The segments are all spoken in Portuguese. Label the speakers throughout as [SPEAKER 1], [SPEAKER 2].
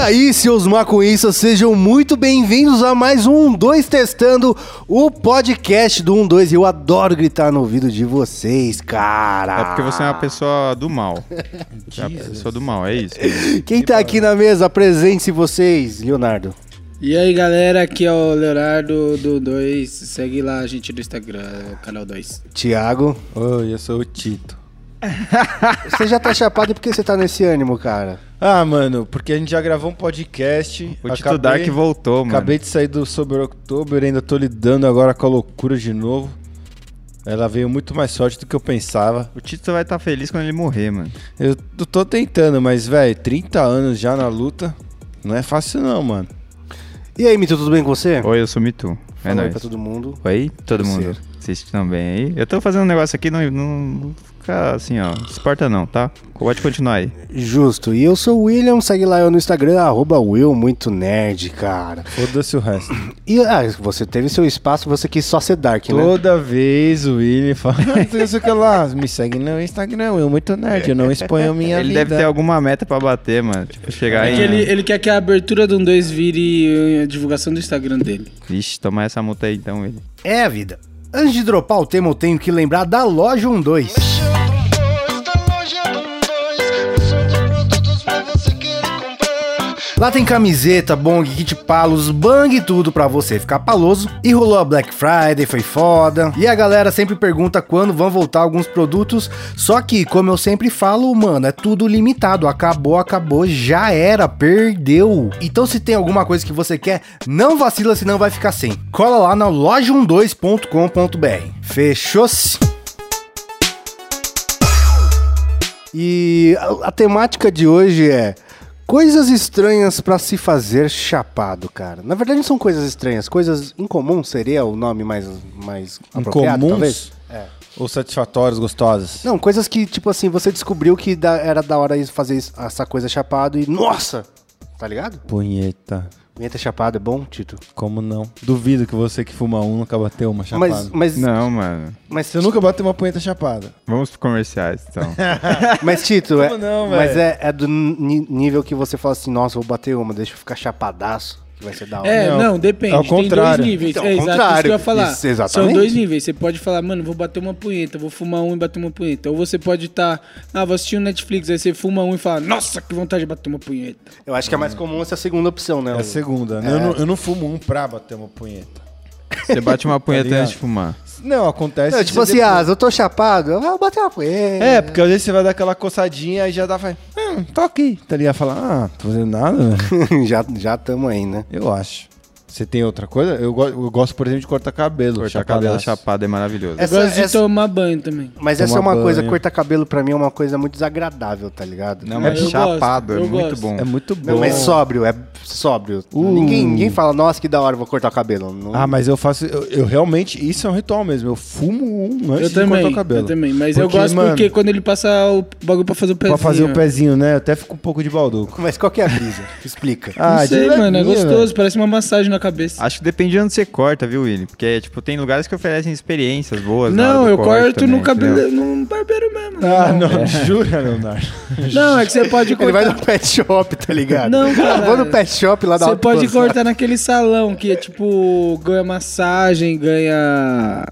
[SPEAKER 1] aí, seus maconhistas, sejam muito bem-vindos a mais um 2 Testando, o podcast do 12. Eu adoro gritar no ouvido de vocês, cara.
[SPEAKER 2] É porque
[SPEAKER 3] Ah.
[SPEAKER 2] você é uma pessoa do mal. Você é uma pessoa do mal, é isso.
[SPEAKER 1] Quem tá aqui na mesa, apresente-se vocês, Leonardo.
[SPEAKER 4] E aí galera, aqui é o Leonardo do 2. Segue lá a gente no Instagram, é o canal 2.
[SPEAKER 1] Tiago,
[SPEAKER 3] Oi, eu sou o Tito.
[SPEAKER 1] você já tá chapado porque você tá nesse ânimo, cara.
[SPEAKER 3] Ah, mano, porque a gente já gravou um podcast.
[SPEAKER 2] O Tito Dark voltou, mano.
[SPEAKER 3] Acabei de sair do Sober October, ainda tô lidando agora com a loucura de novo. Ela veio muito mais forte do que eu pensava.
[SPEAKER 2] O Tito vai estar feliz quando ele morrer, mano.
[SPEAKER 3] Eu t- tô tentando, mas, velho, 30 anos já na luta, não é fácil não, mano.
[SPEAKER 1] E aí, Mito, tudo bem com você?
[SPEAKER 2] Oi, eu sou Mitu. É
[SPEAKER 1] Fala aí
[SPEAKER 2] nóis.
[SPEAKER 1] pra todo mundo.
[SPEAKER 2] Oi, todo mundo.
[SPEAKER 1] Parceiro.
[SPEAKER 2] Vocês estão bem aí? Eu tô fazendo um negócio aqui, não, não fica assim, ó. Se porta não, tá? Pode continuar aí.
[SPEAKER 1] Justo. E eu sou o William, segue lá eu no Instagram, arroba Will, muito nerd, cara.
[SPEAKER 3] Foda-se o resto.
[SPEAKER 1] E ah, você teve seu espaço, você quis só ser dark, né?
[SPEAKER 3] Toda vez o William fala, "Ah, não sei o que lá, me segue no Instagram, eu muito nerd, eu não exponho minha
[SPEAKER 2] ele
[SPEAKER 3] vida.
[SPEAKER 2] deve ter alguma meta pra bater, mano. Tipo, chegar
[SPEAKER 4] É
[SPEAKER 2] aí.
[SPEAKER 4] que ele, ele quer que a abertura do 2 vire eh, a divulgação do Instagram dele.
[SPEAKER 2] Vixe, toma essa multa aí então, ele.
[SPEAKER 1] É, vida. Antes de dropar o tema, eu tenho que lembrar da Loja 12.
[SPEAKER 5] Mexeu com dois, da loja tá é com dois. São de produtos pra você querer comprar.
[SPEAKER 1] Lá tem camiseta, bong, kit palos, bang e tudo pra você ficar paloso. E rolou a Black Friday, foi foda. E a galera sempre pergunta quando vão voltar alguns produtos. Só que, como eu sempre falo, mano, é tudo limitado. Acabou, acabou, já era, perdeu. Então se tem alguma coisa que você quer, não vacila, senão vai ficar sem. Cola lá na loja12.com.br. Fechou-se? E a, a temática de hoje é coisas estranhas pra se fazer chapado, cara. Na verdade não são coisas estranhas, coisas incomum seria o nome mais mais apropriado,
[SPEAKER 3] Incomuns?
[SPEAKER 1] talvez.
[SPEAKER 3] Ou satisfatórios, gostosos.
[SPEAKER 1] Não, coisas que tipo assim, você descobriu que da- era da hora isso- fazer isso- essa coisa chapado e nossa, tá ligado?
[SPEAKER 3] Punheta.
[SPEAKER 1] Vinheta chapado é bom, Tito.
[SPEAKER 3] Como não? Duvido que você que fuma um nunca bateu uma chapada.
[SPEAKER 1] Mas mas
[SPEAKER 2] Não, mano.
[SPEAKER 1] mas
[SPEAKER 3] Você nunca bateu uma punheta chapada.
[SPEAKER 2] Vamos pros comerciais, então.
[SPEAKER 1] Mas, Tito, é,
[SPEAKER 3] Como não, velho?
[SPEAKER 1] mas é, é do ni- nível que você fala assim, nossa, vou bater uma, deixa eu ficar chapadaço, que vai ser da hora.
[SPEAKER 4] É,
[SPEAKER 3] Não,
[SPEAKER 4] não, depende.
[SPEAKER 3] ao
[SPEAKER 4] Tem
[SPEAKER 3] contrário.
[SPEAKER 4] dois níveis.
[SPEAKER 1] Então,
[SPEAKER 4] é,
[SPEAKER 1] ao
[SPEAKER 4] exato, isso
[SPEAKER 1] contrário.
[SPEAKER 4] que eu ia falar.
[SPEAKER 1] Isso, exatamente.
[SPEAKER 4] São dois níveis. Você pode falar, mano, vou bater uma punheta, vou fumar um e bater uma punheta. Ou você pode estar, ah, vou assistir um Netflix, aí você fuma um e fala, nossa, que vontade de bater uma punheta.
[SPEAKER 1] Eu acho que é mais comum essa segunda opção, né?
[SPEAKER 3] É a segunda, né? Eu, não, eu não fumo um pra bater uma punheta.
[SPEAKER 2] Você bate uma punheta
[SPEAKER 3] Tá ligado?
[SPEAKER 2] antes de fumar.
[SPEAKER 3] Não, acontece.
[SPEAKER 1] Não,
[SPEAKER 3] de
[SPEAKER 1] tipo assim,
[SPEAKER 3] depois.
[SPEAKER 1] ah, eu tô chapado, eu vou bater uma punheta.
[SPEAKER 3] É, porque às vezes você vai dar aquela coçadinha e já dá, faz. Hum, tô aqui. Tá ligado? Fala, ah, tô fazendo nada, velho.
[SPEAKER 1] já, já tamo aí, né?
[SPEAKER 3] Eu acho. Você tem outra coisa? Eu, go- eu gosto, por exemplo, de cortar cabelo.
[SPEAKER 2] Cortar cabelo
[SPEAKER 3] chapadaço.
[SPEAKER 2] chapado é maravilhoso.
[SPEAKER 1] Essa-
[SPEAKER 4] Gosto de
[SPEAKER 1] essa-
[SPEAKER 4] tomar banho também.
[SPEAKER 1] Mas essa é
[SPEAKER 3] Tomar
[SPEAKER 1] uma coisa,
[SPEAKER 3] banho.
[SPEAKER 1] cortar cabelo pra mim é uma coisa muito desagradável, tá ligado?
[SPEAKER 2] Não,
[SPEAKER 1] é,
[SPEAKER 2] mas
[SPEAKER 4] eu
[SPEAKER 2] chapado
[SPEAKER 4] gosto,
[SPEAKER 2] é
[SPEAKER 4] eu
[SPEAKER 2] muito
[SPEAKER 4] gosto.
[SPEAKER 2] bom.
[SPEAKER 3] É muito bom.
[SPEAKER 1] não, mas sóbrio, é sóbrio. Ninguém, ninguém fala, nossa, que da hora, vou cortar o cabelo. Não-
[SPEAKER 3] Ah, mas eu faço. Eu, eu realmente. Isso é um ritual mesmo. Eu fumo um antes
[SPEAKER 4] Eu
[SPEAKER 3] de
[SPEAKER 4] também,
[SPEAKER 3] cortar o cabelo.
[SPEAKER 4] eu também. Mas eu
[SPEAKER 3] Porque,
[SPEAKER 4] gosto
[SPEAKER 3] mano,
[SPEAKER 4] porque quando ele passa o bagulho pra fazer o pezinho.
[SPEAKER 3] Pra fazer o pezinho, né? Eu até fico um pouco de balduco. Ah,
[SPEAKER 1] Mas qual que é a brisa? Ah, Explica.
[SPEAKER 4] Não sei,
[SPEAKER 3] de né?
[SPEAKER 4] mano, é
[SPEAKER 3] levinho,
[SPEAKER 4] gostoso, parece uma massagem na
[SPEAKER 1] Ah,
[SPEAKER 4] cabeça.
[SPEAKER 2] Acho que depende de onde você corta, viu, Willi? Porque, tipo, tem lugares que oferecem experiências boas. na hora
[SPEAKER 4] não,
[SPEAKER 2] do
[SPEAKER 4] eu
[SPEAKER 2] corte
[SPEAKER 4] corto
[SPEAKER 1] tá
[SPEAKER 2] também,
[SPEAKER 4] no cabelo,
[SPEAKER 2] entendeu?
[SPEAKER 4] num barbeiro mesmo.
[SPEAKER 3] velho. Ah, não,
[SPEAKER 2] É.
[SPEAKER 3] jura, Leonardo.
[SPEAKER 4] Não, é que você pode
[SPEAKER 1] Ele vai
[SPEAKER 4] cortar.
[SPEAKER 1] no pet shop, tá ligado?
[SPEAKER 4] Não, cara.
[SPEAKER 1] Vou no pet shop lá da
[SPEAKER 4] Você
[SPEAKER 1] Auto
[SPEAKER 4] pode
[SPEAKER 1] Plus.
[SPEAKER 4] cortar naquele salão que é tipo, ganha massagem, ganha.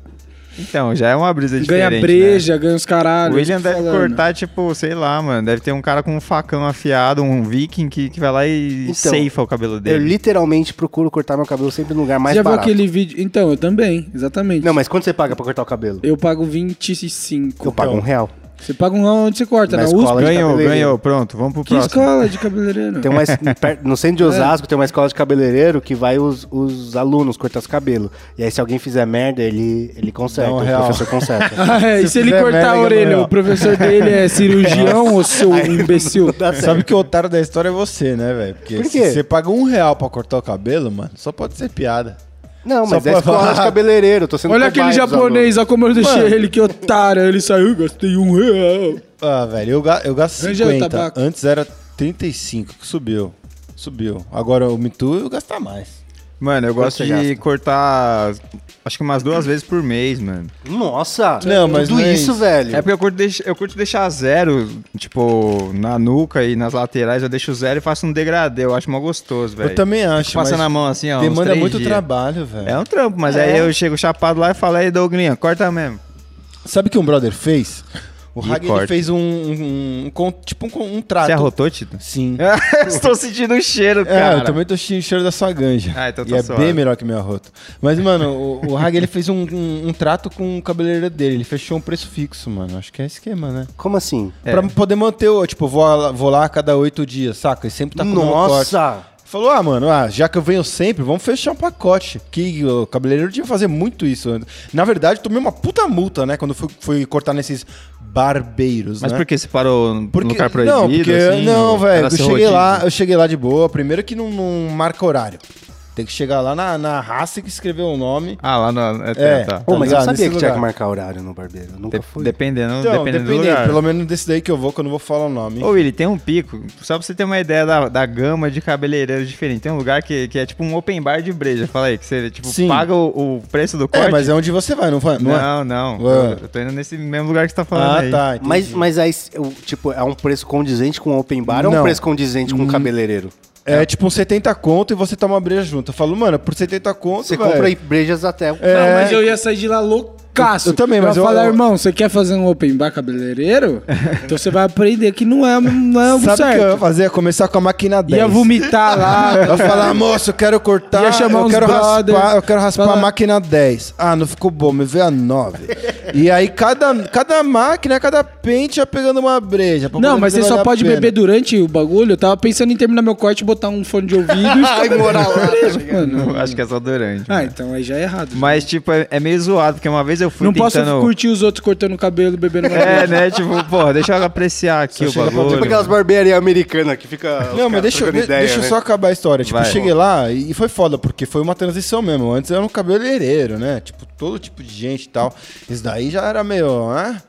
[SPEAKER 2] Então, já é uma brisa diferente.
[SPEAKER 1] né?
[SPEAKER 4] Ganha breja, ganha os
[SPEAKER 2] Né?
[SPEAKER 4] caralhos.
[SPEAKER 2] O William deve
[SPEAKER 4] falando.
[SPEAKER 2] cortar, tipo, sei lá, mano. Deve ter um cara com um facão afiado, um viking que, que vai lá e
[SPEAKER 1] Então,
[SPEAKER 2] ceifa o cabelo
[SPEAKER 1] Eu
[SPEAKER 2] dele.
[SPEAKER 1] literalmente procuro cortar meu cabelo sempre no lugar
[SPEAKER 4] Você
[SPEAKER 1] mais
[SPEAKER 4] já
[SPEAKER 1] barato.
[SPEAKER 4] viu aquele vídeo? Então, eu também, exatamente.
[SPEAKER 1] Não, mas quanto você paga pra cortar o cabelo?
[SPEAKER 4] Eu pago 25.
[SPEAKER 1] Eu pago um real.
[SPEAKER 4] Você paga um onde você corta,
[SPEAKER 1] Na
[SPEAKER 4] na
[SPEAKER 1] escola
[SPEAKER 4] USP?
[SPEAKER 1] de
[SPEAKER 2] Ganhou,
[SPEAKER 1] cabeleireiro.
[SPEAKER 2] ganhou. Pronto, vamos pro
[SPEAKER 4] Que
[SPEAKER 2] próximo.
[SPEAKER 4] escola de cabeleireiro?
[SPEAKER 1] Tem uma, es- per- no
[SPEAKER 3] É.
[SPEAKER 1] centro de Osasco tem uma escola de cabeleireiro que vai os, os alunos cortar os cabelos. E aí, se alguém fizer merda, ele, ele conserta,
[SPEAKER 3] Dá um
[SPEAKER 1] o
[SPEAKER 3] real.
[SPEAKER 1] professor conserta.
[SPEAKER 4] Ah, é, e
[SPEAKER 3] Se
[SPEAKER 4] se ele
[SPEAKER 3] fizer
[SPEAKER 4] cortar
[SPEAKER 3] merda,
[SPEAKER 4] a
[SPEAKER 3] ganha
[SPEAKER 4] orelha,
[SPEAKER 3] moral.
[SPEAKER 4] o professor dele é cirurgião ou seu imbecil?
[SPEAKER 2] Tá
[SPEAKER 3] Sabe que o otário da história é você, né, velho? Porque
[SPEAKER 1] Por quê?
[SPEAKER 3] se você paga um real pra cortar o cabelo, mano, só pode ser piada.
[SPEAKER 1] Não,
[SPEAKER 3] Só
[SPEAKER 1] mas é
[SPEAKER 3] pra
[SPEAKER 1] escola
[SPEAKER 3] falar.
[SPEAKER 1] de cabeleireiro. eu Tô sendo
[SPEAKER 4] Olha
[SPEAKER 1] cobaia
[SPEAKER 4] aquele
[SPEAKER 1] dos
[SPEAKER 4] japonês, olha como eu deixei ele, que otário. Ele saiu, gastei um real.
[SPEAKER 3] Ah, velho, eu, ga- eu gasto
[SPEAKER 4] Veja o
[SPEAKER 3] 50.
[SPEAKER 4] tabaco.
[SPEAKER 3] Antes era 35, que subiu. Subiu. Agora o Me Too eu gasto mais.
[SPEAKER 2] Mano, eu gosto
[SPEAKER 1] você
[SPEAKER 2] de
[SPEAKER 1] gasta?
[SPEAKER 2] cortar acho que umas duas vezes por mês, mano.
[SPEAKER 1] Nossa!
[SPEAKER 3] Não, mas
[SPEAKER 1] tudo
[SPEAKER 3] não é
[SPEAKER 1] isso,
[SPEAKER 3] isso.
[SPEAKER 1] velho.
[SPEAKER 2] É porque eu curto, deix- eu curto deixar zero, tipo, na nuca e nas laterais, eu deixo zero e faço um degradê. Eu acho mó gostoso, velho.
[SPEAKER 3] Eu também acho,
[SPEAKER 2] Passa
[SPEAKER 3] mas
[SPEAKER 2] na mão assim, ó. uns
[SPEAKER 3] demanda
[SPEAKER 2] três
[SPEAKER 3] muito
[SPEAKER 2] dias.
[SPEAKER 3] trabalho, velho.
[SPEAKER 2] É um trampo, mas aí eu chego chapado lá e falo, aí, Douglinha, corta mesmo.
[SPEAKER 3] Sabe o que um brother fez? O
[SPEAKER 2] Ih,
[SPEAKER 3] Hag ele
[SPEAKER 2] corta.
[SPEAKER 3] fez um, um- um con- tipo um, con- um trato.
[SPEAKER 2] Você é arrotou, É Tito?
[SPEAKER 3] Sim.
[SPEAKER 2] Estou sentindo o cheiro,
[SPEAKER 3] É,
[SPEAKER 2] cara.
[SPEAKER 3] eu também tô sentindo o cheiro da sua ganja.
[SPEAKER 2] Ah, então
[SPEAKER 3] e
[SPEAKER 2] tá
[SPEAKER 3] é
[SPEAKER 2] suave.
[SPEAKER 3] bem melhor que meu arroto. Mas, mano, o, o Hag ele fez um, um- um trato com o cabeleireiro dele. Ele fechou um preço fixo, mano. Acho que é esquema, né?
[SPEAKER 1] Como assim?
[SPEAKER 2] É.
[SPEAKER 3] Pra poder manter, o- tipo, vou, lá- vou lá a cada oito dias, saca? E sempre tá com o novo corte.
[SPEAKER 1] Nossa!
[SPEAKER 3] Falou, ah, mano, ah, já que eu venho sempre, vamos fechar um pacote. Que o cabeleireiro tinha que fazer muito isso. antes. Na verdade, tomei uma puta multa, né? Quando fui, fui cortar nesses barbeiros,
[SPEAKER 2] Mas
[SPEAKER 3] né?
[SPEAKER 2] por que você parou no Um lugar proibido?
[SPEAKER 3] não, porque,
[SPEAKER 2] assim,
[SPEAKER 3] não,
[SPEAKER 2] no-
[SPEAKER 3] velho,
[SPEAKER 2] era
[SPEAKER 3] eu
[SPEAKER 2] seu
[SPEAKER 3] cheguei
[SPEAKER 2] rodízio?
[SPEAKER 3] lá, eu cheguei lá de boa. Primeiro que não, não marca horário. Tem que chegar lá na, na raça que escreveu o nome.
[SPEAKER 2] Ah, lá no... É,
[SPEAKER 3] É.
[SPEAKER 2] tá.
[SPEAKER 1] Pô, mas eu
[SPEAKER 3] ligado?
[SPEAKER 1] sabia
[SPEAKER 3] Nesse
[SPEAKER 1] que tinha
[SPEAKER 3] lugar.
[SPEAKER 1] que marcar horário no barbeiro. Eu nunca
[SPEAKER 2] De-
[SPEAKER 1] fui.
[SPEAKER 2] Dependendo,
[SPEAKER 3] Então,
[SPEAKER 2] dependendo do
[SPEAKER 3] dependente,
[SPEAKER 2] lugar.
[SPEAKER 3] pelo menos desse daí que eu vou, que eu não vou falar o nome.
[SPEAKER 2] Ô, Willy, tem um pico. Só pra você ter uma ideia da, da gama de cabeleireiros diferente. Tem um lugar que, que é tipo um open bar de breja. Fala aí, que você tipo,
[SPEAKER 3] Sim.
[SPEAKER 2] paga o, o preço do corte.
[SPEAKER 3] é, mas é onde você vai, não vai? Não, é?
[SPEAKER 2] Não, não.
[SPEAKER 3] Ué.
[SPEAKER 2] Eu, eu tô indo nesse mesmo lugar que você tá falando
[SPEAKER 3] Ah,
[SPEAKER 2] aí.
[SPEAKER 3] tá. entendi.
[SPEAKER 1] Mas, mas aí, se- o- tipo, é um preço condizente com open bar ou é um
[SPEAKER 3] Não. Hum.
[SPEAKER 1] preço condizente com cabeleireiro?
[SPEAKER 3] É tipo um 70 conto e você toma uma breja junto. Eu falo, mano, por 70 conto.
[SPEAKER 1] Você
[SPEAKER 3] velho,
[SPEAKER 1] compra aí brejas até o
[SPEAKER 4] Não, mas eu ia sair de lá loucaço.
[SPEAKER 3] É. Eu- eu também, mas
[SPEAKER 4] pra
[SPEAKER 3] eu-
[SPEAKER 4] falar,
[SPEAKER 3] eu-
[SPEAKER 4] irmão, você quer fazer um open bar cabeleireiro? então você vai aprender que não é, não é o
[SPEAKER 3] Sabe o que eu ia
[SPEAKER 4] certo.
[SPEAKER 3] fazer? Começar com a máquina 10.
[SPEAKER 4] Ia vomitar lá.
[SPEAKER 3] Eu ia falar, moço, eu quero cortar,
[SPEAKER 4] Ia chamar
[SPEAKER 3] eu,
[SPEAKER 4] uns
[SPEAKER 3] quero
[SPEAKER 4] brothers,
[SPEAKER 3] raspar, eu quero raspar
[SPEAKER 4] falar-
[SPEAKER 3] a máquina 10. Ah, não ficou bom, me vê a 9. e aí cada, cada máquina, cada pente ia pegando uma breja. pra
[SPEAKER 4] Não,
[SPEAKER 3] poder
[SPEAKER 4] mas
[SPEAKER 3] ver
[SPEAKER 4] você
[SPEAKER 3] se
[SPEAKER 4] só
[SPEAKER 3] vale a
[SPEAKER 4] pode
[SPEAKER 3] pena.
[SPEAKER 4] beber durante o bagulho. Eu tava pensando em terminar meu corte, botar um fone de ouvido e ficar bebendo
[SPEAKER 1] morar lá,
[SPEAKER 4] cerveja, mano.
[SPEAKER 2] Não, acho que é só durante.
[SPEAKER 4] Ah,
[SPEAKER 2] mano.
[SPEAKER 4] então aí já é errado.
[SPEAKER 2] Mas, tipo, é, é meio zoado, porque uma vez eu fui
[SPEAKER 4] não posso
[SPEAKER 2] tentando...
[SPEAKER 4] curtir os outros cortando o cabelo, bebendo uma
[SPEAKER 2] É, né? Tipo, porra, deixa eu apreciar aqui o bagulho.
[SPEAKER 1] Tipo aquelas barbearias americanas que fica. os
[SPEAKER 3] Não,
[SPEAKER 1] caras
[SPEAKER 3] mas deixa, eu-
[SPEAKER 1] trocando
[SPEAKER 3] de-
[SPEAKER 1] ideia,
[SPEAKER 3] deixa eu
[SPEAKER 1] né?
[SPEAKER 3] só acabar a história. Tipo,
[SPEAKER 2] Vai.
[SPEAKER 3] eu cheguei lá e e foi foda, porque foi uma transição mesmo. Antes era um cabeleireiro, né? Tipo, todo tipo de gente e tal. Isso daí já era meio. Né?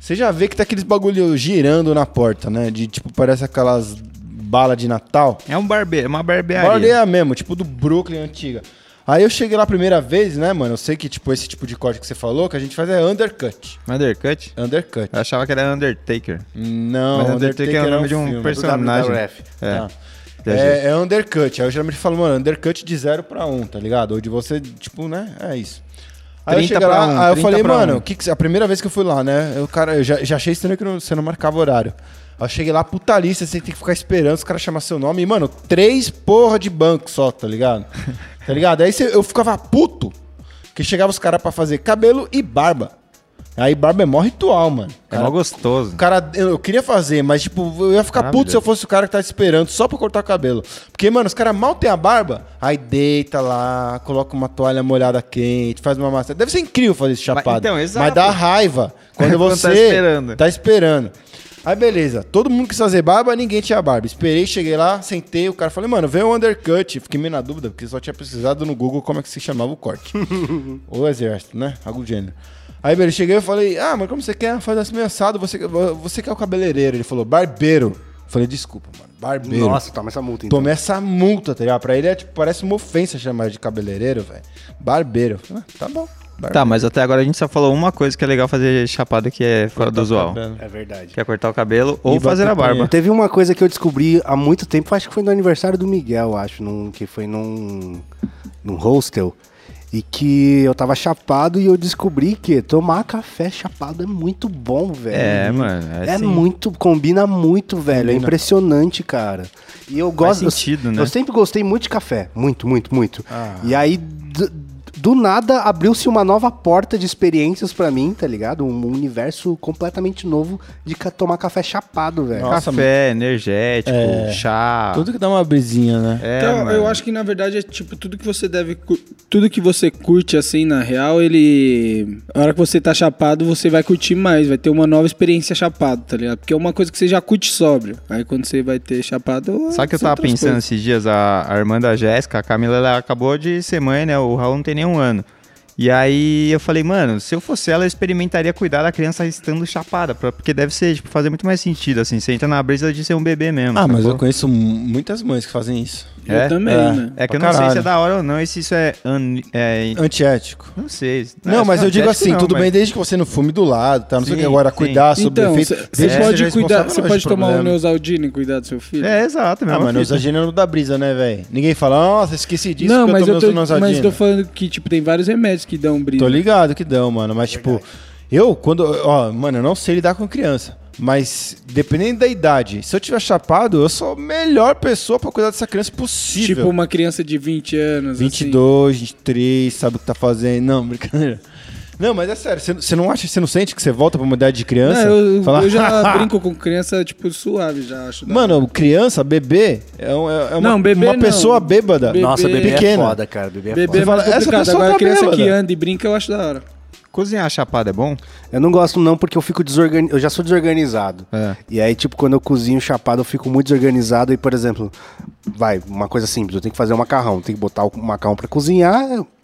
[SPEAKER 3] Você já vê que tá aqueles bagulho girando na porta, né? De tipo, parece aquelas balas de Natal.
[SPEAKER 2] É um barbeiro, é uma barbearia.
[SPEAKER 3] Barbearia mesmo, tipo do Brooklyn antiga. Aí eu cheguei lá a primeira vez, né, mano? Eu sei que, tipo, esse tipo de corte que você falou, que a gente faz é undercut.
[SPEAKER 2] Undercut?
[SPEAKER 3] Undercut.
[SPEAKER 2] Eu achava que era Undertaker.
[SPEAKER 3] Não,
[SPEAKER 2] É. Mas Undertaker é o nome de um
[SPEAKER 3] filme.
[SPEAKER 1] Do
[SPEAKER 2] personagem.
[SPEAKER 1] WWF.
[SPEAKER 2] É.
[SPEAKER 3] Tá.
[SPEAKER 2] Viajei.
[SPEAKER 3] É, é undercut. Aí eu geralmente falo, mano, undercut de 0 pra 1, um, tá ligado? Ou de você, tipo, né? É isso. Aí eu
[SPEAKER 2] 30
[SPEAKER 3] cheguei
[SPEAKER 2] pra
[SPEAKER 3] lá,
[SPEAKER 2] um,
[SPEAKER 3] aí eu
[SPEAKER 2] 30
[SPEAKER 3] falei,
[SPEAKER 2] pra
[SPEAKER 3] mano,
[SPEAKER 2] um.
[SPEAKER 3] que que cê- a primeira vez que eu fui lá, né? Eu, cara, eu já, já achei estranho que não- você não marcava horário. Aí eu cheguei lá, puta lista, você tem que ficar esperando os caras chamar seu nome. E, mano, três porra de banco só, tá ligado? tá ligado? Aí cê- eu ficava puto, que chegava os caras pra fazer cabelo e barba. Aí barba é mó ritual, mano.
[SPEAKER 2] É mó gostoso.
[SPEAKER 3] O cara, eu eu queria fazer, mas tipo, eu ia ficar puto se eu fosse o cara que tá esperando só pra cortar o cabelo. Porque, mano, os caras mal tem a barba, aí deita lá, coloca uma toalha molhada quente, faz uma massa. Deve ser incrível fazer isso chapado.
[SPEAKER 2] Mas- então, exato.
[SPEAKER 3] Mas dá raiva quando
[SPEAKER 2] Quando tá
[SPEAKER 3] você
[SPEAKER 2] esperando.
[SPEAKER 3] tá esperando. Aí beleza, todo mundo quis fazer barba, ninguém tinha barba. Esperei, cheguei lá, sentei, o cara falou, mano, vem o undercut. Fiquei meio na dúvida, porque só tinha precisado no Google como é que se chamava o corte. Ou exército, né? Algo do gênero. Aí ele cheguei e falei, ah, mas como você quer? Faz assim meio assado, você, você que é o cabeleireiro. Ele falou, barbeiro. Eu falei, desculpa, mano, barbeiro.
[SPEAKER 1] né? Nossa, toma essa multa então.
[SPEAKER 3] Tomei essa multa, tá ligado? Pra ele é, tipo, parece uma ofensa chamar de cabeleireiro, velho. Barbeiro. Eu falei, ah, tá bom. barbeiro.
[SPEAKER 2] Tá, mas até agora a gente só falou uma coisa que é legal fazer chapado que é fora do usual.
[SPEAKER 3] tá.
[SPEAKER 1] É verdade.
[SPEAKER 2] Que é cortar o cabelo ou
[SPEAKER 3] E
[SPEAKER 2] fazer
[SPEAKER 3] bater
[SPEAKER 2] a barba.
[SPEAKER 1] É, Teve uma coisa que eu descobri há muito tempo, acho que foi no aniversário do Miguel, acho, num- que foi num, num hostel. E que eu tava chapado e eu descobri que tomar café chapado é muito bom, velho.
[SPEAKER 2] É, mano.
[SPEAKER 1] É
[SPEAKER 2] assim.
[SPEAKER 1] muito, combina muito, velho. É impressionante, cara. E eu
[SPEAKER 2] Faz
[SPEAKER 1] gosto. eu-
[SPEAKER 2] sentido,
[SPEAKER 1] eu,
[SPEAKER 2] né? Ah.
[SPEAKER 1] sempre gostei muito de café. Muito, muito, muito. E aí, do, do nada, abriu-se uma nova porta de experiências pra mim, tá ligado? Um universo completamente novo de ca- tomar café chapado, velho.
[SPEAKER 3] Nossa, É.
[SPEAKER 2] Café, energético, chá.
[SPEAKER 3] Tudo que dá uma brisinha, né?
[SPEAKER 2] É,
[SPEAKER 4] então,
[SPEAKER 2] mano.
[SPEAKER 4] eu acho que na verdade é tipo, tudo que você deve. cu- Tudo que você curte assim, na real, ele. A hora que você tá chapado, você vai curtir mais, vai ter uma nova experiência chapado, tá ligado? Porque é uma coisa que você já curte sóbrio. Aí quando você vai ter chapado.
[SPEAKER 2] Sabe o que eu
[SPEAKER 4] são
[SPEAKER 2] tava
[SPEAKER 4] outras
[SPEAKER 2] pensando
[SPEAKER 4] coisas.
[SPEAKER 2] esses dias? A, a irmã da Jéssica, a Camila, ela acabou de ser mãe, né? O Raul não tem nenhum ano. E aí eu falei, mano, se eu fosse ela, eu experimentaria cuidar da criança estando chapada, pra- porque deve ser, tipo, fazer muito mais sentido, assim, você entra na brisa de ser um bebê mesmo.
[SPEAKER 3] Ah, mas eu
[SPEAKER 2] sacou?
[SPEAKER 3] conheço m- muitas mães que fazem isso.
[SPEAKER 2] É?
[SPEAKER 4] Eu também,
[SPEAKER 3] É.
[SPEAKER 4] né?
[SPEAKER 2] É que eu
[SPEAKER 3] pra
[SPEAKER 2] não sei se é
[SPEAKER 3] caralho.
[SPEAKER 2] da hora ou não, e se isso é... un- é-
[SPEAKER 3] Antiético.
[SPEAKER 2] Não sei.
[SPEAKER 3] Não, mas eu digo assim, tudo
[SPEAKER 2] bem
[SPEAKER 3] bem desde que você não fume do lado, tá? Não sei o
[SPEAKER 2] Sim,
[SPEAKER 3] que agora,
[SPEAKER 2] sim.
[SPEAKER 3] cuidar sobre
[SPEAKER 4] Então,
[SPEAKER 3] efeito. É,
[SPEAKER 4] você
[SPEAKER 3] desde que seja
[SPEAKER 4] pode cuidar,
[SPEAKER 3] responsável,
[SPEAKER 4] você
[SPEAKER 3] não
[SPEAKER 4] pode
[SPEAKER 3] vejo
[SPEAKER 4] tomar um
[SPEAKER 3] problema.
[SPEAKER 4] Neosaldina e cuidar do seu filho?
[SPEAKER 2] É, exato,
[SPEAKER 3] Ah,
[SPEAKER 2] mesmo.
[SPEAKER 3] mano, os não dá brisa, né, velho? Ninguém fala, nossa, esqueci disso
[SPEAKER 4] não,
[SPEAKER 3] que
[SPEAKER 4] mas eu,
[SPEAKER 3] eu
[SPEAKER 4] tô,
[SPEAKER 3] tomei usando
[SPEAKER 4] mas tô falando que, tipo, tem vários remédios que dão Tipo, brisa.
[SPEAKER 3] Tô ligado que dão, mano. Mas, tipo, eu, quando. Ó, mano, eu não sei lidar com criança. Mas, dependendo da idade, se eu tiver chapado, eu sou a melhor pessoa pra cuidar dessa criança possível.
[SPEAKER 4] Tipo assim. uma criança de 20 anos,
[SPEAKER 3] 22, 23, sabe o que tá fazendo. Não, brincadeira. Não, mas é sério, você- você não acha, você não sente que você volta pra uma idade de
[SPEAKER 4] assim.
[SPEAKER 3] criança?
[SPEAKER 4] Não, eu,
[SPEAKER 3] Fala,
[SPEAKER 4] eu já brinco com criança, tipo, suave já, acho. da
[SPEAKER 3] Mano, criança, bebê, é, um- é- é uma,
[SPEAKER 4] Não, bebê
[SPEAKER 3] uma
[SPEAKER 4] não.
[SPEAKER 3] pessoa bêbada.
[SPEAKER 4] Bebê-
[SPEAKER 1] Nossa, bebê
[SPEAKER 3] Pequena.
[SPEAKER 1] é foda, cara. Bebê é
[SPEAKER 4] Bebê
[SPEAKER 3] Você
[SPEAKER 4] é
[SPEAKER 1] foda.
[SPEAKER 3] fala,
[SPEAKER 4] mais
[SPEAKER 3] "Essa
[SPEAKER 4] complicado.
[SPEAKER 3] pessoa
[SPEAKER 4] Agora,
[SPEAKER 3] tá
[SPEAKER 4] criança
[SPEAKER 3] bêbada."
[SPEAKER 4] que anda e brinca, eu acho da hora.
[SPEAKER 2] Cozinhar chapada é bom?
[SPEAKER 1] Eu não gosto não porque eu fico desorganizado. Eu já sou desorganizado.
[SPEAKER 2] É.
[SPEAKER 1] E aí, tipo, quando eu cozinho chapado, eu fico muito desorganizado. E, por exemplo, vai, uma coisa simples. Eu tenho que fazer um macarrão. Tenho que botar o macarrão pra cozinhar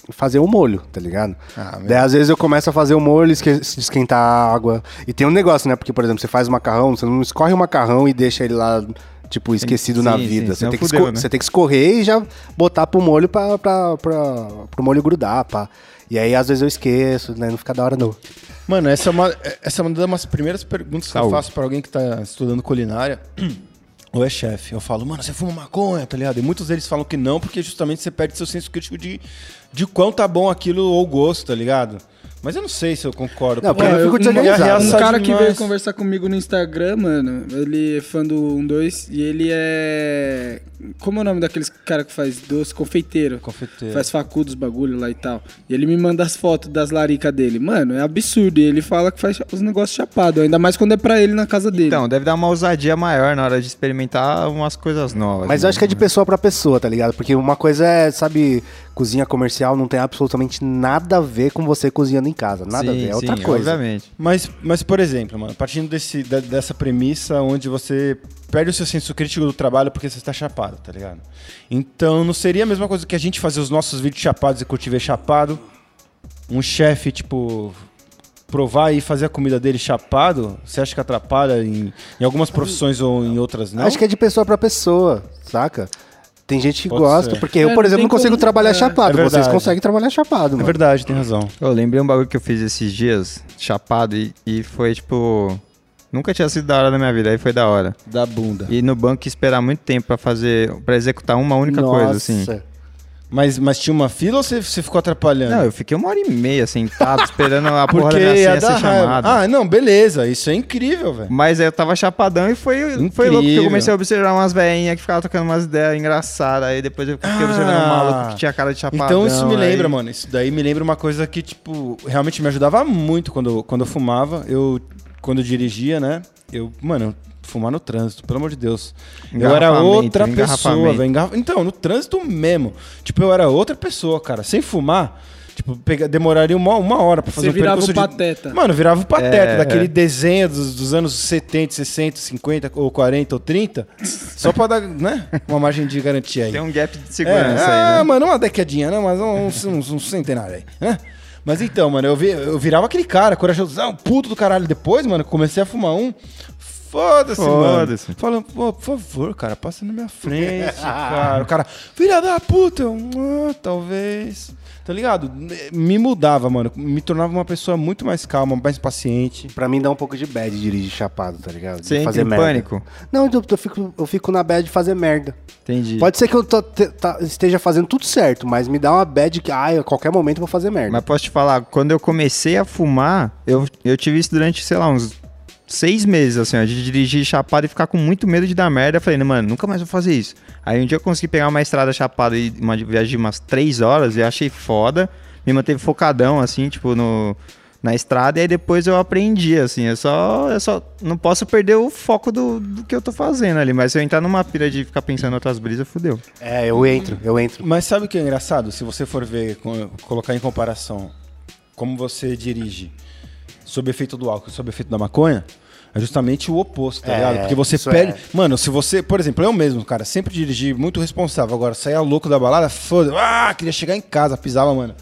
[SPEAKER 1] e fazer o molho, tá ligado?
[SPEAKER 2] Ah,
[SPEAKER 1] Daí, às vezes, eu começo a fazer o molho, esqueço de esquentar a água. E tem um negócio, né? Porque, por exemplo, você faz o macarrão, você não escorre o macarrão e deixa ele lá... Tipo, esquecido
[SPEAKER 2] sim,
[SPEAKER 1] na
[SPEAKER 2] sim,
[SPEAKER 1] vida. você,
[SPEAKER 2] senão
[SPEAKER 1] tem que
[SPEAKER 2] fudeu,
[SPEAKER 1] esco-
[SPEAKER 2] né?
[SPEAKER 1] você tem que escorrer e já botar pro molho pra, pra, pra, pro molho grudar, pá. E aí, às vezes, eu esqueço, né? Não fica da hora, não.
[SPEAKER 3] Mano, essa é uma, essa é uma das primeiras perguntas que eu
[SPEAKER 2] Saúde.
[SPEAKER 3] faço pra alguém que tá estudando culinária. Ou é chefe. Eu falo, mano, você fuma maconha, tá ligado? E muitos deles falam que não, porque justamente você perde seu senso crítico de, de quão tá bom aquilo ou gosto, tá ligado? Mas eu não sei se É, eu concordo.
[SPEAKER 1] Não,
[SPEAKER 3] porque-
[SPEAKER 1] eu fico
[SPEAKER 3] E a
[SPEAKER 1] desorganizado.
[SPEAKER 3] reação
[SPEAKER 1] Um
[SPEAKER 4] Um cara que
[SPEAKER 3] demais.
[SPEAKER 4] veio conversar comigo no Instagram, mano, ele é fã do 12 e ele é. Como é o nome daqueles cara que faz doce? Confeiteiro.
[SPEAKER 3] Confeiteiro.
[SPEAKER 4] Faz facu dos bagulho lá e tal. E ele me manda as fotos das laricas dele. Mano, é absurdo. E ele fala que faz os negócios chapado, ainda mais quando é pra ele na casa dele.
[SPEAKER 2] Então, deve dar uma ousadia maior na hora de experimentar umas coisas novas. né?
[SPEAKER 1] Mas eu acho que é de pessoa pra pessoa, tá ligado? Porque uma coisa é, sabe, cozinha comercial não tem absolutamente nada a ver com você cozinhando em casa. Nada a ver, é outra coisa.
[SPEAKER 2] Obviamente.
[SPEAKER 3] Mas, mas, por exemplo, mano, partindo desse, da- dessa premissa onde você perde o seu senso crítico do trabalho porque você está chapado, tá ligado? Então, não seria a mesma coisa que a gente fazer os nossos vídeos chapados e curtir ver chapado? Um chefe, tipo, provar e fazer a comida dele chapado? Você acha que atrapalha em, em algumas profissões ou em outras não?
[SPEAKER 1] Acho que é de pessoa pra pessoa, saca? Tem gente que
[SPEAKER 3] Pode
[SPEAKER 1] gosta,
[SPEAKER 3] ser.
[SPEAKER 1] porque
[SPEAKER 4] É,
[SPEAKER 1] eu,
[SPEAKER 4] não
[SPEAKER 1] por exemplo,
[SPEAKER 4] tem
[SPEAKER 1] não consigo
[SPEAKER 4] como-
[SPEAKER 1] trabalhar
[SPEAKER 4] é.
[SPEAKER 1] chapado.
[SPEAKER 3] É
[SPEAKER 1] Vocês
[SPEAKER 3] verdade.
[SPEAKER 1] conseguem trabalhar chapado,
[SPEAKER 3] É
[SPEAKER 1] mano.
[SPEAKER 3] verdade, tem razão.
[SPEAKER 2] Eu lembrei um bagulho que eu fiz esses dias, chapado, e, e foi tipo. Nunca tinha sido da hora da minha vida, aí foi da hora.
[SPEAKER 3] Da bunda.
[SPEAKER 2] E no banco esperar muito tempo pra fazer. para executar uma única coisa, assim.
[SPEAKER 3] Mas, mas tinha uma fila ou você, você ficou atrapalhando?
[SPEAKER 2] Não, eu fiquei uma hora e meia sentado esperando a porra
[SPEAKER 3] porque
[SPEAKER 2] da minha senha
[SPEAKER 3] ia dar
[SPEAKER 2] ser
[SPEAKER 3] raiva.
[SPEAKER 2] chamada.
[SPEAKER 3] Ah, não, beleza. Isso é incrível, velho.
[SPEAKER 2] Mas aí eu tava chapadão e foi, foi
[SPEAKER 3] Incrível.
[SPEAKER 2] louco, porque eu comecei a observar umas velhinhas que ficavam tocando umas ideias engraçadas. Aí depois eu fiquei
[SPEAKER 3] Ah.
[SPEAKER 2] observando um maluco que tinha cara de chapadão.
[SPEAKER 3] Então isso me
[SPEAKER 2] aí-
[SPEAKER 3] lembra, mano. Isso daí me lembra uma coisa que, tipo, realmente me ajudava muito quando, eu- quando eu fumava. Eu, quando eu dirigia, né? Eu, mano, fumar no trânsito, pelo amor de Deus. Eu era
[SPEAKER 2] Engarrafamento,
[SPEAKER 3] outra pessoa,
[SPEAKER 2] engarrafamento.
[SPEAKER 3] velho. Engarra- Então, no trânsito mesmo. Tipo, eu era outra pessoa, cara. Sem fumar. Tipo, pega- demoraria uma, uma hora pra fazer um
[SPEAKER 4] Você virava
[SPEAKER 3] percurso
[SPEAKER 4] o pateta.
[SPEAKER 3] Mano, virava o pateta.
[SPEAKER 2] É,
[SPEAKER 3] daquele
[SPEAKER 2] é.
[SPEAKER 3] desenho dos, dos anos 70, 60, 50, ou 40, ou 30. só pra dar, né? Uma margem de garantia aí.
[SPEAKER 2] Tem um gap de
[SPEAKER 3] É,
[SPEAKER 2] segurança
[SPEAKER 3] ah,
[SPEAKER 2] aí, né?
[SPEAKER 3] mano, uma decadinha, né? Mas uns, uns, uns centenários aí, né? Mas então, mano, eu, vi- eu virava aquele cara, corajosão, puto do caralho. Depois, mano, comecei a fumar um. Foda-se, mano.
[SPEAKER 2] Foda-se.
[SPEAKER 3] Falando, pô, por favor, cara, passa na minha frente, cara. O cara, filha da puta, eu, "Ah, talvez. Tá ligado? Me mudava, mano. Me tornava uma pessoa muito mais calma, mais paciente.
[SPEAKER 1] Pra mim dá um pouco de bad dirigir chapado, tá ligado? De
[SPEAKER 2] Você entra em
[SPEAKER 1] merda.
[SPEAKER 2] pânico?
[SPEAKER 1] Não, eu, eu fico, eu fico na bad de fazer merda.
[SPEAKER 2] Entendi.
[SPEAKER 1] Pode ser que eu tô- te- tá- esteja fazendo tudo certo, mas me dá uma bad que, ai, a qualquer momento eu vou fazer merda.
[SPEAKER 2] Mas posso te falar, quando eu comecei a fumar, eu, eu tive isso durante, sei lá, uns seis meses, assim, ó, de dirigir chapado e ficar com muito medo de dar merda. Eu falei, "Não, mano, nunca mais vou fazer isso. Aí um dia eu consegui pegar uma estrada chapada e uma viagem de umas três horas, eu achei foda, me manteve focadão, assim, tipo, no, na estrada, e aí depois eu aprendi, assim, eu só, eu só não posso perder o foco do, do que eu tô fazendo ali, mas se eu entrar numa pira de ficar pensando em outras brisas, fudeu.
[SPEAKER 1] É, eu entro, eu entro.
[SPEAKER 3] Mas sabe o que é engraçado? Se você for ver, co- colocar em comparação como você dirige sob efeito do álcool e sob efeito da maconha, é justamente o oposto, tá
[SPEAKER 1] É,
[SPEAKER 3] ligado? Porque você
[SPEAKER 1] isso
[SPEAKER 3] perde.
[SPEAKER 1] é.
[SPEAKER 3] Mano, se você. Por exemplo, eu mesmo, cara, sempre dirigi muito responsável. Agora, saía louco da balada, foda Ah, queria chegar em casa, pisava, mano.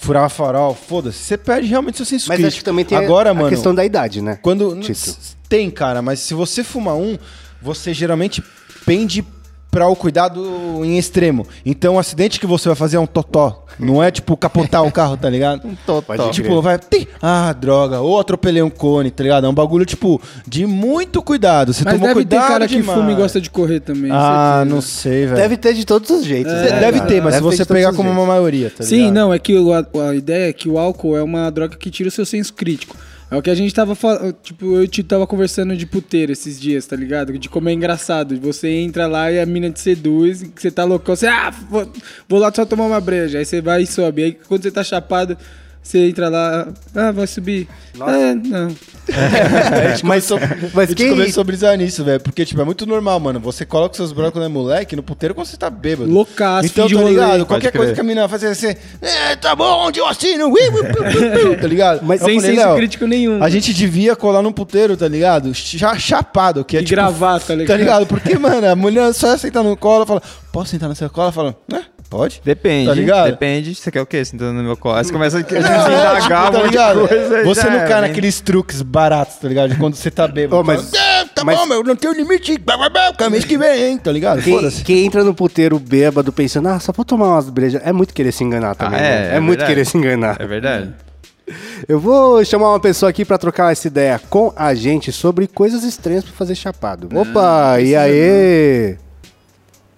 [SPEAKER 3] furava farol, foda-se. Você perde realmente seu senso
[SPEAKER 1] Mas
[SPEAKER 3] crítico.
[SPEAKER 1] acho que também tem a-
[SPEAKER 3] Agora,
[SPEAKER 1] a,
[SPEAKER 3] mano,
[SPEAKER 1] questão da idade, né?
[SPEAKER 3] quando
[SPEAKER 1] Tito.
[SPEAKER 3] s- tem, cara, mas se você fumar um, você geralmente pende para o cuidado em extremo. Então, o acidente que você vai fazer é um totó. Não é tipo capotar o carro, tá ligado? Um
[SPEAKER 1] Pode
[SPEAKER 3] Tipo,
[SPEAKER 1] crer.
[SPEAKER 3] vai. "Ti, Ah, droga. Ou atropelei um cone, tá ligado? É um bagulho, tipo, de muito cuidado. Você
[SPEAKER 4] Mas
[SPEAKER 3] tomou
[SPEAKER 4] deve ter
[SPEAKER 3] cuidado.
[SPEAKER 4] cara que
[SPEAKER 3] demais.
[SPEAKER 4] fuma e gosta de correr também.
[SPEAKER 3] Ah,
[SPEAKER 4] certeza.
[SPEAKER 3] não sei, velho.
[SPEAKER 1] Deve ter de todos os jeitos.
[SPEAKER 3] Cê-
[SPEAKER 1] né,
[SPEAKER 3] deve
[SPEAKER 1] cara?
[SPEAKER 3] ter, mas se
[SPEAKER 1] Deve
[SPEAKER 3] você
[SPEAKER 1] de todos
[SPEAKER 3] pegar
[SPEAKER 1] os
[SPEAKER 3] como
[SPEAKER 1] jeitos.
[SPEAKER 3] uma maioria, tá
[SPEAKER 4] Sim,
[SPEAKER 3] ligado?
[SPEAKER 4] não, é que o- a, a ideia é que o álcool é uma droga que tira o seu senso crítico. É o que a gente tava falando, tipo, eu te tava conversando de puteiro esses dias, tá ligado? De como é engraçado, de você entra lá e a mina te seduz, que você tá loucão, você, ah, vou, vou lá só tomar uma breja, aí você vai e sobe. Aí quando você tá chapado, você entra lá, ah, vai subir. Ah, não.
[SPEAKER 1] Mas,
[SPEAKER 3] A
[SPEAKER 1] mas
[SPEAKER 3] gente
[SPEAKER 1] quem...
[SPEAKER 3] começou a brisar nisso, velho. Porque, tipo, é muito normal, mano. Você coloca seus brancos quando é moleque no puteiro quando você tá bêbado.
[SPEAKER 4] Loucaço,
[SPEAKER 3] Então,
[SPEAKER 4] fim de
[SPEAKER 3] tá
[SPEAKER 4] rolê.
[SPEAKER 3] ligado? Qualquer
[SPEAKER 2] crer.
[SPEAKER 3] coisa que a menina faz é assim, é, tá bom, onde eu assino? Ui, ui, piu, piu, piu", tá ligado?
[SPEAKER 4] Mas
[SPEAKER 3] Eu
[SPEAKER 4] sem senso
[SPEAKER 3] "Léo,
[SPEAKER 4] crítico nenhum."
[SPEAKER 3] A gente devia colar num puteiro, tá ligado? Já chapado, que é
[SPEAKER 4] E
[SPEAKER 3] tipo,
[SPEAKER 4] gravar, tá ligado?
[SPEAKER 3] Tá ligado? Porque, mano, a mulher só sentar no colo fala, posso sentar na sua cola? Fala, né? Pode.
[SPEAKER 2] Depende,
[SPEAKER 3] Tá ligado?
[SPEAKER 2] depende. Você quer o quê? Sentando no meu colo. Aí Você começa a se
[SPEAKER 3] É, tipo,
[SPEAKER 2] indagar, um monte de coisa.
[SPEAKER 3] Você
[SPEAKER 2] já
[SPEAKER 3] não
[SPEAKER 2] era,
[SPEAKER 3] cai
[SPEAKER 2] né?
[SPEAKER 3] naqueles truques baratos, tá ligado? De quando você tá bêbado.
[SPEAKER 1] Ô, mas-
[SPEAKER 3] Fala, "Ah, tá
[SPEAKER 1] mas-
[SPEAKER 3] bom, meu, não tem limite. Blá, blá, blá, fica mês que vem, hein? Tá ligado?
[SPEAKER 1] Quem,
[SPEAKER 3] Foda-se.
[SPEAKER 1] quem entra no puteiro bêbado pensando, ah, só pra tomar umas brejas, é muito querer se enganar
[SPEAKER 2] Ah,
[SPEAKER 1] também. né? é muito
[SPEAKER 2] verdade.
[SPEAKER 1] querer se enganar.
[SPEAKER 2] É verdade.
[SPEAKER 1] Eu vou chamar uma pessoa aqui pra trocar essa ideia com a gente sobre coisas estranhas pra fazer chapado.
[SPEAKER 2] Ah,
[SPEAKER 1] Opa,
[SPEAKER 2] é
[SPEAKER 1] e aí?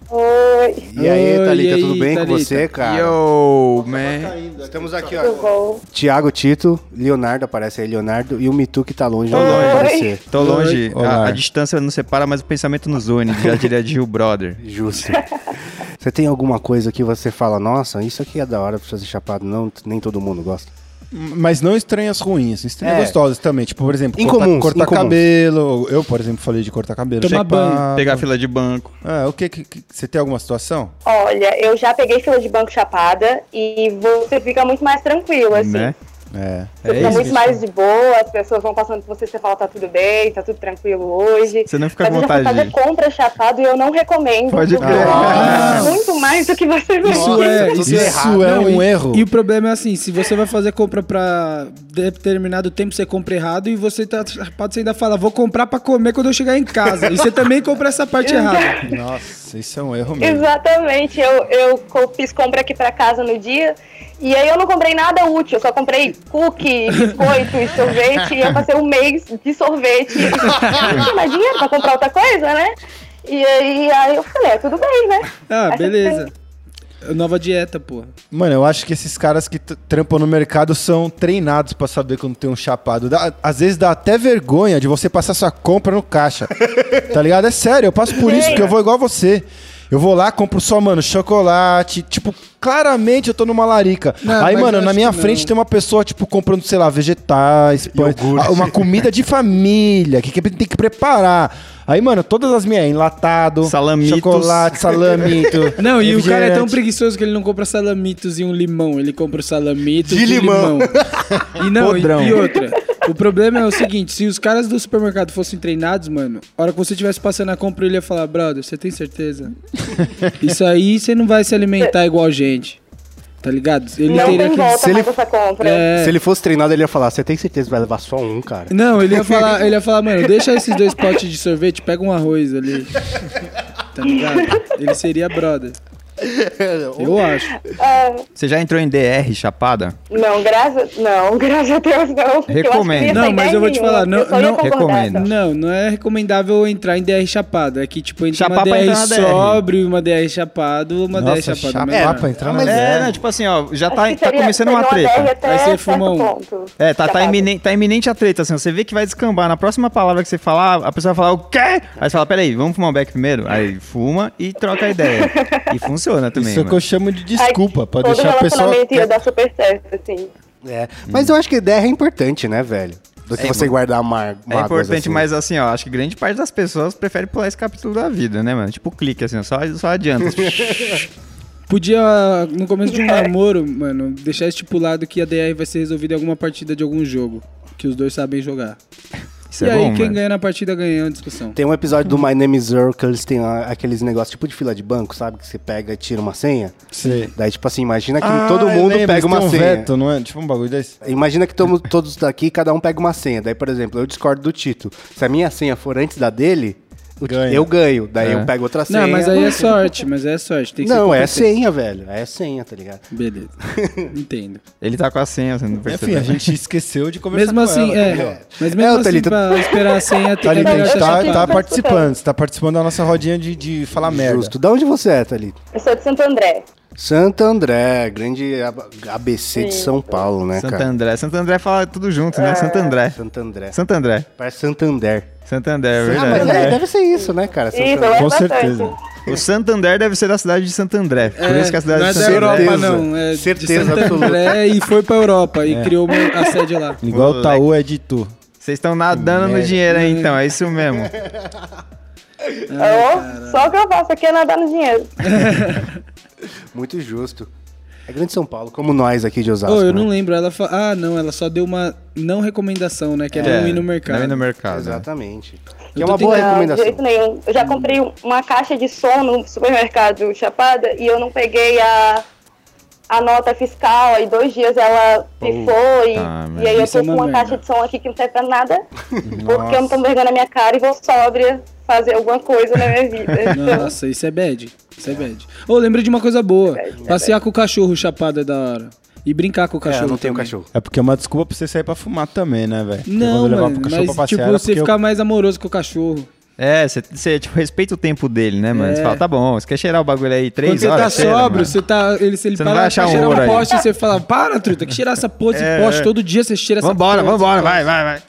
[SPEAKER 6] Oi,
[SPEAKER 1] E aí,
[SPEAKER 4] Oi,
[SPEAKER 1] Thalita,
[SPEAKER 4] e aí,
[SPEAKER 1] tudo bem com
[SPEAKER 4] Thalita?
[SPEAKER 1] você, cara?
[SPEAKER 2] Yo, man.
[SPEAKER 1] Estamos aqui,
[SPEAKER 6] tudo
[SPEAKER 1] ó.
[SPEAKER 6] bom?
[SPEAKER 1] Tiago Tito, Leonardo, aparece aí, Leonardo, e o Mitu que tá longe, não vai aparecer.
[SPEAKER 2] Tô longe. A,
[SPEAKER 3] Olá.
[SPEAKER 2] a distância não separa, mas o pensamento nos une. Já diria de Gil Brother.
[SPEAKER 1] Justo. Você tem alguma coisa que você fala, nossa, isso aqui é da hora pra fazer chapado, não, nem todo mundo gosta.
[SPEAKER 3] Mas não estranhas ruins, assim, estranhas
[SPEAKER 1] É.
[SPEAKER 3] gostosas também. Tipo, por exemplo,
[SPEAKER 1] Incomuns,
[SPEAKER 3] cortar, cortar
[SPEAKER 1] incomuns.
[SPEAKER 3] cabelo. Eu, por exemplo, falei de cortar cabelo.
[SPEAKER 4] Tomar banho.
[SPEAKER 2] Pegar fila de banho.
[SPEAKER 3] Ah, o que, que- que- Você tem alguma situação?
[SPEAKER 6] Olha, eu já peguei fila de banco chapada e você fica muito mais tranquilo, assim.
[SPEAKER 2] Né?
[SPEAKER 3] É.
[SPEAKER 6] Você
[SPEAKER 2] É
[SPEAKER 6] fica
[SPEAKER 2] isso,
[SPEAKER 6] muito
[SPEAKER 2] bicho.
[SPEAKER 6] mais de boa, as pessoas vão passando por você, você fala, tá tudo bem, tá tudo tranquilo hoje.
[SPEAKER 2] Você não fica
[SPEAKER 6] Mas
[SPEAKER 2] com
[SPEAKER 6] eu já fui
[SPEAKER 2] vontade
[SPEAKER 6] fazer
[SPEAKER 2] de-
[SPEAKER 6] compra chapado e eu não recomendo.
[SPEAKER 2] Pode
[SPEAKER 6] porque
[SPEAKER 2] crer.
[SPEAKER 6] eu gosto Muito mais do que você
[SPEAKER 4] Isso
[SPEAKER 6] vê.
[SPEAKER 4] é,
[SPEAKER 1] tudo
[SPEAKER 4] isso
[SPEAKER 1] errado.
[SPEAKER 3] é
[SPEAKER 4] Não,
[SPEAKER 3] um
[SPEAKER 4] e-
[SPEAKER 3] erro.
[SPEAKER 4] E o problema é assim, se você vai fazer compra pra determinado tempo, você compra errado e você tá chapado, você ainda fala, vou comprar pra comer quando eu chegar em casa. E você também compra essa parte errada.
[SPEAKER 3] Nossa, isso é um erro
[SPEAKER 4] Hum.
[SPEAKER 3] mesmo.
[SPEAKER 6] Exatamente, eu, eu co- fiz compra aqui pra casa no dia e aí eu não comprei nada útil, eu só comprei cookie, biscoito e sorvete e eu passei um mês de sorvete. Não tinha mais dinheiro pra comprar outra coisa, né? E aí, aí eu falei, é, tudo bem, né?
[SPEAKER 4] Ah,
[SPEAKER 6] Aí você
[SPEAKER 4] beleza. Nova dieta, porra.
[SPEAKER 3] Mano, eu acho que esses caras que t- trampam no mercado são treinados pra saber quando tem um chapado. Dá- às vezes dá até vergonha de você passar sua compra no caixa. tá ligado? É sério, eu passo por isso, porque eu vou igual você. Eu vou lá, compro só, mano, chocolate. Tipo, claramente eu tô numa larica.
[SPEAKER 4] Não,
[SPEAKER 3] Aí,
[SPEAKER 4] mas
[SPEAKER 3] mano,
[SPEAKER 4] eu
[SPEAKER 3] na
[SPEAKER 4] acho
[SPEAKER 3] minha
[SPEAKER 4] que
[SPEAKER 3] frente
[SPEAKER 4] não.
[SPEAKER 3] tem uma pessoa, tipo, comprando, sei lá, vegetais, pães,
[SPEAKER 1] Iogurte.
[SPEAKER 3] uma comida de família, que, que tem que preparar. Aí, mano, todas as minhas, enlatado,
[SPEAKER 2] Salamitos.
[SPEAKER 3] chocolate, salamito.
[SPEAKER 4] Não, e o cara é tão
[SPEAKER 3] refrigerante.
[SPEAKER 4] preguiçoso que ele não compra salamitos e um limão. Ele compra o salamito
[SPEAKER 1] De
[SPEAKER 4] e um
[SPEAKER 1] limão.
[SPEAKER 4] E não, e,
[SPEAKER 2] Podrão.
[SPEAKER 4] e outra. O problema é o seguinte, se os caras do supermercado fossem treinados, mano, a hora que você estivesse passando a compra, ele ia falar, brother, você tem certeza? Isso aí você não vai se alimentar igual a gente. Tá ligado? Ele
[SPEAKER 6] Não
[SPEAKER 4] teria
[SPEAKER 6] tem
[SPEAKER 4] que...
[SPEAKER 6] volta
[SPEAKER 1] se
[SPEAKER 6] pra
[SPEAKER 1] ele-
[SPEAKER 6] essa compra.
[SPEAKER 4] É,
[SPEAKER 1] Se ele fosse treinado, ele ia falar, você tem certeza que vai levar só um, cara?
[SPEAKER 4] Não, ele ia falar, ele ia falar, mano, deixa esses dois potes de sorvete, pega um arroz ali. Tá ligado? Ele seria brother. Eu acho.
[SPEAKER 6] Ah,
[SPEAKER 2] Você já entrou em DR, chapada?
[SPEAKER 6] não, graças... Não, graças a Deus, não. porque eu acho que não ia
[SPEAKER 2] Recomendo.
[SPEAKER 6] sair
[SPEAKER 4] Não, mas eu vou te
[SPEAKER 6] nenhuma,
[SPEAKER 4] falar, não-
[SPEAKER 6] eu só ia
[SPEAKER 4] não-
[SPEAKER 6] concordar, então.
[SPEAKER 2] recomendo.
[SPEAKER 6] só.
[SPEAKER 4] Não, não é recomendável entrar em DR chapado. É que, tipo, entra
[SPEAKER 2] Chapar pra
[SPEAKER 4] uma DR,
[SPEAKER 2] entrar na DR.
[SPEAKER 4] sóbrio, uma DR chapado, é uma DR chapada.
[SPEAKER 3] chapar
[SPEAKER 4] Mas-
[SPEAKER 3] pra entrar na
[SPEAKER 2] Mas é,
[SPEAKER 3] DR.
[SPEAKER 2] né? Tipo assim, ó, já
[SPEAKER 6] Acho
[SPEAKER 2] tá,
[SPEAKER 6] que
[SPEAKER 2] tá
[SPEAKER 6] seria-
[SPEAKER 2] começando uma
[SPEAKER 6] seria DR
[SPEAKER 2] treta.
[SPEAKER 6] até
[SPEAKER 4] Aí você
[SPEAKER 6] certo
[SPEAKER 4] fuma um.
[SPEAKER 6] ponto.
[SPEAKER 2] É, tá, tá,
[SPEAKER 6] Capaz.
[SPEAKER 2] iminente, tá iminente a treta, assim. Você vê que vai descambar. Na próxima palavra que você falar, a pessoa vai falar, o quê? Aí você fala, peraí, vamos fumar um beck primeiro? Aí fuma e troca a ideia. E funciona também,
[SPEAKER 3] Isso é o que
[SPEAKER 2] mano.
[SPEAKER 3] eu chamo de
[SPEAKER 6] Ai,
[SPEAKER 3] desculpa, pra
[SPEAKER 6] todo
[SPEAKER 3] deixar a pessoa.
[SPEAKER 6] relacionamento ia dar super certo, assim.
[SPEAKER 1] É. Mas eu acho que DR é importante, né, velho? Do que
[SPEAKER 2] É,
[SPEAKER 1] você
[SPEAKER 2] mano.
[SPEAKER 1] guardar mar
[SPEAKER 2] É
[SPEAKER 1] mágoas,
[SPEAKER 2] importante,
[SPEAKER 1] assim.
[SPEAKER 2] mas assim, ó, acho que grande parte das pessoas prefere pular esse capítulo da vida, né, mano? Tipo clique, assim, ó, só, só adianta.
[SPEAKER 4] Podia, no começo de um namoro, mano, deixar estipulado que a DR vai ser resolvida em alguma partida de algum jogo. Que os dois sabem jogar.
[SPEAKER 2] Isso
[SPEAKER 4] e
[SPEAKER 2] é
[SPEAKER 4] aí,
[SPEAKER 2] bom,
[SPEAKER 4] quem
[SPEAKER 2] mano.
[SPEAKER 4] ganha na partida ganha a discussão.
[SPEAKER 1] Tem um episódio do My Name is Earl que eles têm lá aqueles negócios tipo de fila de banco, sabe? Que você pega e tira uma senha.
[SPEAKER 3] Sim.
[SPEAKER 1] Daí, tipo assim, imagina que
[SPEAKER 3] Ah,
[SPEAKER 1] todo mundo pega uma
[SPEAKER 3] um
[SPEAKER 1] senha.
[SPEAKER 3] veto, não é? Tipo um bagulho desse.
[SPEAKER 1] Imagina que tomo- todos daqui, cada um pega uma senha. Daí, por exemplo, eu discordo do Tito. Se a minha senha for antes da dele, o Ti-
[SPEAKER 3] Ganha.
[SPEAKER 1] eu ganho. Daí
[SPEAKER 2] É.
[SPEAKER 1] eu pego outra senha.
[SPEAKER 4] Não, mas aí é sorte, mas aí é sorte. Tem que ser
[SPEAKER 1] Não, é
[SPEAKER 4] competente.
[SPEAKER 1] senha, velho. É senha, tá ligado?
[SPEAKER 4] Beleza. Entendo.
[SPEAKER 2] Ele tá com a senha, você não
[SPEAKER 3] Enfim,
[SPEAKER 2] percebeu.
[SPEAKER 3] a gente esqueceu de conversar
[SPEAKER 4] Mesmo
[SPEAKER 3] com
[SPEAKER 4] assim,
[SPEAKER 3] ela, tá
[SPEAKER 4] é.
[SPEAKER 3] entendeu?
[SPEAKER 4] Mas
[SPEAKER 1] É,
[SPEAKER 4] mesmo
[SPEAKER 1] o
[SPEAKER 4] assim,
[SPEAKER 1] Thalita-
[SPEAKER 4] pra esperar a senha, tem
[SPEAKER 3] Tá,
[SPEAKER 4] que
[SPEAKER 3] ligado?
[SPEAKER 4] melhor
[SPEAKER 6] ligado?
[SPEAKER 4] deixar
[SPEAKER 3] tá,
[SPEAKER 4] claro.
[SPEAKER 3] tá participando, você tá participando da nossa rodinha de, de falar merda.
[SPEAKER 1] Justo. Da onde você é, Thalita?
[SPEAKER 6] Eu sou de Santo André.
[SPEAKER 1] Santo André, grande A- ABC de São Paulo, né,
[SPEAKER 2] Santo
[SPEAKER 1] cara?
[SPEAKER 2] André. Santo André fala tudo junto, né? Santo André.
[SPEAKER 1] Santo André.
[SPEAKER 2] Santo André.
[SPEAKER 1] Parece Santander.
[SPEAKER 2] Santander, é
[SPEAKER 1] Ah, mas
[SPEAKER 2] verdade.
[SPEAKER 1] é, deve ser isso, né, cara? Santo
[SPEAKER 6] Isso,
[SPEAKER 1] André.
[SPEAKER 6] eu
[SPEAKER 3] Com
[SPEAKER 6] gosto
[SPEAKER 3] certeza.
[SPEAKER 6] É bastante.
[SPEAKER 2] O Santander deve ser da cidade de Santo André. Por isso que a cidade
[SPEAKER 4] não é
[SPEAKER 2] de
[SPEAKER 4] da
[SPEAKER 2] Santo André.
[SPEAKER 4] Europa,
[SPEAKER 1] Certeza.
[SPEAKER 4] não. É
[SPEAKER 1] Certeza
[SPEAKER 4] de Santo
[SPEAKER 1] absoluta.
[SPEAKER 4] André e foi pra Europa
[SPEAKER 2] É.
[SPEAKER 4] e criou uma, a sede lá.
[SPEAKER 3] Igual o
[SPEAKER 2] Moleque.
[SPEAKER 3] Taú é de tu.
[SPEAKER 2] Vocês estão nadando no
[SPEAKER 3] Merda.
[SPEAKER 2] dinheiro aí, então. É isso mesmo.
[SPEAKER 6] Ó, só o que eu faço aqui é nadar no dinheiro.
[SPEAKER 1] Muito justo. É grande São Paulo, como nós aqui de Osasco.
[SPEAKER 4] Oh, eu não
[SPEAKER 1] né?
[SPEAKER 4] lembro. Ela fa- Ah, não, ela só deu uma não recomendação, né? Que é, não ir no mercado.
[SPEAKER 2] Não ir no mercado.
[SPEAKER 1] Exatamente. Que
[SPEAKER 4] Eu
[SPEAKER 1] é
[SPEAKER 4] tô
[SPEAKER 1] uma boa
[SPEAKER 4] tentando-
[SPEAKER 6] Não, de
[SPEAKER 1] recomendação.
[SPEAKER 6] jeito nenhum. Eu já comprei uma caixa de som no supermercado Chapada e eu não peguei a, a nota fiscal. Aí dois dias ela pifou e,
[SPEAKER 2] merda.
[SPEAKER 6] e aí eu
[SPEAKER 4] Isso é
[SPEAKER 6] tô
[SPEAKER 4] uma
[SPEAKER 6] com uma
[SPEAKER 4] merda.
[SPEAKER 6] caixa de som aqui que não serve pra nada. porque eu não tô vergonha na minha cara e vou sóbria fazer alguma coisa na minha vida. Então,
[SPEAKER 4] Nossa, isso é bad. Isso é bad. Ô, lembra de uma coisa boa. Passear com o cachorro chapado é da hora. E brincar com o
[SPEAKER 1] É,
[SPEAKER 4] cachorro.
[SPEAKER 1] eu não tenho
[SPEAKER 4] também.
[SPEAKER 1] cachorro.
[SPEAKER 3] É porque é uma desculpa pra você sair pra fumar também, né, velho? Porque
[SPEAKER 4] Não,
[SPEAKER 3] quando eu
[SPEAKER 4] mano,
[SPEAKER 3] pro cachorro
[SPEAKER 4] mas tipo,
[SPEAKER 3] era
[SPEAKER 4] você
[SPEAKER 3] porque eu-
[SPEAKER 4] ficar mais amoroso com o cachorro.
[SPEAKER 2] É, você- você tipo, respeita o tempo dele, né, mano? Você fala, tá bom, você quer cheirar o bagulho aí três
[SPEAKER 4] Quando você tá
[SPEAKER 2] horas? cheira,
[SPEAKER 4] sóbrio,
[SPEAKER 2] mano.
[SPEAKER 4] você tá. Ele, se ele
[SPEAKER 2] Você não vai
[SPEAKER 4] para pra
[SPEAKER 2] achar um
[SPEAKER 4] cheirar
[SPEAKER 2] ouro aí.
[SPEAKER 4] poste, você fala, para, truta, que cheirar essa porra, esse
[SPEAKER 2] É,
[SPEAKER 4] poste
[SPEAKER 2] é.
[SPEAKER 4] todo dia, você cheira essa
[SPEAKER 2] Vambora,
[SPEAKER 4] porra.
[SPEAKER 2] vambora, vai, vai, vai.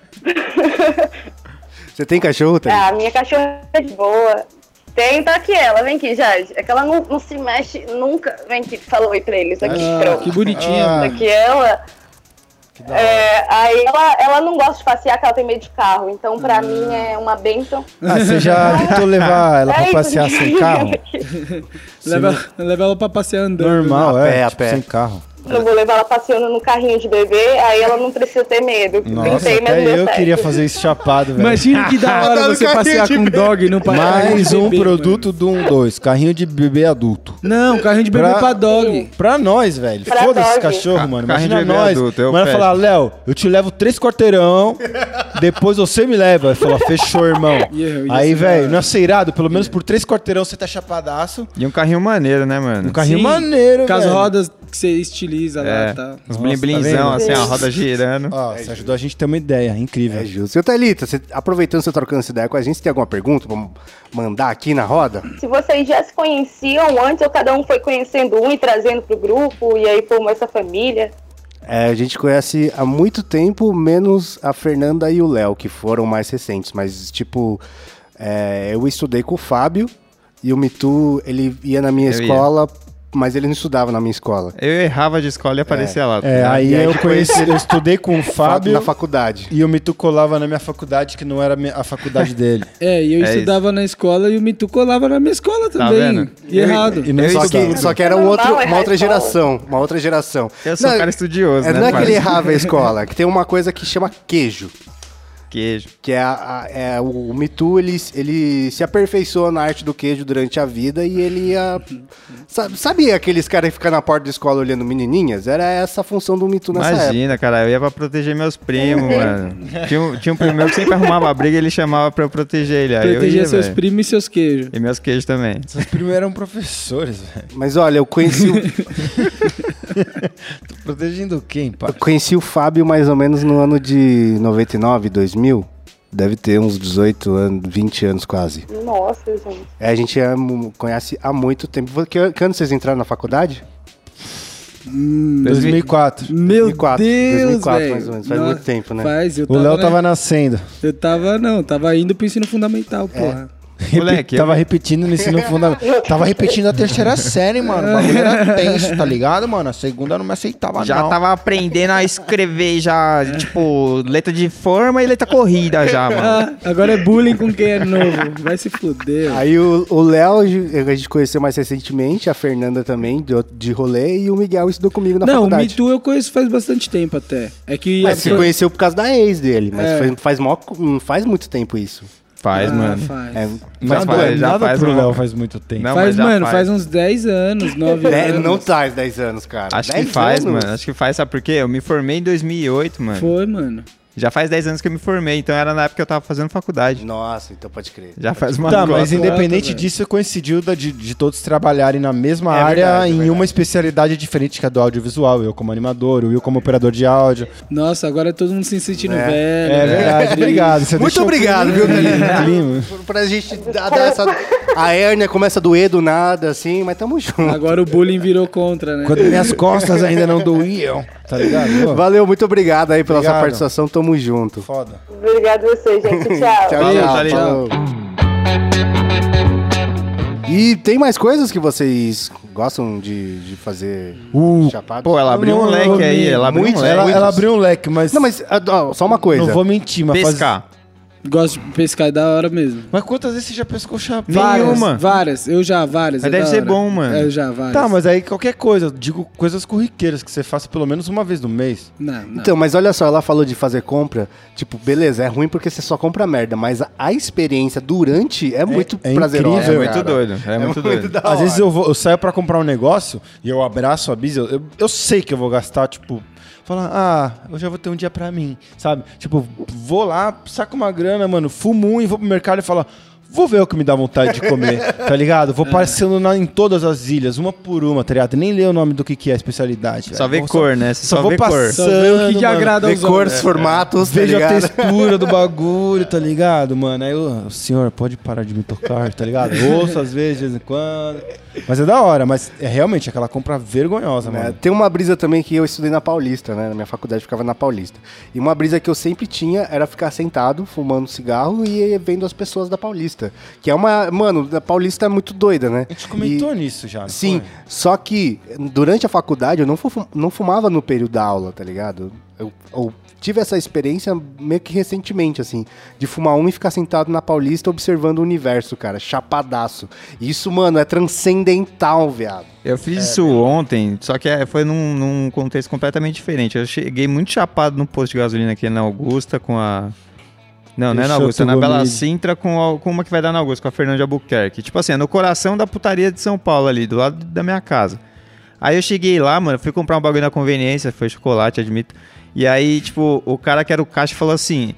[SPEAKER 1] Você tem cachorro, Thalita?
[SPEAKER 6] a minha cachorra é de boa. Tem, tá aqui ela, vem aqui, Jade. É que ela não, não se mexe nunca. Vem aqui, falou oi pra eles aqui,
[SPEAKER 4] Ah,
[SPEAKER 6] pronto.
[SPEAKER 4] que bonitinha.
[SPEAKER 3] Ah.
[SPEAKER 4] mano.
[SPEAKER 6] que ela. É, aí ela, ela não gosta de passear, porque ela tem medo de carro. Então, pra mim, é uma benção.
[SPEAKER 3] Ah, você já tentou levar ela
[SPEAKER 6] É
[SPEAKER 3] pra
[SPEAKER 6] isso,
[SPEAKER 3] passear
[SPEAKER 6] gente.
[SPEAKER 3] sem carro?
[SPEAKER 4] Leva, leva ela pra passear andando.
[SPEAKER 3] Normal,
[SPEAKER 1] A
[SPEAKER 3] é.
[SPEAKER 1] pé, a
[SPEAKER 3] tipo,
[SPEAKER 1] pé.
[SPEAKER 3] Sem carro.
[SPEAKER 6] Eu vou levar ela passeando no carrinho de bebê, aí ela não precisa ter medo.
[SPEAKER 3] Nossa,
[SPEAKER 6] Tentei, mas não
[SPEAKER 3] até
[SPEAKER 6] deu
[SPEAKER 3] eu
[SPEAKER 6] certo.
[SPEAKER 3] queria fazer isso chapado, velho.
[SPEAKER 4] Imagina que da hora você passear com um dog e não passear
[SPEAKER 3] Mais um produto do 1, 2. Carrinho de bebê adulto.
[SPEAKER 4] Não, carrinho de bebê
[SPEAKER 3] Pra-
[SPEAKER 4] pra, dog.
[SPEAKER 3] Pra nós, velho.
[SPEAKER 6] Pra
[SPEAKER 3] Foda-se esse
[SPEAKER 6] dog.
[SPEAKER 3] cachorro, mano.
[SPEAKER 2] carrinho
[SPEAKER 3] Imagina
[SPEAKER 2] de bebê
[SPEAKER 3] nós.
[SPEAKER 2] adulto, eu
[SPEAKER 3] mano,
[SPEAKER 2] fecho.
[SPEAKER 3] falar, Léo, eu te levo três quarteirão, depois você me leva. Ele falou, fechou, irmão.
[SPEAKER 4] Yeah, ia
[SPEAKER 3] Aí,
[SPEAKER 4] ser da
[SPEAKER 3] velho,
[SPEAKER 4] hora.
[SPEAKER 3] não é ser irado? Pelo menos por três quarteirão você tá chapadaço.
[SPEAKER 2] E um carrinho maneiro, né, mano?
[SPEAKER 3] Um carrinho
[SPEAKER 4] Sim,
[SPEAKER 3] maneiro,
[SPEAKER 4] Com as
[SPEAKER 3] velho.
[SPEAKER 4] rodas que você estiliza
[SPEAKER 2] É,
[SPEAKER 4] lá, tá?
[SPEAKER 2] uns
[SPEAKER 3] Nossa,
[SPEAKER 2] blim-blimzão,
[SPEAKER 3] tá
[SPEAKER 2] assim, a roda girando.
[SPEAKER 3] Ó, você ajudou a gente a ter uma ideia. Incrível.
[SPEAKER 1] É justo. Seu Thalita, você- aproveitando você tá trocando essa ideia com a gente, você tem alguma pergunta pra mandar aqui na roda?
[SPEAKER 6] Se vocês já se conheciam antes, ou cada um foi conhecendo um e trazendo pro grupo, e aí formou essa família.
[SPEAKER 1] É, a gente conhece há muito tempo, menos a Fernanda e o Léo, que foram mais recentes, mas tipo, é, eu estudei com o Fábio e o Mitu, ele ia na minha
[SPEAKER 2] Eu ia. É.
[SPEAKER 1] escola, mas ele não estudava na minha escola.
[SPEAKER 2] Eu errava de escola e aparecia lá. tá
[SPEAKER 3] É,
[SPEAKER 2] ligado?
[SPEAKER 3] aí
[SPEAKER 1] E aí
[SPEAKER 3] eu
[SPEAKER 1] que
[SPEAKER 3] conheci, eu estudei com o Fábio
[SPEAKER 1] Na faculdade.
[SPEAKER 3] e o Mitu colava na minha faculdade, que não era a minha- a faculdade dele.
[SPEAKER 4] É, e eu
[SPEAKER 2] É Tá
[SPEAKER 4] estudava na escola e o Mitu colava na minha escola também.
[SPEAKER 2] vendo?
[SPEAKER 4] E errado.
[SPEAKER 3] E não
[SPEAKER 2] Eu
[SPEAKER 1] Só
[SPEAKER 3] estudava.
[SPEAKER 1] que, só que era um
[SPEAKER 6] É Normal
[SPEAKER 1] outro,
[SPEAKER 6] errar
[SPEAKER 1] uma
[SPEAKER 6] a
[SPEAKER 1] outra
[SPEAKER 6] escola.
[SPEAKER 1] geração. Uma outra geração.
[SPEAKER 2] Eu sou um cara estudioso,
[SPEAKER 1] é,
[SPEAKER 2] né?
[SPEAKER 1] Não é que ele
[SPEAKER 2] parceiro?
[SPEAKER 1] errava a escola, que tem uma coisa que chama queijo.
[SPEAKER 2] Queijo.
[SPEAKER 1] Que é, a- a- é o, o Mitu, ele, ele se aperfeiçoou na arte do queijo durante a vida e ele ia. Sabe, sabe aqueles caras que ficam na porta da escola olhando menininhas? Era essa a função do Mitu nessa época.
[SPEAKER 2] Imagina, cara, eu ia pra proteger meus primos, mano. Tinha um, tinha um primo meu que sempre arrumava briga e ele chamava pra eu proteger ele. Aí eu
[SPEAKER 4] Protegia
[SPEAKER 2] ia,
[SPEAKER 4] seus
[SPEAKER 2] velho.
[SPEAKER 4] primos e seus queijos.
[SPEAKER 2] E meus queijos também.
[SPEAKER 3] Os primeiros eram professores, velho.
[SPEAKER 1] Mas olha, eu conheci, o,
[SPEAKER 3] Protegendo quem, pá?
[SPEAKER 1] eu conheci o Fábio mais ou menos no ano de 99, 2000. Deve ter uns 18 anos, 20 anos quase.
[SPEAKER 6] Nossa, gente.
[SPEAKER 1] É, a gente é mu- conhece há muito tempo. Que, que ano vocês entraram na faculdade?
[SPEAKER 3] 2004.
[SPEAKER 4] Meu
[SPEAKER 1] 2004,
[SPEAKER 4] Deus,
[SPEAKER 1] 2004,
[SPEAKER 4] velho.
[SPEAKER 1] mais ou menos. Faz muito tempo, né?
[SPEAKER 4] Faz, eu
[SPEAKER 3] O
[SPEAKER 4] tava,
[SPEAKER 3] Léo
[SPEAKER 4] né?
[SPEAKER 3] tava nascendo.
[SPEAKER 4] Eu tava, não, tava indo pro ensino fundamental, porra.
[SPEAKER 2] Moleque,
[SPEAKER 3] tava
[SPEAKER 2] eu-
[SPEAKER 3] repetindo no ensino fundamental. Tava repetindo a terceira série, mano. O bagulho era tenso, tá ligado, mano? A segunda não me aceitava,
[SPEAKER 2] já
[SPEAKER 3] Ah,
[SPEAKER 2] tá-
[SPEAKER 3] não.
[SPEAKER 2] tava aprendendo a escrever já, tipo, letra de forma e letra corrida já, mano.
[SPEAKER 4] Ah, agora é bullying com quem é novo. Vai se fuder.
[SPEAKER 1] Aí o o Léo, a gente conheceu mais recentemente, a Fernanda também, de, outro- de rolê, e o Miguel estudou comigo na
[SPEAKER 4] não, o Me
[SPEAKER 1] faculdade.
[SPEAKER 4] Too eu conheço faz bastante tempo até. É que.
[SPEAKER 1] Mas
[SPEAKER 4] a-
[SPEAKER 1] você conheceu por causa da ex dele, mas
[SPEAKER 4] É.
[SPEAKER 1] faz, faz mó- não faz muito tempo isso.
[SPEAKER 2] Faz,
[SPEAKER 4] Ah,
[SPEAKER 2] mano.
[SPEAKER 4] Faz,
[SPEAKER 1] É,
[SPEAKER 2] Mas faz, já faz um-
[SPEAKER 3] faz muito tempo.
[SPEAKER 2] Não, mas
[SPEAKER 4] Faz,
[SPEAKER 2] já
[SPEAKER 4] mano, faz. uns 10 anos, 9
[SPEAKER 1] Né?
[SPEAKER 4] anos.
[SPEAKER 1] não traz 10 anos, cara.
[SPEAKER 2] Acho que
[SPEAKER 1] 10
[SPEAKER 2] faz,
[SPEAKER 1] anos?
[SPEAKER 2] mano. Acho que faz, sabe por quê? Eu me formei em 2008, mano.
[SPEAKER 4] Foi, mano.
[SPEAKER 2] Já faz 10 anos que eu me formei, então era na época que eu tava fazendo faculdade.
[SPEAKER 1] Nossa, então pode crer.
[SPEAKER 2] Já faz uma
[SPEAKER 3] Tá,
[SPEAKER 2] cota.
[SPEAKER 3] mas independente
[SPEAKER 4] velho.
[SPEAKER 3] disso, coincidiu da- de, de todos trabalharem na mesma
[SPEAKER 1] É
[SPEAKER 3] área
[SPEAKER 1] verdade, é
[SPEAKER 3] em
[SPEAKER 1] verdade.
[SPEAKER 3] uma especialidade diferente que a do audiovisual. Eu como animador, o Will como operador de áudio.
[SPEAKER 4] Nossa, agora todo mundo se sentindo velho.
[SPEAKER 3] É
[SPEAKER 4] né?
[SPEAKER 3] verdade, obrigado. Você
[SPEAKER 1] Muito
[SPEAKER 3] deixou-
[SPEAKER 1] obrigado, viu,
[SPEAKER 3] Clima.
[SPEAKER 1] Danilo? Pra- Pra gente dar, dar essa. A hérnia começa a doer do nada, assim, mas tamo junto.
[SPEAKER 4] Agora o bullying virou contra, né?
[SPEAKER 3] Quando minhas costas ainda não doíam, tá ligado? Pô,
[SPEAKER 1] Valeu, muito obrigado aí pela sua
[SPEAKER 3] Obrigado.
[SPEAKER 1] participação, tamo junto.
[SPEAKER 3] Foda.
[SPEAKER 6] Obrigada a você, gente. Tchau.
[SPEAKER 1] Tchau,
[SPEAKER 2] Valeu,
[SPEAKER 1] tchau,
[SPEAKER 2] valeu.
[SPEAKER 1] falou. E tem mais coisas que vocês gostam de, de fazer
[SPEAKER 3] Uh,
[SPEAKER 1] chapado?
[SPEAKER 2] Pô, ela abriu
[SPEAKER 3] Não,
[SPEAKER 2] um
[SPEAKER 3] não,
[SPEAKER 2] leque
[SPEAKER 3] não,
[SPEAKER 2] aí,
[SPEAKER 3] não,
[SPEAKER 2] ela abriu
[SPEAKER 1] muito,
[SPEAKER 2] um leque.
[SPEAKER 3] Ela, ela abriu um leque, mas.
[SPEAKER 1] Não, mas ah, ó, só uma coisa.
[SPEAKER 3] não vou mentir, mas. faz-
[SPEAKER 2] Pescar.
[SPEAKER 4] Gosto de pescar, é da hora mesmo.
[SPEAKER 3] Mas quantas vezes você já pescou chapéu?
[SPEAKER 4] Várias,
[SPEAKER 2] Nenhuma.
[SPEAKER 4] várias. Eu já, várias.
[SPEAKER 2] Mas
[SPEAKER 4] é
[SPEAKER 2] deve
[SPEAKER 4] da
[SPEAKER 2] ser
[SPEAKER 4] hora.
[SPEAKER 2] bom, mano.
[SPEAKER 4] É, eu já, várias.
[SPEAKER 3] Tá, mas aí qualquer coisa, eu digo coisas corriqueiras que você faça pelo menos uma vez no mês.
[SPEAKER 4] Não, não.
[SPEAKER 1] Então, mas olha só, ela falou de fazer compra. Tipo, beleza, é ruim porque você só compra merda, mas a, a experiência durante é muito
[SPEAKER 3] é
[SPEAKER 1] prazerosa.
[SPEAKER 2] É
[SPEAKER 3] incrível,
[SPEAKER 1] cara.
[SPEAKER 2] muito doido, é, muito doido.
[SPEAKER 1] da
[SPEAKER 3] Às
[SPEAKER 1] hora.
[SPEAKER 3] vezes eu, vou, eu saio pra comprar um negócio e eu abraço a Biz, eu, eu, eu sei que eu vou gastar, tipo, falar, ah, hoje eu vou ter um dia pra mim, sabe? Tipo, vou lá, saco uma grana, mano, fumo um e vou pro mercado e falo, vou ver o que me dá vontade de comer, tá ligado? Vou passando na- em todas as ilhas, uma por uma, tá ligado? Nem lê o nome do que, que é a especialidade.
[SPEAKER 2] Só
[SPEAKER 3] velho.
[SPEAKER 2] vê
[SPEAKER 3] Vou
[SPEAKER 2] cor, né? Você
[SPEAKER 3] Só,
[SPEAKER 2] só
[SPEAKER 3] vou
[SPEAKER 2] vê cor.
[SPEAKER 3] passando,
[SPEAKER 4] Só vê o que que
[SPEAKER 3] mano.
[SPEAKER 4] agrada
[SPEAKER 1] Vê
[SPEAKER 4] aos homens.
[SPEAKER 1] cores, formatos, tá
[SPEAKER 3] Veja a
[SPEAKER 1] ligado?
[SPEAKER 3] textura do bagulho, tá ligado, mano? Aí eu, o senhor pode parar de me tocar, tá ligado? Ouço às vezes, de vez em quando. Mas é da hora, mas é realmente aquela compra vergonhosa,
[SPEAKER 1] né?
[SPEAKER 3] mano.
[SPEAKER 1] Tem uma brisa também que eu estudei na Paulista, né? Na minha faculdade ficava na Paulista. E uma brisa que eu sempre tinha era ficar sentado, fumando cigarro e vendo as pessoas da Paulista. Que é uma. Mano, a Paulista é muito doida, né?
[SPEAKER 3] A gente comentou nisso né? já. não
[SPEAKER 1] Sim,
[SPEAKER 3] foi?
[SPEAKER 1] só que durante a faculdade eu não, fu- não fumava no período da aula, tá ligado? Eu, eu tive essa experiência meio que recentemente, assim, de fumar um e ficar sentado na Paulista observando o universo, cara, chapadaço. Isso, mano, é transcendental, viado.
[SPEAKER 2] Eu fiz isso ontem, só que é- foi num, num contexto completamente diferente. Eu cheguei muito chapado no posto de gasolina aqui na Augusta com a. Não, não é na
[SPEAKER 3] Deixa
[SPEAKER 2] Augusta,
[SPEAKER 3] eu
[SPEAKER 2] na Bela
[SPEAKER 3] comigo.
[SPEAKER 2] Sintra com, a- com uma que vai dar na Augusta, com a Fernanda de Albuquerque. Tipo assim, é no coração da putaria de São Paulo ali, do lado da minha casa. Aí eu cheguei lá, mano, fui comprar um bagulho na conveniência, foi chocolate, admito. E aí, tipo, o cara que era o caixa falou assim.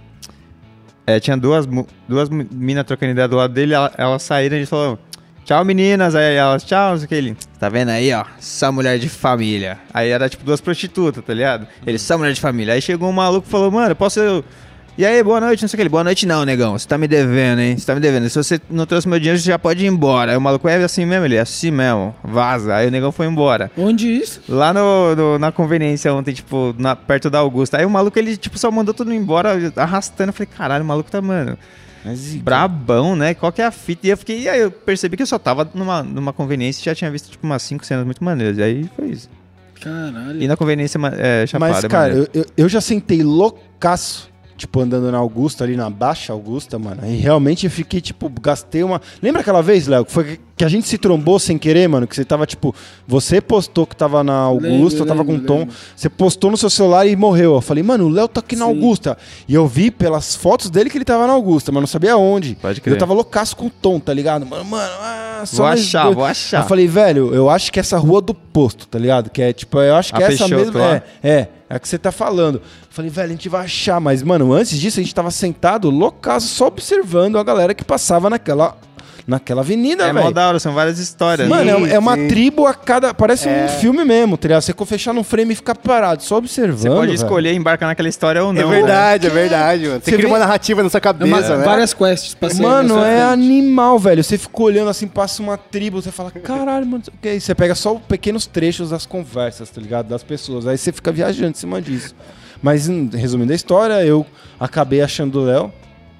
[SPEAKER 2] É, tinha duas, mu- duas minas trocando ideia do lado dele, ela- elas saíram e ele falou: Tchau, meninas. Aí elas, tchau, não sei o que. Ele, tá vendo aí, ó? Só mulher de família. Aí era tipo duas prostitutas, tá ligado? Ele, só mulher de família. Aí chegou um maluco e falou, mano, posso. eu- E aí, boa noite, não sei o que. Ele, boa noite não, negão. Você tá me devendo, hein? Você tá me devendo. Se você não trouxe meu dinheiro, você já pode ir embora. Aí o maluco é assim mesmo, ele, é assim mesmo. Vaza. Aí o negão foi embora.
[SPEAKER 4] Onde isso?
[SPEAKER 2] Lá no, no- na conveniência ontem, tipo, na- perto da Augusta. Aí o maluco, ele, tipo, só mandou tudo embora, arrastando. Eu falei, caralho, o maluco tá, mano,
[SPEAKER 3] Mas,
[SPEAKER 2] brabão, né? Qual que é a fita? E eu fiquei, e aí eu percebi que eu só tava numa, numa conveniência e já tinha visto, tipo, umas cinco cenas muito maneiras. E aí foi isso.
[SPEAKER 4] Caralho.
[SPEAKER 2] E na conveniência ma- é, chapada.
[SPEAKER 3] mas cara,
[SPEAKER 2] maneiro.
[SPEAKER 3] eu, eu, eu já sentei loucaço. Tipo, andando na Augusta, ali na Baixa Augusta, mano. E realmente eu fiquei, tipo, gastei uma. Lembra aquela vez, Léo, que foi que a gente se trombou sem querer, mano? Que você tava, tipo, você postou que tava na Augusta,
[SPEAKER 4] Lembro,
[SPEAKER 3] eu tava com
[SPEAKER 4] lembro,
[SPEAKER 3] tom.
[SPEAKER 4] lembro.
[SPEAKER 3] Você postou no seu celular e morreu. Eu falei, mano, o Léo tá aqui na
[SPEAKER 4] Sim.
[SPEAKER 3] Augusta. E eu vi pelas fotos dele que ele tava na Augusta, mas não sabia onde.
[SPEAKER 2] Pode crer.
[SPEAKER 3] eu tava loucaço com o tom, tá ligado? Mano, mano, ah, só
[SPEAKER 2] Vou
[SPEAKER 3] mais
[SPEAKER 2] achar,
[SPEAKER 3] dois.
[SPEAKER 2] vou achar.
[SPEAKER 3] Aí Eu falei, velho, eu acho que essa rua do posto, tá ligado? Que é, tipo, eu acho que
[SPEAKER 2] A
[SPEAKER 3] é essa
[SPEAKER 2] Peixoto
[SPEAKER 3] mesma.
[SPEAKER 2] lá.
[SPEAKER 3] É, é, é a que você tá falando. Eu Falei, velho, a gente vai achar, mas, mano, antes disso a gente tava sentado, loucaço, só observando a galera que passava naquela, naquela avenida,
[SPEAKER 2] é mó
[SPEAKER 3] velho.
[SPEAKER 2] da hora, são várias histórias.
[SPEAKER 3] Mano, é,
[SPEAKER 2] né?
[SPEAKER 3] uma- é uma
[SPEAKER 1] sim. É.
[SPEAKER 3] tribo a cada. Parece um filme mesmo, tá ligado? Você co- fechar num frame e ficar parado, só observando.
[SPEAKER 2] Você pode
[SPEAKER 3] velho.
[SPEAKER 2] escolher embarcar naquela história ou não. né?
[SPEAKER 1] é verdade, é verdade, mano. Você,
[SPEAKER 3] Você
[SPEAKER 1] cria uma
[SPEAKER 3] vê-
[SPEAKER 1] narrativa na sua
[SPEAKER 4] É uma-
[SPEAKER 1] cabeça, né?
[SPEAKER 4] Várias quests pra né? ser
[SPEAKER 3] Mano,
[SPEAKER 4] nessa
[SPEAKER 3] é
[SPEAKER 4] frente.
[SPEAKER 3] animal, velho. Você fica olhando assim, passa uma tribo, você fala, caralho, mano, o que é isso? Você pega só pequenos trechos das conversas, tá ligado? Das pessoas. Aí você fica viajando em cima disso. Mas, hum, resumindo a história, eu acabei achando o Léo.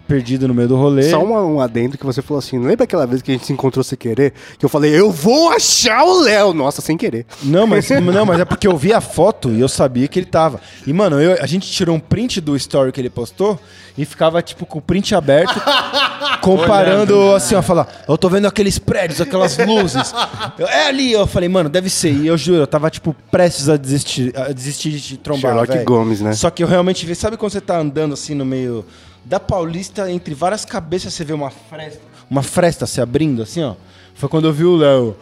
[SPEAKER 3] perdido no meio do rolê.
[SPEAKER 1] Só um, um adendo que você falou assim, lembra aquela vez que a gente se encontrou sem querer? Que eu falei, eu vou achar o Léo! Nossa, sem querer.
[SPEAKER 3] Não, mas, não, mas é porque eu vi a foto e eu sabia que ele tava. E, mano, eu- a gente tirou um print do story que ele postou e ficava, tipo, com o print aberto, comparando, assim, ó,
[SPEAKER 1] né?
[SPEAKER 3] falar, eu tô vendo aqueles prédios, aquelas luzes. Eu, é ali, eu falei, mano, deve ser. E eu juro, eu tava, tipo, prestes a desistir, a desistir de te trombar,
[SPEAKER 1] Sherlock
[SPEAKER 3] velho.
[SPEAKER 1] Gomes, né?
[SPEAKER 3] Só que eu realmente vi, sabe quando você tá andando, assim, no meio da Paulista, entre várias cabeças, você vê uma fresta, uma fresta se abrindo, assim, ó. Foi quando eu vi o Léo.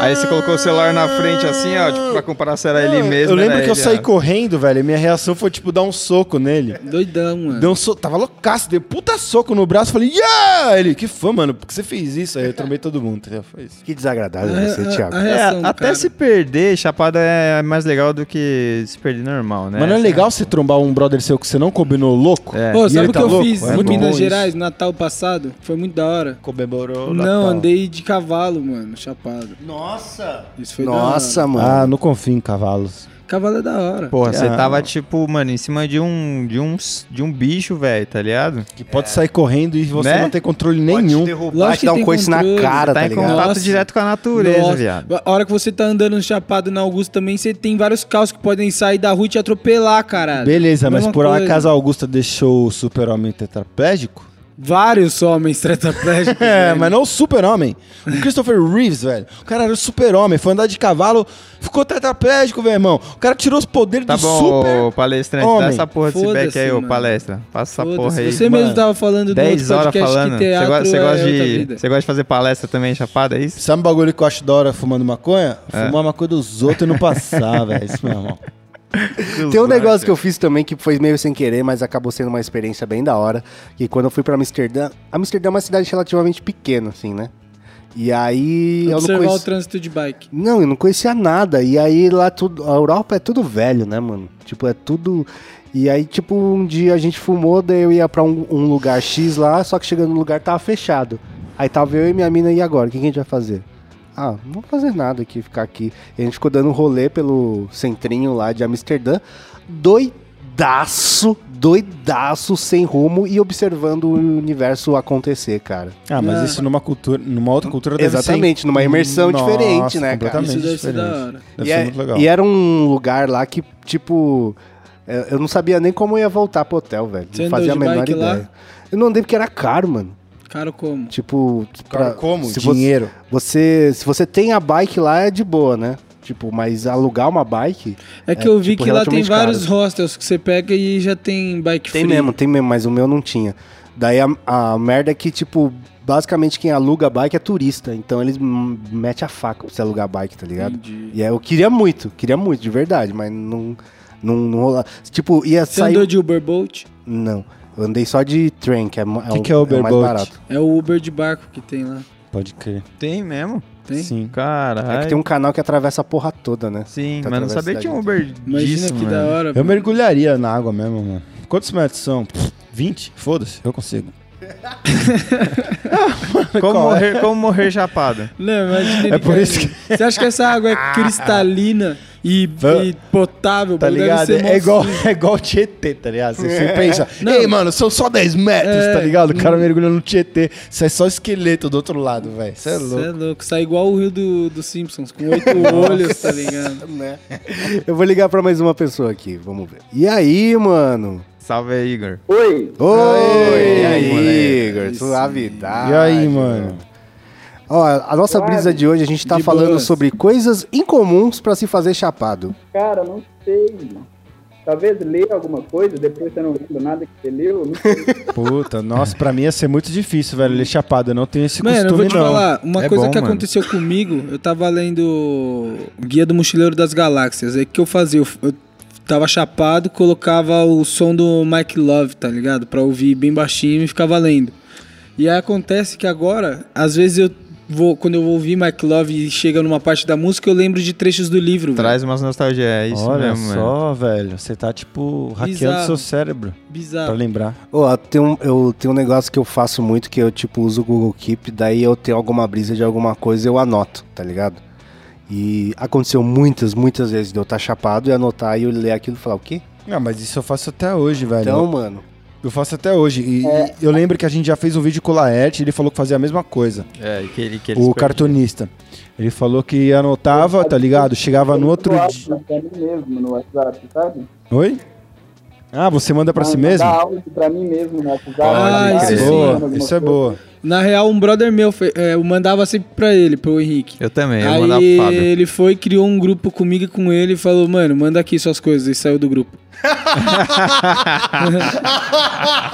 [SPEAKER 2] Aí você colocou o celular na frente assim, ó, tipo, pra comparar se era ele
[SPEAKER 3] Não,
[SPEAKER 2] mesmo.
[SPEAKER 3] Eu lembro
[SPEAKER 2] era
[SPEAKER 3] que eu
[SPEAKER 2] ele, é
[SPEAKER 3] saí
[SPEAKER 2] ó.
[SPEAKER 3] correndo, velho. e Minha reação foi, tipo, dar um soco nele.
[SPEAKER 4] Doidão, mano.
[SPEAKER 3] Deu um soco, tava loucaço, deu um puta soco no braço, falei, yeah! Ele, que fã, mano, por que você fez isso? Aí eu trombei todo mundo, entendeu? Foi isso.
[SPEAKER 1] Que desagradável
[SPEAKER 4] A-
[SPEAKER 1] você,
[SPEAKER 4] a-
[SPEAKER 1] Thiago.
[SPEAKER 4] a
[SPEAKER 2] É,
[SPEAKER 4] reação
[SPEAKER 3] assim,
[SPEAKER 4] do
[SPEAKER 2] até
[SPEAKER 4] cara.
[SPEAKER 2] se perder, chapada é mais legal do que se perder normal, né?
[SPEAKER 3] Mas não é legal você trombar um brother seu que você não combinou louco?
[SPEAKER 2] É.
[SPEAKER 4] Pô,
[SPEAKER 3] E
[SPEAKER 4] sabe o
[SPEAKER 3] ele
[SPEAKER 4] que
[SPEAKER 3] tá
[SPEAKER 4] eu
[SPEAKER 3] louco?
[SPEAKER 4] fiz
[SPEAKER 3] É
[SPEAKER 4] em
[SPEAKER 3] bom
[SPEAKER 4] Minas
[SPEAKER 3] isso.
[SPEAKER 4] Gerais, Natal passado? Foi muito da hora.
[SPEAKER 3] Comemorou o
[SPEAKER 4] Não,
[SPEAKER 3] Natal.
[SPEAKER 4] andei de cavalo, mano, chapado.
[SPEAKER 1] Nossa!
[SPEAKER 4] Isso foi da hora.
[SPEAKER 1] Nossa, mano.
[SPEAKER 3] Ah, não confio em cavalos.
[SPEAKER 4] Cavalo é da hora.
[SPEAKER 2] Porra, você
[SPEAKER 3] Ah.
[SPEAKER 2] tava tipo, mano, em cima de um de um, de um bicho, velho, tá ligado?
[SPEAKER 3] Que pode sair correndo e você
[SPEAKER 2] Né?
[SPEAKER 3] não ter controle
[SPEAKER 1] Pode te
[SPEAKER 3] nenhum.
[SPEAKER 1] derrubar,
[SPEAKER 4] Lógico
[SPEAKER 1] te dar
[SPEAKER 4] que
[SPEAKER 1] um
[SPEAKER 4] tem
[SPEAKER 1] coice na
[SPEAKER 4] controle.
[SPEAKER 1] cara, tá,
[SPEAKER 2] tá em
[SPEAKER 1] ligado?
[SPEAKER 2] contato
[SPEAKER 4] Nossa.
[SPEAKER 2] direto com a natureza,
[SPEAKER 4] Nossa.
[SPEAKER 2] viado.
[SPEAKER 4] A hora que você tá andando no chapado na Augusta também, você tem vários carros que podem sair da rua e te atropelar, caralho.
[SPEAKER 3] Beleza, mas
[SPEAKER 4] Mesma
[SPEAKER 3] por
[SPEAKER 4] coisa.
[SPEAKER 3] acaso a Augusta deixou o super-homem tetraplégico?
[SPEAKER 4] Vários homens tetraplégicos.
[SPEAKER 3] É,
[SPEAKER 4] velho.
[SPEAKER 3] mas não o super-homem. O Christopher Reeves, velho. O cara era o super-homem, foi andar de cavalo, ficou tetraplégico, meu irmão. O cara tirou os poderes
[SPEAKER 2] Tá
[SPEAKER 3] do
[SPEAKER 2] bom, ô,
[SPEAKER 3] super.
[SPEAKER 2] palestrante,
[SPEAKER 3] homem.
[SPEAKER 2] dá essa porra desse
[SPEAKER 4] Foda-se,
[SPEAKER 2] back aí, ô
[SPEAKER 4] mano.
[SPEAKER 2] palestra. Passa essa porra
[SPEAKER 4] Foda-se,
[SPEAKER 2] aí.
[SPEAKER 4] Você mesmo tava falando do
[SPEAKER 2] 10
[SPEAKER 4] outro
[SPEAKER 2] horas
[SPEAKER 4] podcast
[SPEAKER 2] falando.
[SPEAKER 4] que
[SPEAKER 2] Você
[SPEAKER 4] teatro
[SPEAKER 2] gosta, você
[SPEAKER 4] é
[SPEAKER 2] gosta
[SPEAKER 4] outra
[SPEAKER 2] de,
[SPEAKER 4] vida.
[SPEAKER 2] você gosta de fazer palestra também, chapada, é isso?
[SPEAKER 3] Sabe um bagulho que eu acho da hora fumando maconha? Fumar maconha dos outros e não passar, velho. Isso, meu irmão.
[SPEAKER 1] Tem um negócio que eu fiz também que foi meio sem querer, mas acabou sendo uma experiência bem da hora. Que quando eu fui pra Amsterdã, Amsterdã é uma cidade relativamente pequena, assim, né? E aí eu não
[SPEAKER 4] Observar o
[SPEAKER 1] conhecia.
[SPEAKER 4] trânsito de bike.
[SPEAKER 1] Não, eu não conhecia nada. E aí lá tudo. A Europa é tudo velho, né, mano? Tipo, é tudo. E aí, tipo, um dia a gente fumou, daí eu ia pra um, um lugar X lá, só que chegando no lugar tava fechado. Aí tava eu e minha mina, e agora? O que, que a gente vai fazer? Ah, não vou fazer nada aqui, ficar aqui. E a gente ficou dando um rolê pelo centrinho lá de Amsterdã, doidaço, doidaço, sem rumo e observando o universo acontecer, cara.
[SPEAKER 3] Ah, mas isso numa cultura, numa outra cultura deve ser-
[SPEAKER 1] Exatamente, numa imersão diferente, né, cara?
[SPEAKER 3] completamente
[SPEAKER 4] Isso deve ser
[SPEAKER 3] diferente.
[SPEAKER 4] da hora.
[SPEAKER 3] Deve
[SPEAKER 1] e,
[SPEAKER 3] ser
[SPEAKER 1] é-
[SPEAKER 3] muito legal.
[SPEAKER 1] e era um lugar lá que, tipo, é, eu não sabia nem como eu ia voltar pro hotel, velho.
[SPEAKER 4] Você
[SPEAKER 1] não
[SPEAKER 4] andou
[SPEAKER 1] fazia a
[SPEAKER 4] de
[SPEAKER 1] menor
[SPEAKER 4] bike
[SPEAKER 1] ideia.
[SPEAKER 4] lá?
[SPEAKER 1] Eu não andei porque era caro, mano.
[SPEAKER 4] Cara, como?
[SPEAKER 1] Tipo,
[SPEAKER 3] Cara,
[SPEAKER 1] pra-
[SPEAKER 3] como?
[SPEAKER 1] Se você,
[SPEAKER 3] Dinheiro.
[SPEAKER 1] você- se você tem a bike lá é de boa, né? Tipo, mas alugar uma bike
[SPEAKER 4] É que eu vi
[SPEAKER 1] tipo,
[SPEAKER 4] que lá tem
[SPEAKER 1] relativamente
[SPEAKER 4] vários
[SPEAKER 1] caro.
[SPEAKER 4] hostels que você pega e já tem bike
[SPEAKER 1] tem
[SPEAKER 4] free.
[SPEAKER 1] mesmo,
[SPEAKER 3] tá
[SPEAKER 1] tem mesmo, mas o meu não tinha. Daí a, a merda é que, tipo, basicamente quem aluga bike é turista. Então eles hum, metem a faca pra você alugar bike, tá ligado?
[SPEAKER 4] Entendi.
[SPEAKER 1] E aí eu queria muito, queria muito, de verdade, mas não. Não, não rola. Tipo, ia
[SPEAKER 4] Você
[SPEAKER 1] sair.
[SPEAKER 4] andou de Uber Bolt?
[SPEAKER 1] Não. Eu andei só de trem, que é, ma-
[SPEAKER 3] Que
[SPEAKER 1] o-
[SPEAKER 3] que é Uber
[SPEAKER 1] mais
[SPEAKER 3] Bolt?
[SPEAKER 1] barato.
[SPEAKER 4] É o Uber de barco que tem lá.
[SPEAKER 3] Pode crer.
[SPEAKER 2] Tem mesmo?
[SPEAKER 4] Tem?
[SPEAKER 3] Sim.
[SPEAKER 2] Caralho.
[SPEAKER 1] É que tem um canal que atravessa a porra toda, né?
[SPEAKER 2] Sim,
[SPEAKER 1] que
[SPEAKER 2] mas não
[SPEAKER 1] atravessa
[SPEAKER 2] sabia
[SPEAKER 1] a
[SPEAKER 2] que tinha um
[SPEAKER 1] cidade.
[SPEAKER 2] Uber
[SPEAKER 4] Imagina
[SPEAKER 2] disso,
[SPEAKER 4] que
[SPEAKER 2] mano.
[SPEAKER 4] da hora.
[SPEAKER 3] Eu
[SPEAKER 4] mano.
[SPEAKER 3] mergulharia na água mesmo, mano. Quantos metros são? Pff, 20? Foda-se, eu consigo.
[SPEAKER 2] Como
[SPEAKER 3] Qual é?
[SPEAKER 2] morrer, como morrer chapado?
[SPEAKER 4] Não, imagina.
[SPEAKER 3] É por isso que-
[SPEAKER 4] Você acha que essa água é cristalina e, e potável?
[SPEAKER 3] Tá
[SPEAKER 4] Deve
[SPEAKER 3] ligado?
[SPEAKER 4] ser
[SPEAKER 3] É igual,
[SPEAKER 4] monstro.
[SPEAKER 3] é igual o Tietê, tá ligado? Você, você pensa,
[SPEAKER 4] Não.
[SPEAKER 3] ei, mano, são só 10 metros,
[SPEAKER 4] É.
[SPEAKER 3] tá ligado? O cara mergulha no Tietê, sai só esqueleto do outro lado, velho. Você é
[SPEAKER 4] Você é
[SPEAKER 3] louco.
[SPEAKER 4] louco. Sai igual o rio do, do Simpsons, com oito olhos, tá ligado?
[SPEAKER 1] Né? Eu vou ligar pra mais uma pessoa aqui, vamos ver. E aí, mano?
[SPEAKER 2] Salve aí, Igor.
[SPEAKER 7] Oi,
[SPEAKER 1] Oi! E aí,
[SPEAKER 2] moleque.
[SPEAKER 1] Igor? Suavidade.
[SPEAKER 3] E aí, mano?
[SPEAKER 1] Ó, a nossa brisa de hoje, a gente tá
[SPEAKER 4] De
[SPEAKER 1] falando
[SPEAKER 4] boas.
[SPEAKER 1] sobre coisas incomuns pra se fazer chapado.
[SPEAKER 7] cara, não sei. mano. Talvez ler alguma coisa, depois você não lembra nada que você leu. Não sei.
[SPEAKER 3] Puta, nossa, pra mim ia ser muito difícil, velho, ler chapado. Eu não tenho esse
[SPEAKER 4] Mano, eu
[SPEAKER 3] costume,
[SPEAKER 4] vou te
[SPEAKER 3] não.
[SPEAKER 4] falar, uma
[SPEAKER 2] É
[SPEAKER 4] coisa
[SPEAKER 2] bom,
[SPEAKER 4] que
[SPEAKER 2] mano.
[SPEAKER 4] aconteceu comigo, eu tava lendo Guia do Mochileiro das Galáxias. Aí o que eu fazia? Eu, eu tava chapado, colocava o som do Mike Love, tá ligado? Pra ouvir bem baixinho e ficava lendo. E aí acontece que agora, às vezes eu vou, quando eu vou ouvir Mike Love e chega numa parte da música, eu lembro de trechos do livro. velho.
[SPEAKER 2] Traz umas nostalgias, é isso
[SPEAKER 3] Olha
[SPEAKER 2] mesmo, mano.
[SPEAKER 3] só, velho, você tá, tipo, hackeando
[SPEAKER 4] Bizarro.
[SPEAKER 3] seu cérebro pra
[SPEAKER 4] Bizarro.
[SPEAKER 3] lembrar.
[SPEAKER 1] Ó, tem um, eu tenho um negócio que eu faço muito, que eu, tipo, uso o Google Keep, daí eu tenho alguma brisa de alguma coisa eu anoto, tá ligado? E aconteceu muitas, muitas vezes de eu estar chapado e anotar e eu ler aquilo e falar, o quê?
[SPEAKER 3] Não, mas isso eu faço até hoje, velho.
[SPEAKER 1] Então, mano,
[SPEAKER 3] Eu faço até hoje. E eu lembro que a gente já fez um vídeo com o Laerte, ele falou que fazia a mesma coisa.
[SPEAKER 2] É, que ele, que ele
[SPEAKER 3] o cartunista. Ele falou que anotava, tá ligado? Chegava no outro dia.
[SPEAKER 7] dia. Pra mim né? mesmo no WhatsApp, sabe?
[SPEAKER 3] Oi? Ah, você manda pra si
[SPEAKER 7] Mandar
[SPEAKER 3] mesmo?
[SPEAKER 7] áudio pra mim mesmo no WhatsApp.
[SPEAKER 2] Pode
[SPEAKER 7] sabe?
[SPEAKER 2] crer.
[SPEAKER 7] Mandando
[SPEAKER 3] Boa,
[SPEAKER 7] alguma
[SPEAKER 3] isso é
[SPEAKER 7] coisa.
[SPEAKER 3] boa.
[SPEAKER 4] Ah, Na real, um brother meu, fe- é, eu mandava sempre pra ele, pro Henrique.
[SPEAKER 2] Eu também, eu mandava
[SPEAKER 4] Aí
[SPEAKER 2] pro Fábio.
[SPEAKER 4] ele foi, criou um grupo comigo e com ele e falou, mano, manda aqui suas coisas. E saiu do grupo.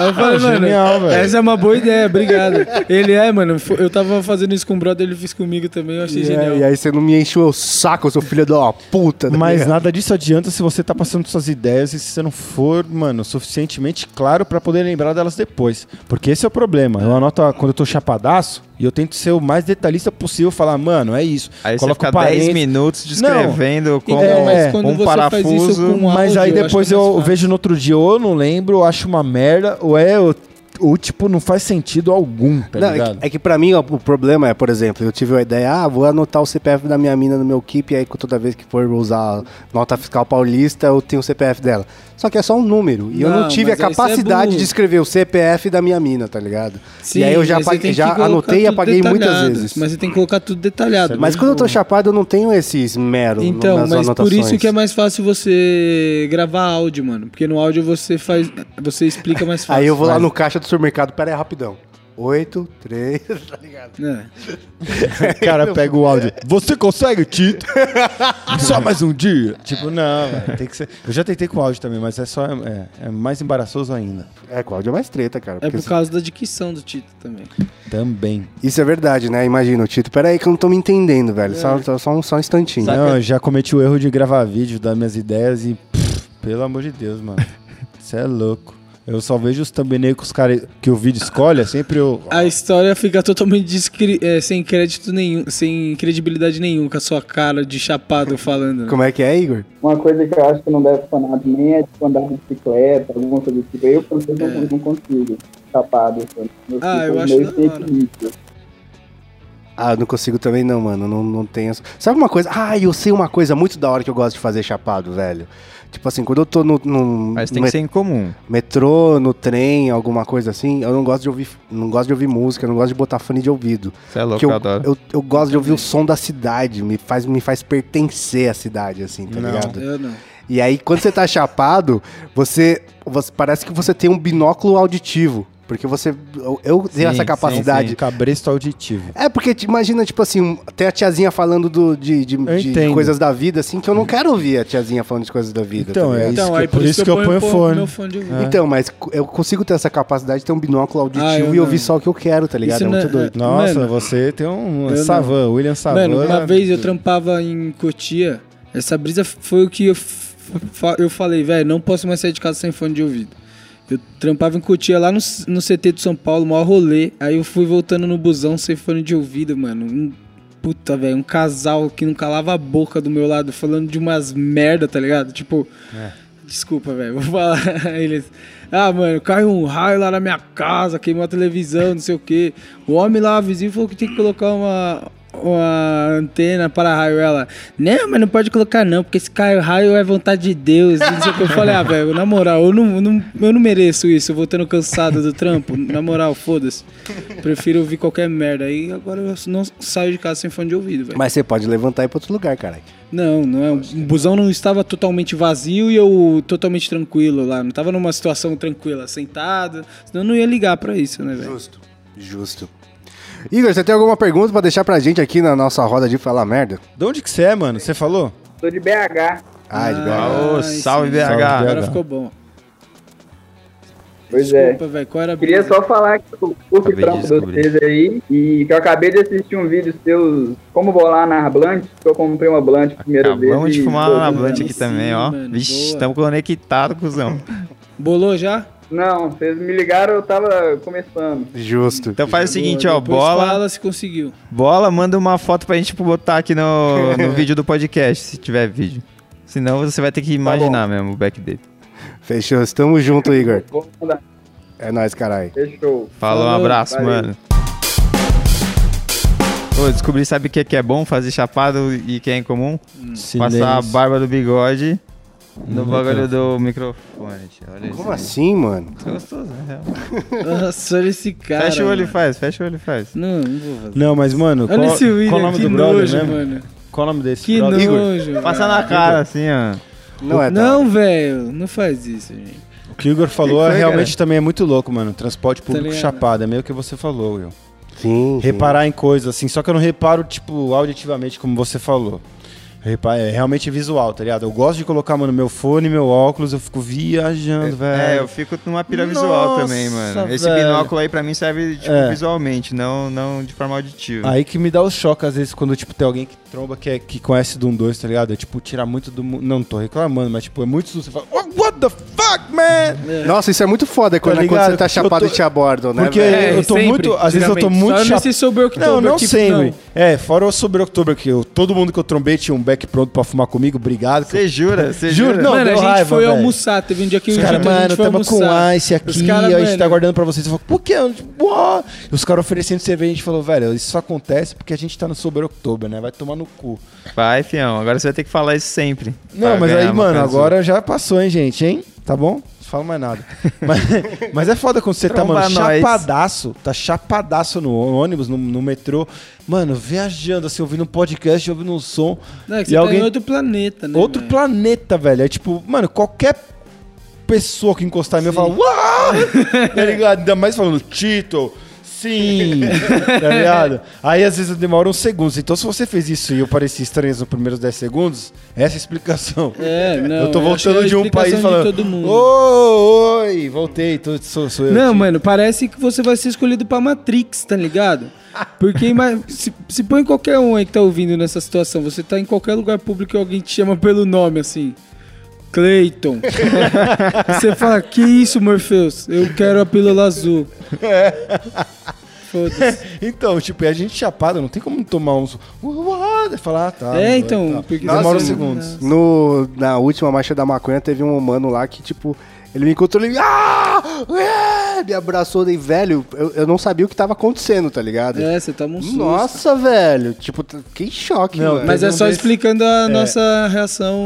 [SPEAKER 4] Aí eu falei, mano,
[SPEAKER 3] Genial, velho.
[SPEAKER 4] essa é uma boa ideia, obrigado. Ele é, mano, fo- eu tava fazendo isso com o brother, ele fez comigo também, eu achei
[SPEAKER 1] E,
[SPEAKER 4] genial.
[SPEAKER 1] é- e aí você não me encheu o saco, seu filho da uma puta. tá
[SPEAKER 3] Mas
[SPEAKER 1] ligado?
[SPEAKER 3] nada disso adianta se você tá passando suas ideias e se você não for, mano, suficientemente claro pra poder lembrar delas depois. Porque esse é o problema. Eu anoto a- quando eu tô chapadaço e eu tento ser o mais detalhista possível, falar, mano, é isso.
[SPEAKER 2] Aí você
[SPEAKER 3] Coloca
[SPEAKER 2] fica
[SPEAKER 3] o parênteses.
[SPEAKER 2] 10 minutos descrevendo como
[SPEAKER 3] Então, mas
[SPEAKER 2] um
[SPEAKER 4] É, quando você faz
[SPEAKER 2] parafuso.
[SPEAKER 4] isso com a-
[SPEAKER 3] Mas
[SPEAKER 4] áudio,
[SPEAKER 3] aí
[SPEAKER 4] eu acho
[SPEAKER 3] depois
[SPEAKER 4] que é
[SPEAKER 3] eu,
[SPEAKER 4] mais fácil.
[SPEAKER 3] vejo no outro dia, ou eu não lembro, ou acho uma merda, ou é, ou, ou, tipo, não faz sentido algum, tá
[SPEAKER 1] Não, é,
[SPEAKER 3] ligado?
[SPEAKER 1] que, é que pra mim ó, o problema é, por exemplo, eu tive uma ideia, ah, vou anotar o CPF da minha mina no meu Keep, e aí toda vez que for usar nota fiscal paulista, eu tenho o CPF dela. Só que é só um número. E eu não
[SPEAKER 4] Não,
[SPEAKER 1] tive a
[SPEAKER 4] mas aí você é
[SPEAKER 1] capacidade
[SPEAKER 4] burro.
[SPEAKER 1] de escrever o CPF da minha mina, tá ligado? e aí eu já,
[SPEAKER 4] mas você
[SPEAKER 1] apaguei-
[SPEAKER 4] tem que
[SPEAKER 1] já
[SPEAKER 4] colocar
[SPEAKER 1] anotei e
[SPEAKER 4] tudo
[SPEAKER 1] apaguei muitas
[SPEAKER 4] detalhado,
[SPEAKER 1] vezes. é
[SPEAKER 4] Mas
[SPEAKER 1] Mas,
[SPEAKER 4] você tem que colocar tudo detalhado.
[SPEAKER 1] quando eu tô chapado, eu não tenho esses mero
[SPEAKER 4] Então,
[SPEAKER 1] nas
[SPEAKER 4] mas
[SPEAKER 1] anotações.
[SPEAKER 4] por isso que é mais fácil você gravar áudio, mano. Porque no áudio você faz. Você explica mais fácil.
[SPEAKER 1] Aí eu vou lá no caixa do supermercado, pera aí, rapidão. 8, 3, tá ligado?
[SPEAKER 4] É.
[SPEAKER 1] é
[SPEAKER 3] O cara pega o áudio. Você consegue, Tito? só mais um dia? Tipo, não, velho, tem que ser. Eu já tentei com áudio também, mas é só. É, é mais embaraçoso ainda.
[SPEAKER 1] É, Cláudio é mais treta, cara.
[SPEAKER 4] É
[SPEAKER 1] porque
[SPEAKER 4] por causa da dicção do Tito também.
[SPEAKER 3] Também.
[SPEAKER 1] Isso é verdade, né? Imagina o Tito. Pera aí que eu não tô me entendendo, velho. Só, só- só um, só um instantinho.
[SPEAKER 3] Não, eu já cometi o erro de gravar vídeo das minhas ideias e. pff, pelo amor de Deus, mano. Você é louco. Eu só vejo os thumbnails que os caras. que o vídeo escolhe, é sempre eu.
[SPEAKER 4] A história fica totalmente descri- é, sem crédito nenhum, sem credibilidade nenhuma, com a sua cara de chapado falando. né?
[SPEAKER 1] Como é que é, Igor?
[SPEAKER 7] Uma coisa que eu acho que não deve funcionar também é tipo andar de bicicleta, alguma coisa do tipo. Eu, pelo
[SPEAKER 2] É.
[SPEAKER 7] menos, não, não consigo. Chapado. assim.
[SPEAKER 4] Ah, eu
[SPEAKER 7] fico
[SPEAKER 4] acho
[SPEAKER 7] meio
[SPEAKER 4] da
[SPEAKER 7] sem
[SPEAKER 4] hora.
[SPEAKER 7] equilíbrio.
[SPEAKER 1] Ah, eu não consigo também não, mano. Não, não tenho... essa- Sabe uma coisa? Ah, eu sei uma coisa muito da hora que eu gosto de fazer chapado, velho. Tipo assim, quando eu tô no, no
[SPEAKER 2] Mas tem
[SPEAKER 1] met-
[SPEAKER 2] que ser em comum.
[SPEAKER 1] metrô, no trem, alguma coisa assim, eu não gosto de ouvir, não gosto de ouvir música, eu não gosto de botar fone de ouvido.
[SPEAKER 2] Você é louco,
[SPEAKER 1] Que eu,
[SPEAKER 2] eu adoro.
[SPEAKER 1] eu, eu gosto de ouvir o som da cidade, me faz, me faz pertencer à cidade, assim, tá
[SPEAKER 3] Não.
[SPEAKER 1] ligado?
[SPEAKER 4] Eu não.
[SPEAKER 1] E aí, quando você tá chapado, você, você- parece que você tem um binóculo auditivo. Porque você. Eu, eu tenho
[SPEAKER 2] Sim,
[SPEAKER 1] essa capacidade.
[SPEAKER 2] sim,
[SPEAKER 3] Cabresto auditivo.
[SPEAKER 1] É, porque te- imagina, tipo assim, um- tem a tiazinha falando do- de, de- de
[SPEAKER 3] entendo.
[SPEAKER 1] coisas da vida, assim, que eu não quero ouvir a tiazinha falando de coisas da vida.
[SPEAKER 3] Então,
[SPEAKER 1] tá ligado?
[SPEAKER 3] É isso que- por isso que eu ponho
[SPEAKER 4] pô-
[SPEAKER 3] fone. Ah,
[SPEAKER 4] Meu fone de ouvido.
[SPEAKER 1] Então, mas co- eu consigo ter essa capacidade de ter um binóculo auditivo
[SPEAKER 4] Ah, eu
[SPEAKER 1] e ouvir
[SPEAKER 4] não.
[SPEAKER 1] só o que eu quero, tá ligado?
[SPEAKER 4] Isso
[SPEAKER 1] é
[SPEAKER 4] não
[SPEAKER 1] muito
[SPEAKER 4] é-
[SPEAKER 1] doido.
[SPEAKER 3] Nossa,
[SPEAKER 4] Mano,
[SPEAKER 3] você tem um
[SPEAKER 4] eu não.
[SPEAKER 3] Savan, William Savan.
[SPEAKER 4] Mano, uma vez eu trampava em Cotia, essa brisa foi o que eu, f- fa- eu falei, velho, não posso mais sair de casa sem fone de ouvido. Eu trampava em Cotia lá no, C- no CT de São Paulo, maior rolê, aí eu fui voltando no busão sem fone de ouvido, mano. Um, puta, velho, um casal que não calava a boca do meu lado, falando de umas merda, tá ligado? Tipo... Desculpa, velho, vou falar. Eles. Ah, mano, caiu um raio lá na minha casa, queimou a televisão, não sei o quê. O homem lá, o vizinho, falou que tem que colocar uma, uma antena para raio. Ela, não, mas não pode colocar não, porque se cai o raio é vontade de Deus. Não sei o que. Eu falei, ah, velho, na moral, eu não, eu não, eu não mereço isso, eu vou tendo cansado do trampo. Na moral, foda-se. Prefiro ouvir qualquer merda. Aí agora eu não saio de casa sem fone de ouvido, velho.
[SPEAKER 1] Mas você pode levantar e ir pra outro lugar, caralho.
[SPEAKER 4] Não, não é. O busão não estava totalmente vazio e eu totalmente tranquilo lá. Não estava numa situação tranquila, sentado. Senão eu não ia ligar pra isso, né, velho?
[SPEAKER 1] Justo. Justo. Igor, você tem alguma pergunta pra deixar pra gente aqui na nossa roda de falar merda?
[SPEAKER 3] De onde que você é, mano? Você falou?
[SPEAKER 7] Tô de BH.
[SPEAKER 1] Ai, de verdade.
[SPEAKER 2] Ô,
[SPEAKER 4] Ah,
[SPEAKER 2] salve,
[SPEAKER 4] isso
[SPEAKER 2] BH.
[SPEAKER 4] mesmo. Agora
[SPEAKER 3] BH.
[SPEAKER 4] ficou bom.
[SPEAKER 7] Pois é.
[SPEAKER 4] Desculpa, velho. Qual era a
[SPEAKER 7] Queria
[SPEAKER 4] brisa?
[SPEAKER 7] só falar que eu curto o
[SPEAKER 2] Acabei
[SPEAKER 7] trampo
[SPEAKER 2] de
[SPEAKER 7] de
[SPEAKER 2] descobrir.
[SPEAKER 7] vocês aí e que eu acabei de assistir um vídeo seu, como bolar na Blunt, que eu comprei uma Blunt a primeira vez.
[SPEAKER 2] Acabamos de
[SPEAKER 7] e-
[SPEAKER 2] fumar
[SPEAKER 7] pô,
[SPEAKER 2] uma blunt aqui
[SPEAKER 4] sim,
[SPEAKER 2] também, ó.
[SPEAKER 4] mano,
[SPEAKER 2] Vixe,
[SPEAKER 4] boa.
[SPEAKER 2] estamos conectados, cuzão.
[SPEAKER 4] Bolou já?
[SPEAKER 7] Não, vocês me ligaram, eu tava começando.
[SPEAKER 1] Justo.
[SPEAKER 2] Então faz o seguinte,
[SPEAKER 4] Boa,
[SPEAKER 2] ó.
[SPEAKER 4] depois
[SPEAKER 2] Bola,
[SPEAKER 4] Fala se conseguiu.
[SPEAKER 2] bola, manda uma foto pra gente botar aqui no, no vídeo do podcast, se tiver vídeo. Senão você vai ter que imaginar mesmo o back dele.
[SPEAKER 1] Fechou. Estamos junto, Igor.
[SPEAKER 7] Vou mandar,
[SPEAKER 1] É nóis, caralho.
[SPEAKER 7] fechou.
[SPEAKER 2] Falou, um
[SPEAKER 4] Falou,
[SPEAKER 2] abraço,
[SPEAKER 7] valeu.
[SPEAKER 2] mano. Ô, descobri, sabe é o que que é bom fazer chapado e que é incomum? Passar a barba do bigode No bagulho do microfone, tio. Olha isso.
[SPEAKER 1] Como assim, mano?
[SPEAKER 2] Isso é Gostoso, né?
[SPEAKER 4] Nossa, olha esse cara.
[SPEAKER 2] Fecha o olho e
[SPEAKER 4] mano.
[SPEAKER 2] faz, fecha o olho e faz.
[SPEAKER 4] Não, não vou fazer.
[SPEAKER 3] Não, mas, mano,
[SPEAKER 4] Olha
[SPEAKER 3] qual,
[SPEAKER 4] esse William,
[SPEAKER 3] qual o nome
[SPEAKER 4] que
[SPEAKER 3] do brother
[SPEAKER 4] nojo,
[SPEAKER 3] mesmo?
[SPEAKER 4] mano.
[SPEAKER 3] Qual o nome desse
[SPEAKER 4] Que
[SPEAKER 3] brother? tá.
[SPEAKER 4] nojo. mano.
[SPEAKER 2] Passa na cara, assim, ó.
[SPEAKER 1] Não é da hora.
[SPEAKER 4] Não, velho, não faz isso, gente.
[SPEAKER 3] O que o Igor falou
[SPEAKER 2] Que que foi,
[SPEAKER 3] realmente
[SPEAKER 2] cara?
[SPEAKER 3] também é muito louco, mano. Transporte público
[SPEAKER 4] Tá ligado?
[SPEAKER 3] chapado, é meio que você falou, Will.
[SPEAKER 1] Sim, sim.
[SPEAKER 3] Reparar em coisas assim, só que eu não reparo, tipo, auditivamente, como você falou. Repara, é realmente visual, tá ligado? Eu gosto de colocar, mano, meu fone, meu óculos, eu fico viajando, velho.
[SPEAKER 2] É, eu fico numa pira visual
[SPEAKER 3] Nossa,
[SPEAKER 2] também, mano. Esse
[SPEAKER 3] velho.
[SPEAKER 2] binóculo aí pra mim serve, tipo,
[SPEAKER 3] É.
[SPEAKER 2] visualmente, não, não de forma auditiva.
[SPEAKER 3] Aí que me dá o choque, às vezes, quando, tipo, tem alguém que tromba que, é, que conhece do 1, 2, tá ligado? É, tipo, tirar muito do... mu- Não, não tô reclamando, mas, tipo, é muito susto. Você fala, "Oh, what the fuck, man?
[SPEAKER 1] Nossa, isso é muito foda quando, quando
[SPEAKER 3] ligado?
[SPEAKER 1] você tá chapado
[SPEAKER 3] Eu tô-
[SPEAKER 1] e te abordam, né?
[SPEAKER 3] Porque
[SPEAKER 1] velho?
[SPEAKER 2] É,
[SPEAKER 3] eu tô
[SPEAKER 4] sempre,
[SPEAKER 3] muito... Às vezes eu tô
[SPEAKER 4] geralmente.
[SPEAKER 3] muito
[SPEAKER 4] Só
[SPEAKER 3] chapado.
[SPEAKER 4] nesse sober que tipo,
[SPEAKER 3] Não, não sempre. É, fora o Sober October, que eu, todo mundo que eu trombei tinha um back pronto pra fumar comigo, obrigado.
[SPEAKER 2] Você jura? Você
[SPEAKER 3] Juro,
[SPEAKER 2] jura?
[SPEAKER 3] não.
[SPEAKER 4] mano, a
[SPEAKER 3] deu
[SPEAKER 4] gente
[SPEAKER 3] raiva,
[SPEAKER 4] foi
[SPEAKER 3] velho.
[SPEAKER 4] almoçar. Teve um dia que
[SPEAKER 3] Os
[SPEAKER 4] o
[SPEAKER 3] caras,
[SPEAKER 4] Júlio, a
[SPEAKER 3] mano,
[SPEAKER 4] gente foi
[SPEAKER 3] tava com
[SPEAKER 4] almoçar.
[SPEAKER 3] ice aqui,
[SPEAKER 4] Os cara,
[SPEAKER 3] a gente tá
[SPEAKER 4] mano,
[SPEAKER 3] guardando pra vocês. Eu falo, por quê? Eu, tipo, "Uó". E Os caras oferecendo cerveja, a gente falou, velho, isso só acontece porque a gente tá no Sober October, né? Vai tomar no cu.
[SPEAKER 2] Vai, fião. Agora você vai ter que falar isso sempre.
[SPEAKER 3] Não,
[SPEAKER 2] Pra
[SPEAKER 3] mas
[SPEAKER 2] ganhar
[SPEAKER 3] aí,
[SPEAKER 2] uma
[SPEAKER 3] mano,
[SPEAKER 2] casa.
[SPEAKER 3] agora já passou, hein, gente, hein? Tá bom? Não falo mais nada. mas, mas é foda quando você
[SPEAKER 2] Tromba
[SPEAKER 3] tá, mano,
[SPEAKER 2] nós.
[SPEAKER 3] chapadaço. Tá chapadaço no ônibus, no, no metrô. Mano, viajando, assim, ouvindo um podcast, ouvindo um som.
[SPEAKER 4] Não, é que
[SPEAKER 3] e
[SPEAKER 4] você tá
[SPEAKER 3] alguém.
[SPEAKER 4] em outro planeta, né?
[SPEAKER 3] Outro
[SPEAKER 4] velho?
[SPEAKER 3] planeta, velho. É tipo, mano, qualquer pessoa que encostar em mim, eu falo, uau! tá ligado? Ainda mais falando Tito. Sim, tá ligado? Aí às vezes demora uns segundos. Então, se você fez isso e eu pareci estranho nos primeiros 10 segundos, essa é a explicação.
[SPEAKER 4] É, não.
[SPEAKER 3] eu tô
[SPEAKER 4] acho que é
[SPEAKER 3] voltando
[SPEAKER 4] a
[SPEAKER 3] de um país
[SPEAKER 4] explicação de
[SPEAKER 3] falando.
[SPEAKER 4] todo mundo.
[SPEAKER 3] "Ô, oi, voltei, tô, sou, sou eu.
[SPEAKER 4] Não,
[SPEAKER 3] Tito."
[SPEAKER 4] mano, parece que você vai ser escolhido pra Matrix, tá ligado? Porque ima- se, se põe qualquer um aí que tá ouvindo nessa situação, você tá em qualquer lugar público e alguém te chama pelo nome, assim. Clayton. você fala, que isso, Morpheus? Eu quero a pílula azul.
[SPEAKER 3] É.
[SPEAKER 4] Foda-se.
[SPEAKER 3] Então, tipo, e a gente chapado, não tem como tomar uns. "Uau", e Falar, ah, tá.
[SPEAKER 4] É,
[SPEAKER 3] vai,
[SPEAKER 4] então,
[SPEAKER 3] tá."
[SPEAKER 4] porque-
[SPEAKER 3] demora uns
[SPEAKER 4] Nossa,
[SPEAKER 3] segundos.
[SPEAKER 1] No, na última marcha da maconha teve um humano lá que, tipo, ele me encontrou ele. Ah! É! Me abraçou daí, velho. Eu, eu não sabia o que tava acontecendo, tá ligado?
[SPEAKER 4] É, você toma um susto.
[SPEAKER 1] Nossa, velho. Tipo, t- que choque,
[SPEAKER 3] Não,
[SPEAKER 1] mano.
[SPEAKER 4] Mas é
[SPEAKER 3] Teve um
[SPEAKER 4] só
[SPEAKER 3] desse-
[SPEAKER 4] explicando a nossa reação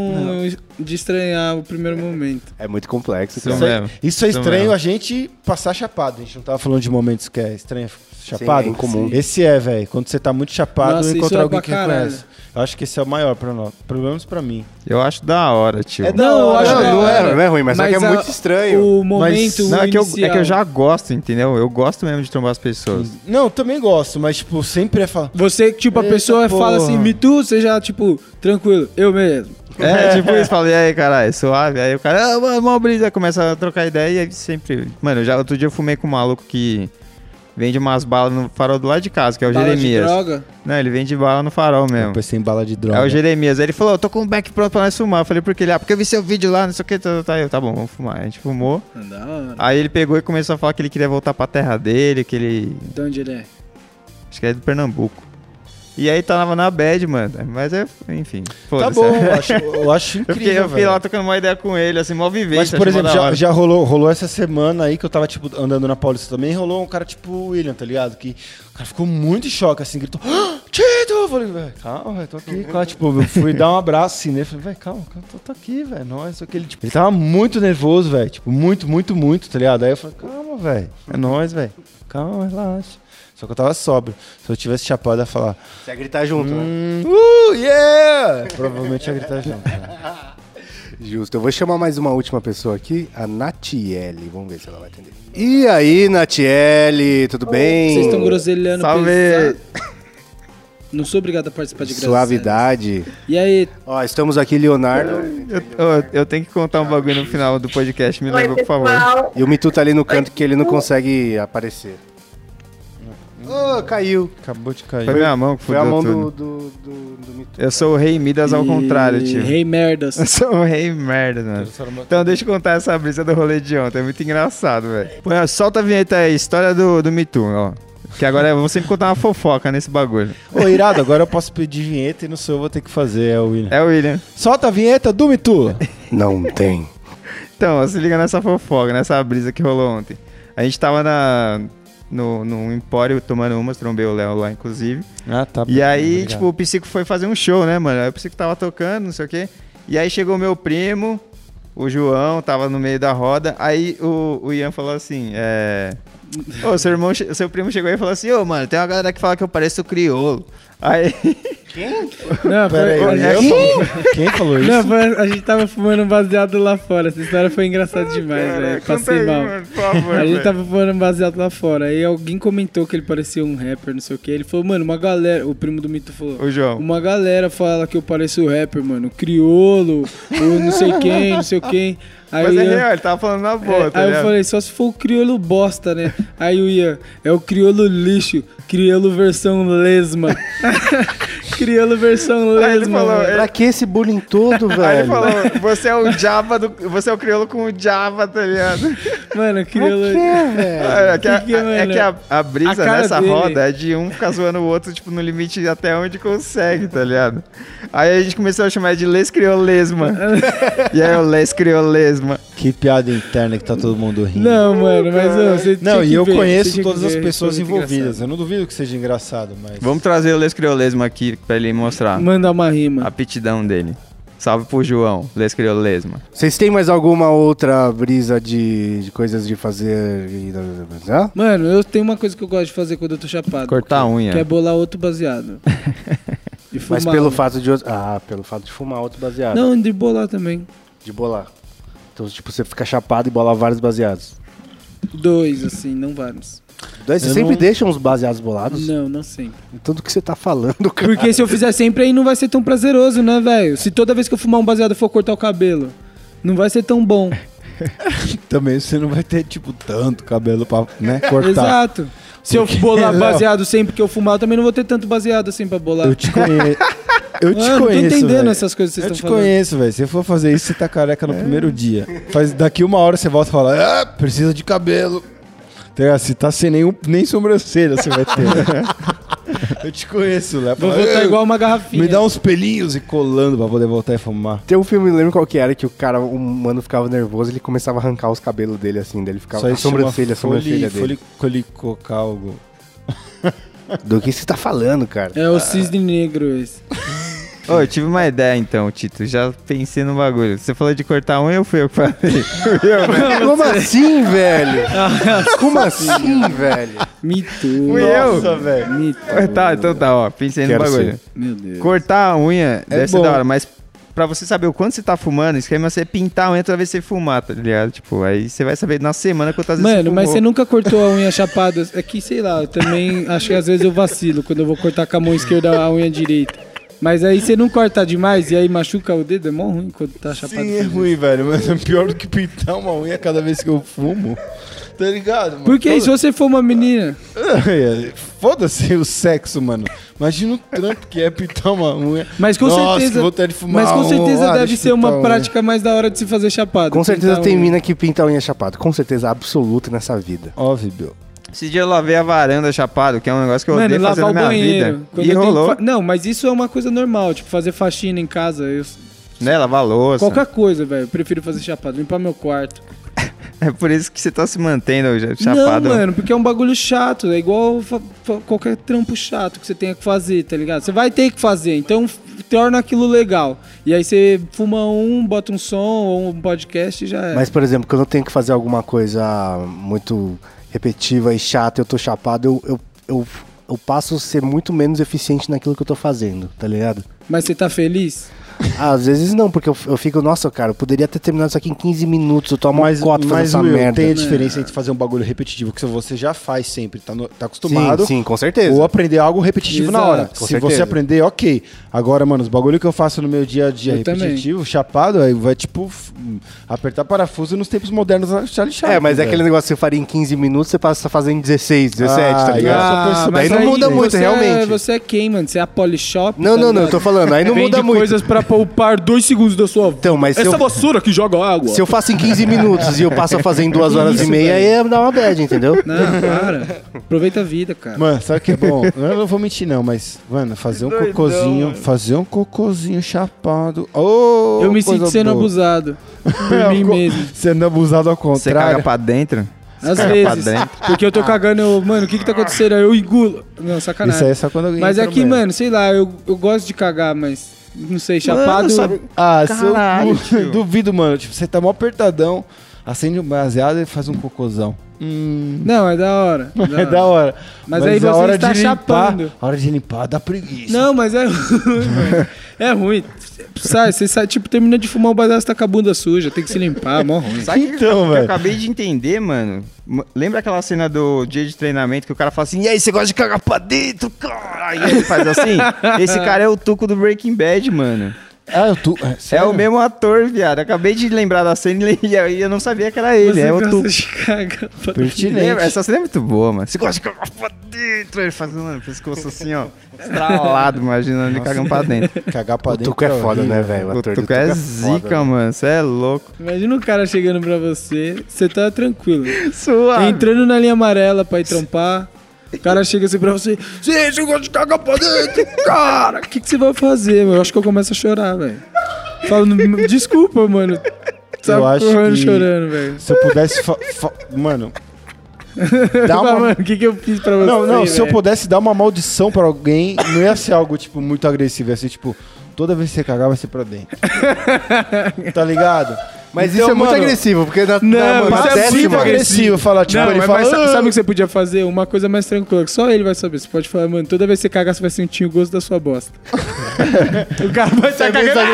[SPEAKER 4] de estranhar o primeiro momento.
[SPEAKER 1] É muito complexo.
[SPEAKER 4] então
[SPEAKER 2] Isso
[SPEAKER 3] Isso é,
[SPEAKER 2] mesmo.
[SPEAKER 3] isso é
[SPEAKER 2] Isso
[SPEAKER 3] estranho
[SPEAKER 2] mesmo.
[SPEAKER 3] a gente passar chapado. A gente não tava falando de momentos que é estranho chapado.
[SPEAKER 1] é incomum.
[SPEAKER 3] Esse é, velho. Quando você tá muito chapado,
[SPEAKER 4] Nossa, isso
[SPEAKER 3] encontrar
[SPEAKER 4] é
[SPEAKER 3] alguém
[SPEAKER 4] pra
[SPEAKER 3] que
[SPEAKER 4] caralho.
[SPEAKER 3] reconhece. Eu acho que esse é o maior pra nós. Pelo menos pra mim.
[SPEAKER 2] Eu acho da hora, tio.
[SPEAKER 3] É da-
[SPEAKER 4] Não, eu acho
[SPEAKER 3] Não,
[SPEAKER 4] da
[SPEAKER 1] não é-
[SPEAKER 4] hora.
[SPEAKER 1] não é ruim, mas só que é muito estranho.
[SPEAKER 4] O momento.
[SPEAKER 2] não, é que, eu, é que eu
[SPEAKER 4] inicial.
[SPEAKER 2] já gosto, entendeu? Eu gosto mesmo de trombar as pessoas.
[SPEAKER 3] Não, eu também gosto, mas, tipo, sempre é falar.
[SPEAKER 4] Você, tipo, a
[SPEAKER 3] Eita,
[SPEAKER 4] pessoa fala
[SPEAKER 3] porra.
[SPEAKER 4] assim, me tu, você já, tipo, tranquilo, eu mesmo.
[SPEAKER 2] É, tipo isso, falei, e aí, caralho, suave. Aí o cara, ah, mano, mó brisa, começa a trocar ideia e aí sempre. Mano, eu já outro dia eu fumei com um maluco que vende umas balas no farol do lado de casa, que é o
[SPEAKER 4] Bala de
[SPEAKER 2] Jeremias.
[SPEAKER 4] droga.
[SPEAKER 2] Não, ele vende bala no farol
[SPEAKER 3] Eu
[SPEAKER 2] mesmo.
[SPEAKER 3] pensei em bala de droga.
[SPEAKER 2] É o Jeremias. Aí ele falou, eu tô com um back pronto pra nós fumar. Eu falei, por que ele? Ah, porque eu vi seu vídeo lá, não sei o que, tá, tá, eu, tá bom, vamos fumar. A gente fumou.
[SPEAKER 4] Da hora.
[SPEAKER 2] Aí ele pegou e começou a falar que ele queria voltar pra terra dele, que ele.
[SPEAKER 4] De onde ele é?
[SPEAKER 2] Acho que é do Pernambuco. E aí tava na bad, mano. Mas é, enfim.
[SPEAKER 3] Tá
[SPEAKER 2] foda-se.
[SPEAKER 3] bom, eu acho, eu acho
[SPEAKER 2] Eu
[SPEAKER 3] incrível.
[SPEAKER 2] fiquei, eu fiquei
[SPEAKER 3] velho.
[SPEAKER 2] lá tocando uma ideia com ele, assim, mó vivência.
[SPEAKER 3] Mas, por
[SPEAKER 2] achei mó
[SPEAKER 3] exemplo,
[SPEAKER 2] da
[SPEAKER 3] já,
[SPEAKER 2] hora.
[SPEAKER 3] já rolou, rolou essa semana aí que eu tava, tipo, andando na Paulista também, rolou um cara tipo o William, tá ligado? Que o cara ficou muito em choque, assim, gritou, ah, Tito! Eu falei, velho, calma, velho, tô aqui. Claro, tipo, eu fui dar um abraço assim, né? Falei, velho, calma, calma, tô, tô aqui, velho, nós. Só que ele, tipo, ele tava muito nervoso, velho, tipo, muito, muito, muito, tá ligado? Aí eu falei, calma, velho, é nóis, velho, calma, relaxa. Só que eu tava sóbrio. Se eu tivesse chapado, eu ia falar,
[SPEAKER 1] Você ia gritar junto, né?
[SPEAKER 3] hum, uh, yeah! Provavelmente eu ia gritar junto, né?
[SPEAKER 1] Justo. Eu vou chamar mais uma última pessoa aqui, a Natiele. Vamos ver se ela vai atender. E aí, Natiele, tudo bem?
[SPEAKER 4] Vocês estão groselhando
[SPEAKER 2] Salve!
[SPEAKER 4] pesado. Não sou obrigado a participar de graça.
[SPEAKER 1] Suavidade.
[SPEAKER 4] E aí,
[SPEAKER 1] Ó, estamos aqui, Leonardo.
[SPEAKER 2] Eu, eu- eu tenho que contar um bagulho no final do podcast, me
[SPEAKER 6] Oi,
[SPEAKER 2] lembra, por favor.
[SPEAKER 6] pessoal.
[SPEAKER 1] E o Mitu tá ali no canto que ele não consegue aparecer. Ô, caiu.
[SPEAKER 3] Acabou de
[SPEAKER 2] Foi
[SPEAKER 3] cair.
[SPEAKER 2] minha mão que
[SPEAKER 1] Foi
[SPEAKER 2] fudeu
[SPEAKER 1] a mão
[SPEAKER 2] tudo.
[SPEAKER 1] do, do, do, do Mitu.
[SPEAKER 2] Eu sou o rei Midas ao
[SPEAKER 4] E-
[SPEAKER 2] contrário, tio.
[SPEAKER 4] Rei merdas.
[SPEAKER 2] Eu sou o rei merda, mano. Então deixa eu contar essa brisa do rolê de ontem, é muito engraçado, velho. Põe, ó, Solta a vinheta aí, história do, do Me Too, ó. Que agora eu vou sempre contar uma fofoca nesse bagulho.
[SPEAKER 3] Ô, irado, agora eu posso pedir vinheta e não sou eu vou ter que fazer, é o William.
[SPEAKER 2] É o William.
[SPEAKER 3] Solta a vinheta do Mitu!
[SPEAKER 1] Não tem.
[SPEAKER 2] Então, ó, se liga nessa fofoca, nessa brisa que rolou ontem. A gente tava na, no, no empório tomando umas, trombei o Léo lá, inclusive.
[SPEAKER 3] Ah, tá.
[SPEAKER 2] E aí, tipo, o Psico foi fazer um show, né, mano? Aí o Psico tava tocando, não sei o quê. E aí chegou meu primo, o João tava no meio da roda, aí o, o Ian falou assim, é... Ô, seu irmão, che- seu primo chegou aí e falou assim, ô, mano, tem uma galera que fala que eu pareço criolo. Aí,
[SPEAKER 4] Não, foi,
[SPEAKER 3] Peraí,
[SPEAKER 4] a,
[SPEAKER 2] é
[SPEAKER 3] eu
[SPEAKER 4] gente,
[SPEAKER 3] falou- quem falou isso?
[SPEAKER 4] é não, foi- a gente tava fumando um baseado lá fora. Essa história foi engraçada demais, velho. Passei mal.
[SPEAKER 2] por favor,
[SPEAKER 4] A gente
[SPEAKER 2] velho.
[SPEAKER 4] tava falando um baseado lá fora. Aí alguém comentou que ele parecia um rapper, não sei o que. Ele falou, mano, uma galera. O primo do Mito falou.
[SPEAKER 2] O João.
[SPEAKER 4] Uma galera fala que eu pareço rapper, mano. Criolo, ou não sei quem, não sei quem. Aí
[SPEAKER 2] Mas
[SPEAKER 4] o
[SPEAKER 2] é
[SPEAKER 4] Ian-
[SPEAKER 2] real, ele tava falando na boa,
[SPEAKER 4] é,
[SPEAKER 2] tá
[SPEAKER 4] aí eu
[SPEAKER 2] ligado?
[SPEAKER 4] falei, só se for o criolo bosta, né? Aí o Ian, é o criolo lixo, criolo versão lesma. criolo versão
[SPEAKER 2] Aí ele
[SPEAKER 4] lesma.
[SPEAKER 2] falou,
[SPEAKER 4] mano.
[SPEAKER 2] ele-
[SPEAKER 1] Pra que esse bullying todo, velho?
[SPEAKER 2] Aí ele falou, você é o Java do. Você é o crioulo com o Java, tá ligado?
[SPEAKER 4] Mano, criolo...
[SPEAKER 2] É que, a-
[SPEAKER 4] Que que, mano?
[SPEAKER 2] é que a, a brisa
[SPEAKER 4] A cara
[SPEAKER 2] nessa
[SPEAKER 4] dele.
[SPEAKER 2] roda é de um ficar zoando o outro, tipo, no limite até onde consegue, tá ligado? Aí a gente começou a chamar de Les Criolesma. e aí o Les Criolesma.
[SPEAKER 3] Que piada interna que tá todo mundo rindo.
[SPEAKER 4] Não, mano, mas ô, você tinha
[SPEAKER 3] Não,
[SPEAKER 4] que
[SPEAKER 3] e eu
[SPEAKER 4] ver, você
[SPEAKER 3] conheço
[SPEAKER 4] tinha que
[SPEAKER 3] todas
[SPEAKER 4] ver,
[SPEAKER 3] as
[SPEAKER 4] foi
[SPEAKER 3] pessoas
[SPEAKER 4] muito
[SPEAKER 3] envolvidas.
[SPEAKER 4] engraçado.
[SPEAKER 3] Eu não duvido que seja engraçado, mas.
[SPEAKER 2] Vamos trazer o Les Criolesma aqui pra ele mostrar
[SPEAKER 4] Manda uma
[SPEAKER 2] a
[SPEAKER 3] Ah.
[SPEAKER 4] rima.
[SPEAKER 2] aptidão dele. Salve pro João, Les Criolesma.
[SPEAKER 1] Vocês têm mais alguma outra brisa de, de coisas de fazer? e- Hã?
[SPEAKER 4] Mano, eu tenho uma coisa que eu gosto de fazer quando eu tô chapado.
[SPEAKER 2] Cortar a unha.
[SPEAKER 4] Que é bolar outro baseado. E fumar,
[SPEAKER 1] Mas pelo
[SPEAKER 4] mano.
[SPEAKER 1] fato de. outro- Ah, pelo fato de fumar outro baseado.
[SPEAKER 4] Não, de bolar também.
[SPEAKER 1] De bolar. Então, tipo, você fica chapado e bola vários baseados.
[SPEAKER 4] Dois, assim, não vários.
[SPEAKER 1] Daí você
[SPEAKER 3] Eu
[SPEAKER 1] sempre
[SPEAKER 3] não-
[SPEAKER 1] deixa uns baseados bolados?
[SPEAKER 4] Não, não sempre.
[SPEAKER 1] Em Tudo que você tá falando, cara.
[SPEAKER 4] Porque se eu fizer sempre aí não vai ser tão prazeroso, né, velho? Se toda vez que eu fumar um baseado eu for cortar o cabelo, não vai ser tão bom.
[SPEAKER 3] Tá. Também você não vai ter, tipo, tanto cabelo pra né, cortar.
[SPEAKER 4] Exato. Se eu
[SPEAKER 3] Porque,
[SPEAKER 4] bolar
[SPEAKER 3] Léo-
[SPEAKER 4] baseado sempre que eu fumar, eu também não vou ter tanto baseado assim pra bolar.
[SPEAKER 3] Eu te conheço. Eu te
[SPEAKER 4] Mano, Ah, não tô
[SPEAKER 3] conheço.
[SPEAKER 4] entendendo
[SPEAKER 3] velho.
[SPEAKER 4] essas coisas que vocês
[SPEAKER 3] Eu
[SPEAKER 4] tão
[SPEAKER 3] te
[SPEAKER 4] falando.
[SPEAKER 3] conheço, velho. Se eu for fazer isso, você tá careca no primeiro dia. Faz, daqui uma hora você volta e fala: ah, precisa de cabelo. Tá ligado? Você tá sem nenhum, nem sobrancelha, você vai ter. né? eu te conheço, Léo.
[SPEAKER 4] Vou
[SPEAKER 3] Fala,
[SPEAKER 4] voltar
[SPEAKER 3] "Ei,
[SPEAKER 4] igual uma garrafinha.
[SPEAKER 3] Me dá uns pelinhos e colando pra poder voltar e fumar.
[SPEAKER 1] Tem um filme, não lembro qual que era, que o cara, um mano ficava nervoso, ele começava a arrancar os cabelos dele, assim, dele ficava a
[SPEAKER 3] isso chama
[SPEAKER 1] sobrancelha, a sobrancelha
[SPEAKER 3] foli-
[SPEAKER 1] dele.
[SPEAKER 3] Folicocalgo.
[SPEAKER 1] Do que você tá falando, cara?
[SPEAKER 4] É o cisne negro esse.
[SPEAKER 2] Ô, eu tive uma ideia então, Tito. Já pensei no bagulho. Você falou de cortar a unha, eu fui eu que falei. Fui eu, né?
[SPEAKER 1] Como assim, velho? Como assim, velho?
[SPEAKER 4] Mito.
[SPEAKER 2] Fui eu.
[SPEAKER 3] velho.
[SPEAKER 4] Mito.
[SPEAKER 2] Ué, Tá, então tá, ó. Pensei
[SPEAKER 1] Quero
[SPEAKER 2] no bagulho.
[SPEAKER 1] ser.
[SPEAKER 4] Meu Deus.
[SPEAKER 2] Cortar a unha
[SPEAKER 3] É
[SPEAKER 2] deve ser
[SPEAKER 3] bom.
[SPEAKER 2] da hora, mas pra você saber o quanto você tá fumando, o esquema é você pintar a unha toda vez que você fumar, tá ligado? Tipo, aí você vai saber na semana quantas vezes
[SPEAKER 4] Mano,
[SPEAKER 2] você
[SPEAKER 4] mas você
[SPEAKER 2] fumou.
[SPEAKER 4] nunca cortou a unha chapada? É que, sei lá, eu também acho que às vezes eu vacilo quando eu vou cortar com a mão esquerda a unha direita. Mas aí você não corta demais e aí machuca o dedo, é mó ruim quando tá chapado.
[SPEAKER 3] Sim, é ruim, velho, mas é pior do que pintar uma unha cada vez que eu fumo. Tá ligado, mano?
[SPEAKER 4] Porque se você for uma menina,
[SPEAKER 3] Foda-se o sexo, mano. Imagina o trampo que é pintar uma unha.
[SPEAKER 4] mas com
[SPEAKER 3] Nossa, que
[SPEAKER 4] certeza.
[SPEAKER 3] vontade de fumar
[SPEAKER 4] mas com
[SPEAKER 3] um.
[SPEAKER 4] certeza
[SPEAKER 3] Ah,
[SPEAKER 4] deve
[SPEAKER 3] deixa eu
[SPEAKER 4] ser uma
[SPEAKER 3] pintar unha.
[SPEAKER 4] prática mais da hora de se fazer chapado.
[SPEAKER 1] Com certeza
[SPEAKER 4] Pintar
[SPEAKER 1] tem
[SPEAKER 4] um-
[SPEAKER 1] mina que pinta a unha chapada. Com certeza absoluta nessa vida.
[SPEAKER 3] Óbvio, Bill.
[SPEAKER 2] Esse dia eu lavei a varanda chapado, que é um negócio que eu
[SPEAKER 4] Mano,
[SPEAKER 2] odeio fazer
[SPEAKER 4] lavar
[SPEAKER 2] na
[SPEAKER 4] o
[SPEAKER 2] minha
[SPEAKER 4] banheiro.
[SPEAKER 2] vida.
[SPEAKER 4] quando
[SPEAKER 2] E
[SPEAKER 4] eu tenho que
[SPEAKER 2] rolou,
[SPEAKER 4] fa- Não, mas isso é uma coisa normal, tipo, fazer faxina em casa. eu-
[SPEAKER 2] né? Lavar a
[SPEAKER 1] Tá
[SPEAKER 2] louça.
[SPEAKER 4] Qualquer coisa, velho. Eu prefiro fazer chapado, limpar meu quarto.
[SPEAKER 2] É por isso que você tá se mantendo já- chapado.
[SPEAKER 1] né?
[SPEAKER 4] Não, mano, porque é um bagulho chato. É igual fa- fa- qualquer trampo chato que você tenha que fazer, tá ligado? Você vai ter que fazer, então f- torna aquilo legal. E aí você fuma um, bota um som ou um podcast e já é.
[SPEAKER 1] Mas, por exemplo, quando eu tenho que fazer alguma coisa muito repetitiva e chata, eu tô chapado, eu, eu, eu, eu passo a ser muito menos eficiente naquilo que eu tô fazendo, tá ligado?
[SPEAKER 4] Mas você tá feliz?
[SPEAKER 1] Às vezes não, porque eu, eu fico, nossa, cara, eu poderia ter terminado isso aqui em 15 minutos, eu tomo
[SPEAKER 3] Mas,
[SPEAKER 1] um copo fazendo
[SPEAKER 3] mas
[SPEAKER 1] essa
[SPEAKER 3] Will,
[SPEAKER 1] merda.
[SPEAKER 4] É.
[SPEAKER 3] tem a diferença entre fazer um bagulho repetitivo que você já faz sempre, tá, no- tá acostumado.
[SPEAKER 1] Sim, sim, com certeza.
[SPEAKER 3] Ou aprender algo repetitivo na
[SPEAKER 4] Exato.
[SPEAKER 3] hora.
[SPEAKER 1] Com
[SPEAKER 3] Se
[SPEAKER 1] certeza.
[SPEAKER 3] você aprender, ok. Agora, mano, os bagulho que eu faço no meu dia a dia
[SPEAKER 4] Eu
[SPEAKER 3] repetitivo, chapado, aí vai, tipo, f- apertar parafuso nos tempos modernos da Charlie Chaplin.
[SPEAKER 1] É, mas é
[SPEAKER 3] velho.
[SPEAKER 1] aquele negócio que você faria em 15 minutos, você passa a fazer em 16, 17, tá
[SPEAKER 3] Ah,
[SPEAKER 1] ligado?
[SPEAKER 3] ah, mas
[SPEAKER 1] Daí não
[SPEAKER 3] aí
[SPEAKER 1] muda muito,
[SPEAKER 4] você é-
[SPEAKER 1] realmente.
[SPEAKER 4] você é quem, mano? Você é a Polishop?
[SPEAKER 1] Não, não, não, eu tô falando, aí não muda muito.
[SPEAKER 4] coisas pra poupar dois segundos da sua
[SPEAKER 1] Então, mas se
[SPEAKER 4] Essa
[SPEAKER 1] eu-
[SPEAKER 4] vassoura que joga água.
[SPEAKER 1] Se eu faço em 15 minutos e eu passo a fazer em 2 horas e meia, aí é, dá uma bad, entendeu?
[SPEAKER 4] Não, para. Aproveita a vida, cara.
[SPEAKER 3] Mano, sabe o que é bom? eu não vou mentir, não, mas, mano, fazer um cocôzinho, fazer um cocôzinho chapado. Ô,
[SPEAKER 4] eu me
[SPEAKER 3] coisa
[SPEAKER 4] sinto sendo
[SPEAKER 3] boa.
[SPEAKER 4] abusado.
[SPEAKER 3] É,
[SPEAKER 4] Por mim
[SPEAKER 3] co-
[SPEAKER 4] mesmo.
[SPEAKER 3] Sendo abusado ao
[SPEAKER 2] Você caga
[SPEAKER 3] contrário.
[SPEAKER 2] pra dentro.
[SPEAKER 4] Às
[SPEAKER 2] Cara, pra
[SPEAKER 4] vezes.
[SPEAKER 2] dentro.
[SPEAKER 4] Porque eu tô cagando, eu, mano, o que que tá acontecendo? Aí Eu engulo. Não,
[SPEAKER 3] Isso aí
[SPEAKER 4] sacanagem.
[SPEAKER 3] é só quando alguém
[SPEAKER 4] Mas é
[SPEAKER 3] entra
[SPEAKER 4] que,
[SPEAKER 3] mesmo.
[SPEAKER 4] mano, sei lá, eu, eu gosto de cagar, mas Não sei, chapado.
[SPEAKER 2] sabe-
[SPEAKER 3] Ah,
[SPEAKER 2] Caralho,
[SPEAKER 3] seu cu.
[SPEAKER 2] tio.
[SPEAKER 3] Duvido, mano. Tipo, você tá mó apertadão, acende um baseado e faz um cocôzão. Hum.
[SPEAKER 4] Não, é da hora.
[SPEAKER 3] é da hora.
[SPEAKER 4] Mas aí você está
[SPEAKER 3] limpar,
[SPEAKER 4] chapando.
[SPEAKER 3] A hora de limpar dá preguiça.
[SPEAKER 4] Não, mas é ruim, velho. É ruim. Sai, você sai, tipo, termina de fumar o baseado, você tá com a bunda suja, tem que se limpar, mó ruim.
[SPEAKER 2] Sabe o que
[SPEAKER 3] Então,
[SPEAKER 2] eu,
[SPEAKER 3] velho.
[SPEAKER 2] eu acabei de entender, mano. M- Lembra aquela cena do dia de treinamento que o cara fala assim: E aí, você gosta de cagar pra dentro, cara? Aí ele faz assim. Esse cara é o tuco do Breaking Bad, mano.
[SPEAKER 3] Ah, eu tô...
[SPEAKER 2] É o mesmo ator, viado. Acabei de lembrar da cena e le- e eu não sabia que era ele.
[SPEAKER 4] Você
[SPEAKER 2] é o
[SPEAKER 4] gosta
[SPEAKER 2] tuco.
[SPEAKER 4] de cagar pra-
[SPEAKER 3] Pertinente.
[SPEAKER 2] Lembra? Essa cena é muito boa, mano. Você gosta de cagar pra dentro? Ele faz mano, pescoço assim, ó. Estralado, imaginando ele cagando pra dentro.
[SPEAKER 3] Cagar pra
[SPEAKER 1] O
[SPEAKER 3] dentro.
[SPEAKER 1] Tuco é foda,
[SPEAKER 3] horrível.
[SPEAKER 1] né, velho?
[SPEAKER 2] O
[SPEAKER 1] ator do
[SPEAKER 2] tuco é
[SPEAKER 1] foda,
[SPEAKER 2] zica, mano. Você é louco.
[SPEAKER 4] Imagina um cara chegando pra você, você tá tranquilo.
[SPEAKER 2] Sua.
[SPEAKER 4] Entrando na linha amarela pra ir trampar. O cara chega assim pra você, gente, eu gosto de cagar pra dentro, cara. O que, que você vai fazer, mano? Eu acho que eu começo a chorar, velho. Falando, desculpa, mano. Sabe,
[SPEAKER 3] acho
[SPEAKER 4] correndo,
[SPEAKER 3] que-
[SPEAKER 4] chorando, velho.
[SPEAKER 3] Se eu pudesse. fa- fa- Mano. Dá
[SPEAKER 4] Fala,
[SPEAKER 3] uma...
[SPEAKER 4] mano, o que, que eu fiz pra você?
[SPEAKER 3] Não, não, se eu
[SPEAKER 4] velho?"
[SPEAKER 3] pudesse dar uma maldição pra alguém, não ia ser algo, tipo, muito agressivo. Ia ser, tipo, toda vez que você cagar, vai ser pra dentro. tá ligado?
[SPEAKER 1] Mas isso
[SPEAKER 3] Então,
[SPEAKER 1] é muito
[SPEAKER 3] mano,
[SPEAKER 1] agressivo, porque na,
[SPEAKER 4] Não,
[SPEAKER 1] na,
[SPEAKER 4] isso
[SPEAKER 1] na
[SPEAKER 4] é
[SPEAKER 3] Muito
[SPEAKER 1] décima...
[SPEAKER 4] agressivo.
[SPEAKER 3] agressivo, fala, tipo,
[SPEAKER 4] não,
[SPEAKER 3] ele
[SPEAKER 4] mas,
[SPEAKER 3] fala.
[SPEAKER 4] mas sa-
[SPEAKER 3] "Ah!"
[SPEAKER 4] sabe o que você podia fazer? Uma coisa mais tranquila, que só ele vai saber. Você pode falar, mano, toda vez que você cagar, você vai sentir o gosto da sua bosta. o cara vai estar cagando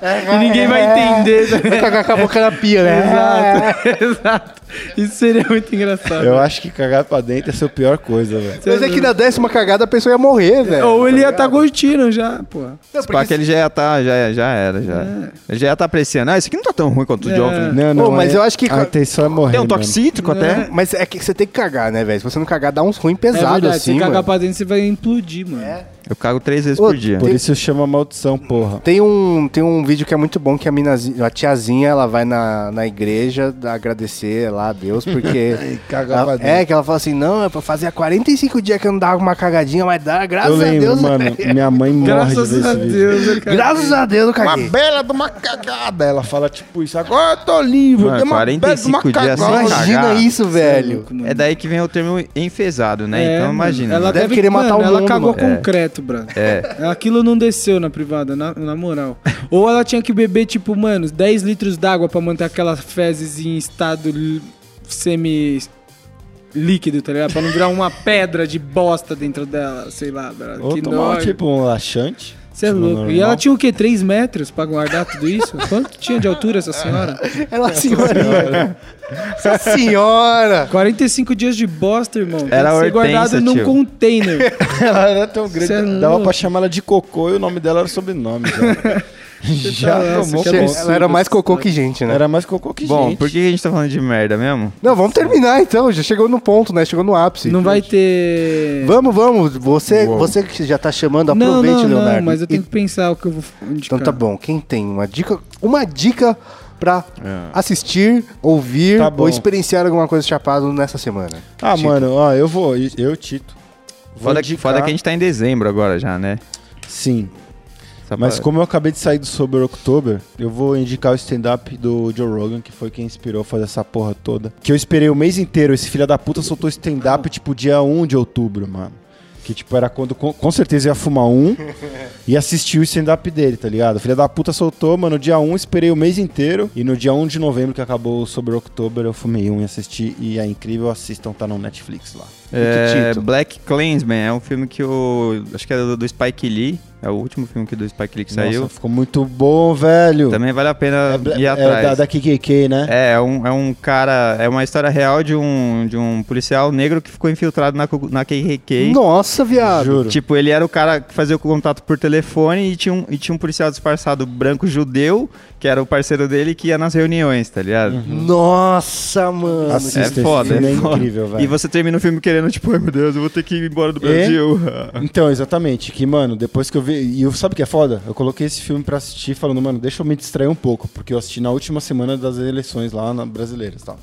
[SPEAKER 3] É.
[SPEAKER 4] e ninguém vai entender. tá ligado?
[SPEAKER 1] Cagar com a boca na pia, né?
[SPEAKER 4] Exato, exato. Isso seria muito engraçado.
[SPEAKER 3] Eu acho que cagar pra dentro é a sua pior coisa, velho.
[SPEAKER 1] Mas é que na décima cagada a pessoa ia morrer, velho.
[SPEAKER 4] Ou ele ia estar curtindo já, pô.
[SPEAKER 1] Não,
[SPEAKER 2] Pá, que ele já ia tá, já, já era, já. Ele já ia tá apreciando. Ah, isso aqui não tá tão ruim quanto o
[SPEAKER 4] É.
[SPEAKER 2] de ontem.
[SPEAKER 3] Não,
[SPEAKER 1] Pô, mas eu acho que-
[SPEAKER 3] A intenção é morrer.
[SPEAKER 2] Tem um toque
[SPEAKER 3] mano.
[SPEAKER 2] cítrico até.
[SPEAKER 1] Mas é que você tem que cagar, né, velho? Se você não cagar, dá uns ruim
[SPEAKER 4] é
[SPEAKER 1] pesado
[SPEAKER 4] verdade,
[SPEAKER 1] assim,
[SPEAKER 4] se cagar
[SPEAKER 1] mano. É.
[SPEAKER 4] pra dentro, você vai implodir, mano.
[SPEAKER 2] Eu cago três vezes
[SPEAKER 1] Ô,
[SPEAKER 2] por dia.
[SPEAKER 3] Por isso eu chamo a maldição, porra.
[SPEAKER 1] Tem um, tem um vídeo que é muito bom que a, minazinha, a tiazinha ela vai na, na igreja dar- agradecer lá a Deus, porque.
[SPEAKER 3] cagar pra
[SPEAKER 1] ela,
[SPEAKER 3] dentro.
[SPEAKER 1] é, que ela fala assim: não, é pra fazer há 45 dias que eu não dava uma cagadinha, mas dá, graças
[SPEAKER 3] Eu
[SPEAKER 1] a
[SPEAKER 3] lembro,
[SPEAKER 1] Deus.
[SPEAKER 3] mano. Minha mãe morre
[SPEAKER 4] Graças
[SPEAKER 3] de ver
[SPEAKER 4] a
[SPEAKER 3] esse vídeo.
[SPEAKER 4] Deus, eu caguei.
[SPEAKER 1] Graças a Deus eu caguei.
[SPEAKER 3] Uma bela de uma cagada. Ela fala tipo isso. Agora eu tô livre.
[SPEAKER 2] Mano,
[SPEAKER 3] dei uma bela de uma
[SPEAKER 2] 45 dias
[SPEAKER 3] cagada.
[SPEAKER 2] sem
[SPEAKER 1] Imagina
[SPEAKER 2] cagar.
[SPEAKER 1] isso, velho.
[SPEAKER 2] É daí que vem o termo enfesado, né?
[SPEAKER 4] É,
[SPEAKER 2] então
[SPEAKER 4] mano.
[SPEAKER 2] imagina.
[SPEAKER 4] Ela
[SPEAKER 1] Deve
[SPEAKER 4] deve,
[SPEAKER 1] querer matar o
[SPEAKER 4] mano, Ela
[SPEAKER 1] mundo,
[SPEAKER 4] cagou
[SPEAKER 1] mano.
[SPEAKER 4] concreto, brother.
[SPEAKER 2] É.
[SPEAKER 4] Aquilo não desceu na privada, na, na moral. Ou ela tinha que beber, tipo, mano, 10 litros d'água pra manter aquelas fezes em estado li- semi líquido, tá ligado? Pra não virar uma pedra de bosta dentro dela, sei lá, brother.
[SPEAKER 3] Ou
[SPEAKER 4] que
[SPEAKER 3] tomar
[SPEAKER 4] nóis.
[SPEAKER 3] tipo um laxante.
[SPEAKER 4] Você é
[SPEAKER 3] tipo,
[SPEAKER 4] louco. E
[SPEAKER 3] normal.
[SPEAKER 4] ela tinha o quê? 3 metros pra guardar tudo isso? Quanto tinha de
[SPEAKER 1] É.
[SPEAKER 4] altura essa senhora?
[SPEAKER 1] Ela senhorinha. Essa senhora.
[SPEAKER 4] 45 dias de bosta, irmão. Tem
[SPEAKER 2] Era
[SPEAKER 4] que ser
[SPEAKER 2] hortênsia,
[SPEAKER 4] guardado num
[SPEAKER 2] tio.
[SPEAKER 4] container.
[SPEAKER 3] Ela era tão grande.
[SPEAKER 4] Cê é
[SPEAKER 3] dava
[SPEAKER 4] louco.
[SPEAKER 3] pra chamar ela de cocô e o nome dela era sobrenome. cara. Já
[SPEAKER 4] Nossa,
[SPEAKER 3] tomou
[SPEAKER 4] que
[SPEAKER 3] cocô.
[SPEAKER 4] é absurdo.
[SPEAKER 1] Ela era mais cocô que gente, né?
[SPEAKER 3] é Era mais cocô que
[SPEAKER 2] Bom,
[SPEAKER 3] gente.
[SPEAKER 2] por que a gente tá falando de merda mesmo?
[SPEAKER 1] Não, vamos terminar então. Já chegou no ponto, né? Chegou no ápice.
[SPEAKER 4] Não vai ter.
[SPEAKER 1] Vamos, vamos. Você, você que já tá chamando,
[SPEAKER 4] não,
[SPEAKER 1] aproveite,
[SPEAKER 4] não,
[SPEAKER 1] Leonardo.
[SPEAKER 4] não, mas eu
[SPEAKER 1] E-
[SPEAKER 4] tenho que pensar o que eu vou indicar.
[SPEAKER 1] Então tá bom. Quem tem uma dica, uma dica pra
[SPEAKER 2] É.
[SPEAKER 1] assistir, ouvir
[SPEAKER 3] Tá bom.
[SPEAKER 1] ou experienciar alguma coisa chapado nessa semana?
[SPEAKER 3] Ah,
[SPEAKER 1] Tito.
[SPEAKER 3] mano, ó, eu vou. Eu, Tito. Vou
[SPEAKER 2] Foda, que-
[SPEAKER 3] indicar-
[SPEAKER 2] foda que a gente tá em dezembro agora já, né?
[SPEAKER 3] Sim.
[SPEAKER 2] Só
[SPEAKER 3] Mas
[SPEAKER 2] pra-
[SPEAKER 3] como eu acabei de sair do Sober October, eu vou indicar o stand-up do Joe Rogan, que foi quem inspirou a fazer essa porra toda. Que eu esperei o mês inteiro. Esse filho da puta soltou stand-up, tipo, dia 1 de outubro, mano. Que, tipo, era quando com, com certeza eu ia fumar um e assistir o stand-up dele, tá ligado? O filho da puta soltou, mano, dia 1, esperei o mês inteiro. E no dia 1 de novembro, que acabou o Sober October, eu fumei um e assisti. E é incrível, assistam, tá no Netflix lá.
[SPEAKER 2] É,
[SPEAKER 1] título?
[SPEAKER 2] Black Clansman é um filme que o. Acho que é do, do Spike Lee. É o último filme que do Spike Lee que saiu.
[SPEAKER 3] Nossa, ficou muito bom, velho.
[SPEAKER 2] Também vale a pena
[SPEAKER 3] é,
[SPEAKER 2] ir
[SPEAKER 3] é
[SPEAKER 2] atrás.
[SPEAKER 3] da, da KKK, né?
[SPEAKER 2] É, é um, é um cara. É uma história real de um, de um policial negro que ficou infiltrado na, co- na KKK.
[SPEAKER 1] Nossa, viado.
[SPEAKER 3] Juro.
[SPEAKER 2] Tipo, ele era o cara que fazia o contato por telefone e tinha um, e tinha um policial disfarçado branco judeu, que era o parceiro dele, que ia nas reuniões, tá ligado?
[SPEAKER 3] Uhum.
[SPEAKER 1] Nossa, mano.
[SPEAKER 3] Assista.
[SPEAKER 2] É
[SPEAKER 3] esse
[SPEAKER 2] foda,
[SPEAKER 3] filme
[SPEAKER 2] é
[SPEAKER 3] é
[SPEAKER 2] foda.
[SPEAKER 3] incrível, velho.
[SPEAKER 2] E você termina o filme querendo, tipo, ai meu Deus, eu vou ter que ir embora do
[SPEAKER 3] E?
[SPEAKER 2] Brasil.
[SPEAKER 3] Então, exatamente. Que, mano, depois que eu vi. E eu, sabe o que é foda? Eu coloquei esse filme pra assistir falando, mano, deixa eu me distrair um pouco, porque eu assisti na última semana das eleições lá na brasileiras e tal.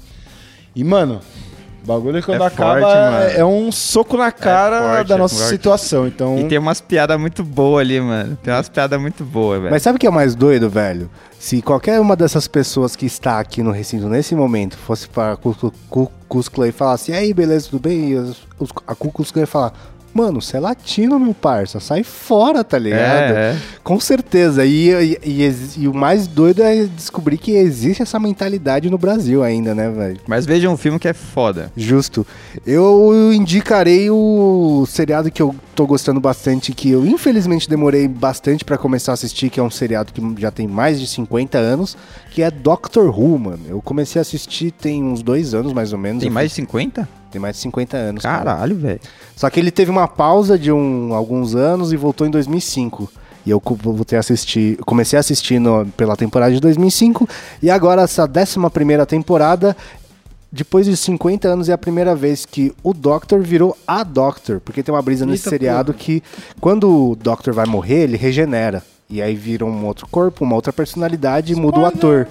[SPEAKER 3] E, mano, o bagulho quando
[SPEAKER 2] É
[SPEAKER 3] acaba
[SPEAKER 2] forte,
[SPEAKER 3] é-
[SPEAKER 2] mano.
[SPEAKER 3] é um soco na cara
[SPEAKER 2] forte,
[SPEAKER 3] da
[SPEAKER 2] é
[SPEAKER 3] nossa
[SPEAKER 2] forte.
[SPEAKER 3] situação. Então.
[SPEAKER 2] E tem umas piadas muito boas ali, mano. Tem umas piadas muito boas, velho.
[SPEAKER 1] Mas sabe o que é mais doido, velho? Se qualquer uma dessas pessoas que está aqui no recinto nesse momento assim, fosse para Cusco e falasse, e aí, beleza, tudo bem? E as- os- a Cusco ia falar, Mano, você é latino, meu parça. Sai fora, tá ligado?
[SPEAKER 2] É, é.
[SPEAKER 1] Com certeza. E, e- e exi- e o mais doido é descobrir que existe essa mentalidade no Brasil ainda, né, velho?
[SPEAKER 2] Mas veja um filme que é foda.
[SPEAKER 1] Justo. Eu indicarei o seriado que eu tô gostando bastante, que eu infelizmente demorei bastante pra começar a assistir, que é um seriado que já tem mais de 50 anos, que é Doctor Who, mano. Eu comecei a assistir tem uns dois anos, mais ou menos.
[SPEAKER 2] Tem
[SPEAKER 1] Eu
[SPEAKER 2] mais de 50?
[SPEAKER 1] fui- tem mais de 50 anos.
[SPEAKER 2] Caralho, velho.
[SPEAKER 1] Só que ele teve uma pausa de um, alguns anos e voltou em 2005. E eu co- voltei a assistir, comecei a assistir no- pela temporada de 2005 e agora essa 11ª temporada depois de 50 anos é a primeira vez que o Doctor virou a Doctor, porque tem uma brisa nesse
[SPEAKER 4] Eita
[SPEAKER 1] seriado que quando o Doctor vai morrer, ele regenera. E aí vira um outro corpo, uma outra personalidade e muda o ator.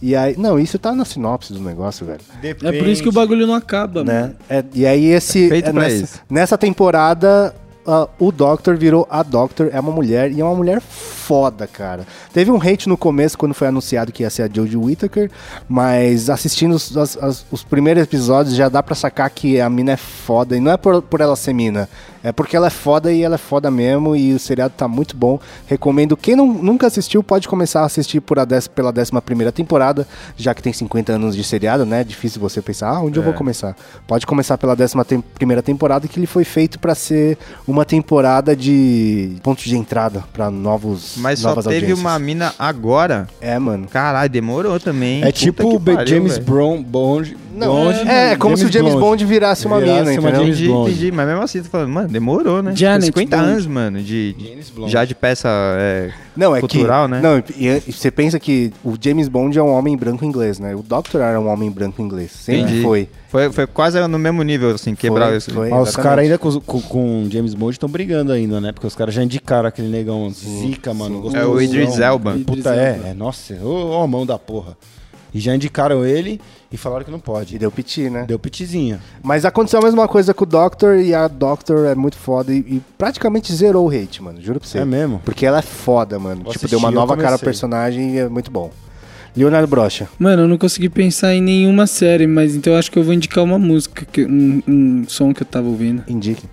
[SPEAKER 1] E aí, não, isso tá na sinopse do negócio, velho.
[SPEAKER 4] É por isso que o bagulho não acaba,
[SPEAKER 1] Né?
[SPEAKER 4] mano.
[SPEAKER 1] É, e aí esse
[SPEAKER 2] Feito
[SPEAKER 1] é,
[SPEAKER 2] pra
[SPEAKER 1] nessa,
[SPEAKER 2] isso.
[SPEAKER 1] nessa temporada ah, o Doctor virou a Doctor, é uma mulher e é uma mulher foda, cara. Teve um hate no começo quando foi anunciado que ia ser a Jodie Whittaker, mas assistindo os, as- as- os primeiros episódios já dá pra sacar que a mina é foda e não é por, por ela ser mina, é porque ela é foda e ela é foda mesmo e o seriado tá muito bom. Recomendo quem não, nunca assistiu pode começar a assistir por a dez, pela 11 primeira temporada, já que tem 50 anos de seriado, né? Difícil você pensar, ah, onde eu
[SPEAKER 2] É.
[SPEAKER 1] vou começar? Pode começar pela 11 tem primeira temporada, que ele foi feito pra ser uma temporada de ponto de entrada pra novos
[SPEAKER 2] Mas só
[SPEAKER 1] novas
[SPEAKER 2] teve
[SPEAKER 1] audiências.
[SPEAKER 2] uma mina agora.
[SPEAKER 1] É, mano.
[SPEAKER 2] Caralho, demorou também.
[SPEAKER 3] É
[SPEAKER 2] Puta
[SPEAKER 3] tipo
[SPEAKER 2] que
[SPEAKER 3] o Be-
[SPEAKER 2] pariu,
[SPEAKER 3] James
[SPEAKER 2] velho.
[SPEAKER 3] Brown, Bond.
[SPEAKER 1] Não,
[SPEAKER 3] Bond,
[SPEAKER 1] é, é como se o James Bond virasse uma
[SPEAKER 3] Virasse
[SPEAKER 1] mina,
[SPEAKER 3] uma
[SPEAKER 1] entendeu?
[SPEAKER 3] James
[SPEAKER 2] Entendi,
[SPEAKER 3] Bond.
[SPEAKER 2] entendi. Mas mesmo assim, tô falando, mano, demorou, né?
[SPEAKER 4] Janet
[SPEAKER 2] 50
[SPEAKER 4] Bond.
[SPEAKER 2] anos, mano, de,
[SPEAKER 3] James Bond.
[SPEAKER 2] já de peça é,
[SPEAKER 1] Não, é
[SPEAKER 2] cultural,
[SPEAKER 1] que,
[SPEAKER 2] né?
[SPEAKER 1] Não, e- e você pensa que o James Bond é um homem branco inglês, né? O Doctor era um homem branco inglês. Sempre
[SPEAKER 2] Entendi.
[SPEAKER 1] foi.
[SPEAKER 2] Foi, foi quase no mesmo nível, assim, quebrar
[SPEAKER 1] Foi,
[SPEAKER 2] isso.
[SPEAKER 1] foi,
[SPEAKER 3] Mas os
[SPEAKER 1] exatamente.
[SPEAKER 3] caras ainda com, os- com, com James Bond estão brigando ainda, né? Porque os caras já indicaram aquele negão zica, mano.
[SPEAKER 2] É o
[SPEAKER 3] gostosão.
[SPEAKER 2] Idris Elba.
[SPEAKER 3] Puta, é, é. Nossa, ô, ô mão da porra. E já indicaram ele e falaram que não
[SPEAKER 1] E
[SPEAKER 3] pode.
[SPEAKER 1] deu piti, né?
[SPEAKER 3] Deu pitizinha.
[SPEAKER 1] Mas aconteceu a mesma coisa com o Doctor e a Doctor é muito foda e, e praticamente zerou o hate, mano. Juro pra você.
[SPEAKER 3] É mesmo?
[SPEAKER 1] Porque ela é foda, mano.
[SPEAKER 3] Vou
[SPEAKER 1] tipo, deu
[SPEAKER 3] assistir,
[SPEAKER 1] uma
[SPEAKER 3] eu
[SPEAKER 1] nova cara ao
[SPEAKER 3] comecei.
[SPEAKER 1] personagem e é muito bom. Leonardo Brocha.
[SPEAKER 4] Mano, eu não consegui pensar em nenhuma série, mas então eu acho que eu vou indicar uma música, que, um, um som que eu tava ouvindo.
[SPEAKER 1] Indique.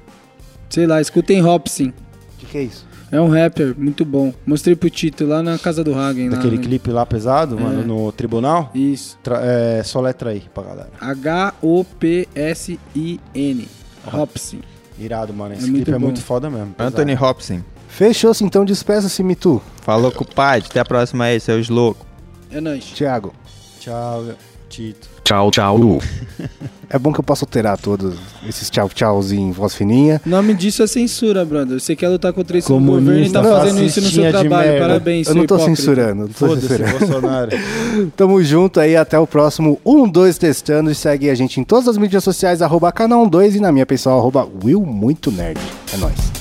[SPEAKER 4] Sei lá, escutem Hopsin.
[SPEAKER 1] O que, que é isso?
[SPEAKER 4] É um rapper, muito bom. Mostrei pro Tito lá na casa do Hagen. lá,
[SPEAKER 3] Daquele
[SPEAKER 4] né?
[SPEAKER 3] clipe lá pesado, mano, no tribunal.
[SPEAKER 4] Isso.
[SPEAKER 3] Tra é, só letra aí pra galera.
[SPEAKER 4] H-O-P-S-I-N. Hopsin.
[SPEAKER 3] Irado, mano.
[SPEAKER 4] É
[SPEAKER 3] Esse
[SPEAKER 4] muito
[SPEAKER 3] clipe é
[SPEAKER 4] bom.
[SPEAKER 3] muito foda mesmo. pesado.
[SPEAKER 2] Anthony Hopkins.
[SPEAKER 1] Fechou-se então, despeça-se, Mitu.
[SPEAKER 2] Falou com o Pad. Até a próxima aí, seus loucos.
[SPEAKER 4] É nóis.
[SPEAKER 1] Thiago.
[SPEAKER 3] Tchau, Tito.
[SPEAKER 8] Tchau, tchau.
[SPEAKER 1] É bom que eu posso alterar todos esses tchau tchauzinho em voz fininha.
[SPEAKER 4] O nome disso é censura, brother. Você quer lutar contra isso
[SPEAKER 3] Comunista,
[SPEAKER 4] no governo e tá fazendo isso no
[SPEAKER 3] fascistinha
[SPEAKER 4] seu
[SPEAKER 3] de
[SPEAKER 4] trabalho.
[SPEAKER 3] merda.
[SPEAKER 4] Parabéns,
[SPEAKER 1] eu
[SPEAKER 4] seu
[SPEAKER 1] não tô
[SPEAKER 4] hipócrita.
[SPEAKER 1] censurando, não tô
[SPEAKER 3] É, Foda-se,
[SPEAKER 1] censurando.
[SPEAKER 3] Bolsonaro.
[SPEAKER 1] Tamo junto aí, até o próximo 1, 2 testando e segue um, a gente em todas as mídias sociais, arroba canal 2 e na minha pessoal, arroba Will Muito Nerd. É nóis.